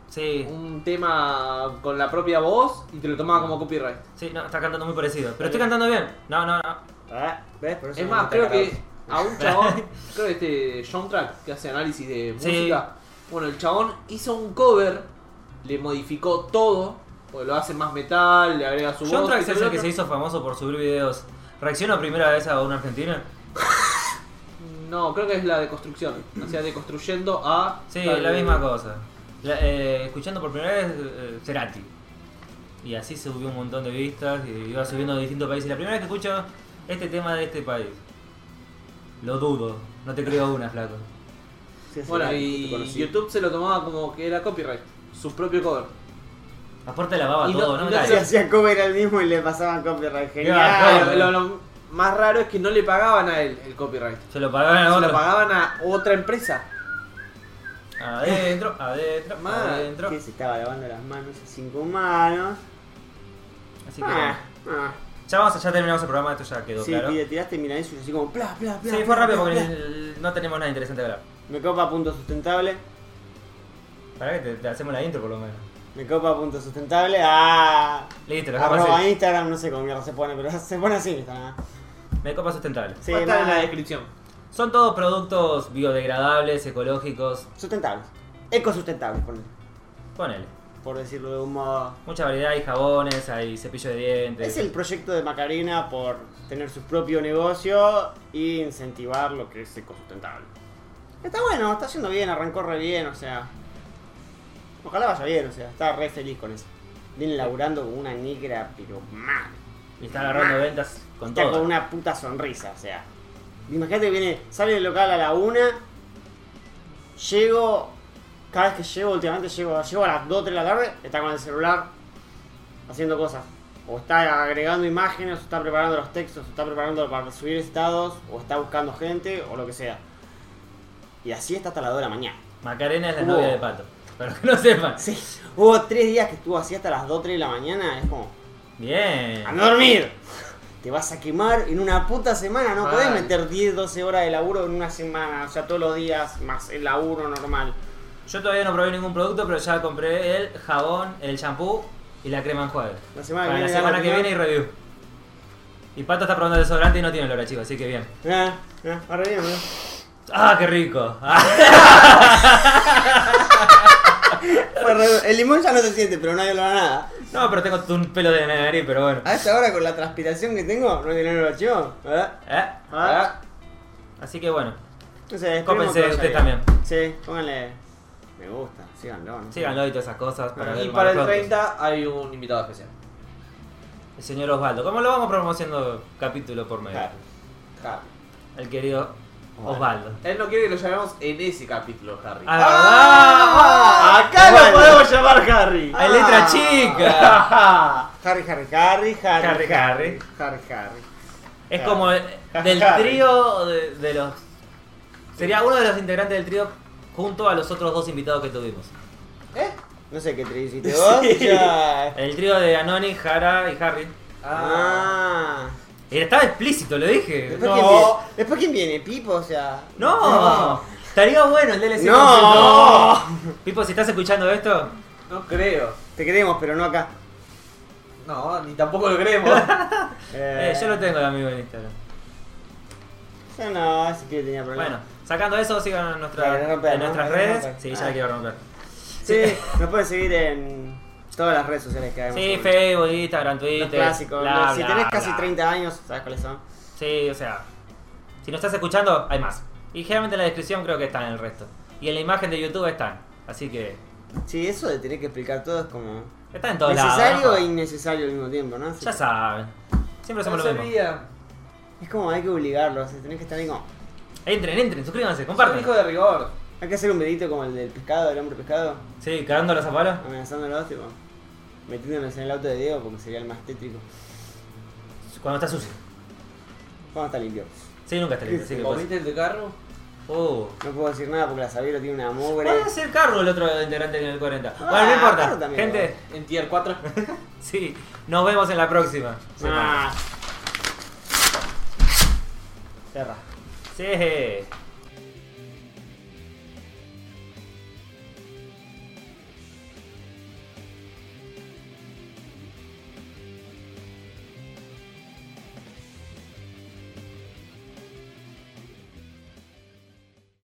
S1: Sí,
S3: un tema con la propia voz y te lo tomaba como copyright.
S1: sí, no, está cantando muy parecido. Pero estoy cantando bien. No, no, no.
S2: Ah, ¿Ves? Por eso
S3: Es
S2: me
S3: más,
S2: gusta
S3: creo
S2: Carlos.
S3: que a un chabón, creo que este John Track, que hace análisis de
S1: Sí.
S3: música, bueno, el chabón hizo un cover, le modificó todo, porque lo hace más metal, le agrega su
S1: John
S3: voz.
S1: Trax
S3: esto y
S1: es
S3: lo
S1: el que
S3: otro.
S1: se hizo famoso por subir videos. ¿Reaccionó primera vez a una argentina?
S3: No, creo que es la de construcción, o sea, de construyendo a...
S1: Sí,
S3: tal-
S1: la misma cosa. La- eh, escuchando por primera vez eh, Cerati. Y así subió un montón de vistas y iba subiendo a distintos países. La primera vez que escucho este tema de este país. Lo dudo, no te creo una, flaco.
S2: Sí, sí,
S3: Bueno,
S2: sí,
S3: y
S2: te conocí.
S3: YouTube se lo tomaba como que era copyright, su propio cover.
S1: Aparte lavaba
S3: Y no-
S1: todo, no,
S3: no
S1: me
S3: te-
S2: Se
S1: caes.
S2: hacía cover al mismo y le pasaban
S1: Ah,
S2: copyright.
S3: Ah,
S2: Genial.
S1: bueno.
S3: lo, lo más raro es que no le pagaban a él el copyright.
S1: Se lo pagaban a
S3: Se lo
S1: otro.
S3: pagaban a otra empresa.
S1: Adentro, adentro,
S3: Mal.
S1: adentro.
S2: Que se estaba lavando las manos a cinco manos.
S1: Así que
S2: Ah,
S1: bueno.
S2: ah.
S1: ya, vamos, ya terminamos el programa, esto ya quedó
S2: Sí,
S1: claro.
S2: y le tiraste mira eso y así como bla bla bla.
S1: Sí, fue
S2: bla,
S1: rápido
S2: bla,
S1: porque
S2: bla.
S1: el- no tenemos nada interesante que hablar.
S2: Me copa punto sustentable.
S1: Para que te, te hacemos la intro por lo menos.
S2: Me copa punto sustentable. Ah.
S1: Listo, lo dejamos
S2: Arroba
S1: así.
S2: Instagram, no sé cómo mierda se pone, pero se pone así
S1: Pues
S2: Instagram.
S1: Me copa sustentable.
S2: Sí,
S3: Va a estar en la
S2: nada,
S3: descripción.
S1: Son todos productos biodegradables, ecológicos.
S2: sustentables. Ecosustentables, ponle.
S1: Ponele.
S2: por decirlo de un modo.
S1: Mucha variedad, hay jabones, hay cepillo de dientes.
S2: Es el proyecto de Macarena por tener su propio negocio e incentivar lo que es ecosustentable. Está bueno, está yendo bien, arrancó re bien, o sea. Ojalá vaya bien, o sea, está re feliz con eso. Viene laburando con una negra, pero mal.
S1: Y está agarrando ventas con
S2: Ah. Está
S1: todo.
S2: con una puta sonrisa, o sea. Imagínate que viene, sale del local a la una, llego, cada vez que llego, últimamente llego, llego a las 2, 3 de la tarde, está con el celular haciendo cosas. O está agregando imágenes, o está preparando los textos, o está preparando para subir estados, o está buscando gente, o lo que sea. Y así está hasta las 2 de la mañana.
S1: Macarena es la
S2: Hubo-
S1: novia de Pato. Para que no sepan.
S2: Sí, hubo tres días que estuvo así hasta las 2, 3 de la mañana, es como,
S1: Bien.
S2: ¡a dormir! Te vas a quemar en una puta semana, no
S3: Mal.
S2: podés meter 10, 12 horas de laburo en una semana, o sea, todos los días, más el laburo normal.
S1: Yo todavía no probé ningún producto, pero ya compré el jabón, el shampoo y la crema enjuague.
S2: Ah, La semana
S1: Para la
S2: da
S1: semana que
S2: opinión.
S1: viene y review. Y Pato está probando el desodorante y no tiene olor, chicos, así que bien.
S2: Ah, ah, ahora bien, ¿no?
S1: ¡Ah, qué rico! Ah,
S2: Fue re- El limón ya no se siente, pero no hay olor a nada.
S1: No, pero tengo un pelo de nariz, pero bueno.
S2: A esta hora con la transpiración que tengo, no tiene olor a chivo, ¿verdad?
S1: ¿Eh?
S2: ¿Verdad?
S1: Así que bueno,
S2: Entonces, esperemos
S1: Cópense
S2: que vaya
S1: ustedes
S2: bien.
S1: también.
S2: Sí, pónganle me gusta, síganlo. ¿no?
S1: síganlo y todas esas cosas. Para ver
S3: Y
S1: más
S3: para el
S1: productos.
S3: 30 hay un invitado especial.
S1: El señor Osvaldo. ¿Cómo lo vamos promocionando capítulo por medio?
S2: Claro.
S3: Harry.
S1: El querido Osvaldo.
S3: Él no quiere que lo llamemos en ese capítulo, Harry.
S1: Ah,
S2: Ah,
S1: ¿verdad? Osvaldo.
S2: llamar Harry.
S1: Hay letra
S3: Ah.
S1: chica. Ah.
S2: Harry, Harry, Harry, Harry,
S1: Harry, Harry.
S2: Harry, Harry.
S1: Es
S2: Claro.
S1: como el- del
S2: Harry.
S1: trío de, de los. Sería uno de los integrantes del trío junto a los otros dos invitados que tuvimos.
S3: ¿Eh?
S2: No sé qué te hiciste vos. ya.
S1: El trío de Anoni, Jara y Harry.
S3: Ah.
S2: Ah.
S1: Y Estaba explícito, lo dije.
S2: Después,
S3: No.
S2: quién viene? Después quién viene, Pipo, o sea.
S1: No, estaría bueno el DLC.
S2: No.
S1: concepto. Pipo, si estás escuchando esto,
S3: No creo.
S2: Te queremos, pero no acá.
S3: No, ni tampoco lo creemos.
S1: eh, yo lo tengo de amigo en Instagram.
S2: Yo no, ese pibe tenía problemas.
S1: Bueno, sacando eso, sigan en, nuestra-
S2: Dale, rompe,
S1: en nuestras
S2: rompe,
S1: redes.
S2: rompe.
S1: Sí, ya
S2: Ah.
S1: la quiero romper.
S2: Sí, nos pueden seguir en todas las redes sociales que hay.
S1: Sí, Facebook, Instagram, Twitter.
S2: Los clásicos.
S1: bla,
S2: los- si
S1: bla,
S2: tenés casi
S1: bla.
S2: 30 años, sabes cuáles son.
S1: Sí, o sea, si no estás escuchando, hay más. Y generalmente en la descripción creo que están el resto. Y en la imagen de YouTube están. Así que
S2: Sí, eso de tener que explicar todo es como.
S1: está en todos lados.
S2: necesario
S1: ¿no?
S2: e innecesario al mismo tiempo, ¿no? Sí.
S1: Ya saben. Siempre
S3: No
S1: hacemos lo mismo.
S3: sabía.
S2: Es como hay que obligarlos, o sea, tenés que estar ahí como.
S1: Entren, entren, suscríbanse,
S3: Soy un
S1: compartan.
S3: hijo de rigor.
S2: Hay que hacer un videito como el del pescado, del hombre pescado,
S1: Sí, cagándolos a palo.
S2: amenazándolos, tipo. Metiéndonos en el auto de Diego porque sería el más tétrico.
S1: Cuando está sucio.
S2: Vamos está limpio.
S1: Sí, nunca está limpio, así que pues.
S3: ¿Comiste el de carro?
S1: Uh.
S2: No puedo decir nada porque la Sabiro tiene una mugre.
S1: Puede ser Carro el otro integrante en el 40. bueno, no
S2: Ah, Carro
S1: importa.
S2: también,
S1: Gente,
S3: En tier 4.
S1: sí, nos vemos en la próxima.
S2: Ah. Cerra.
S1: Sí.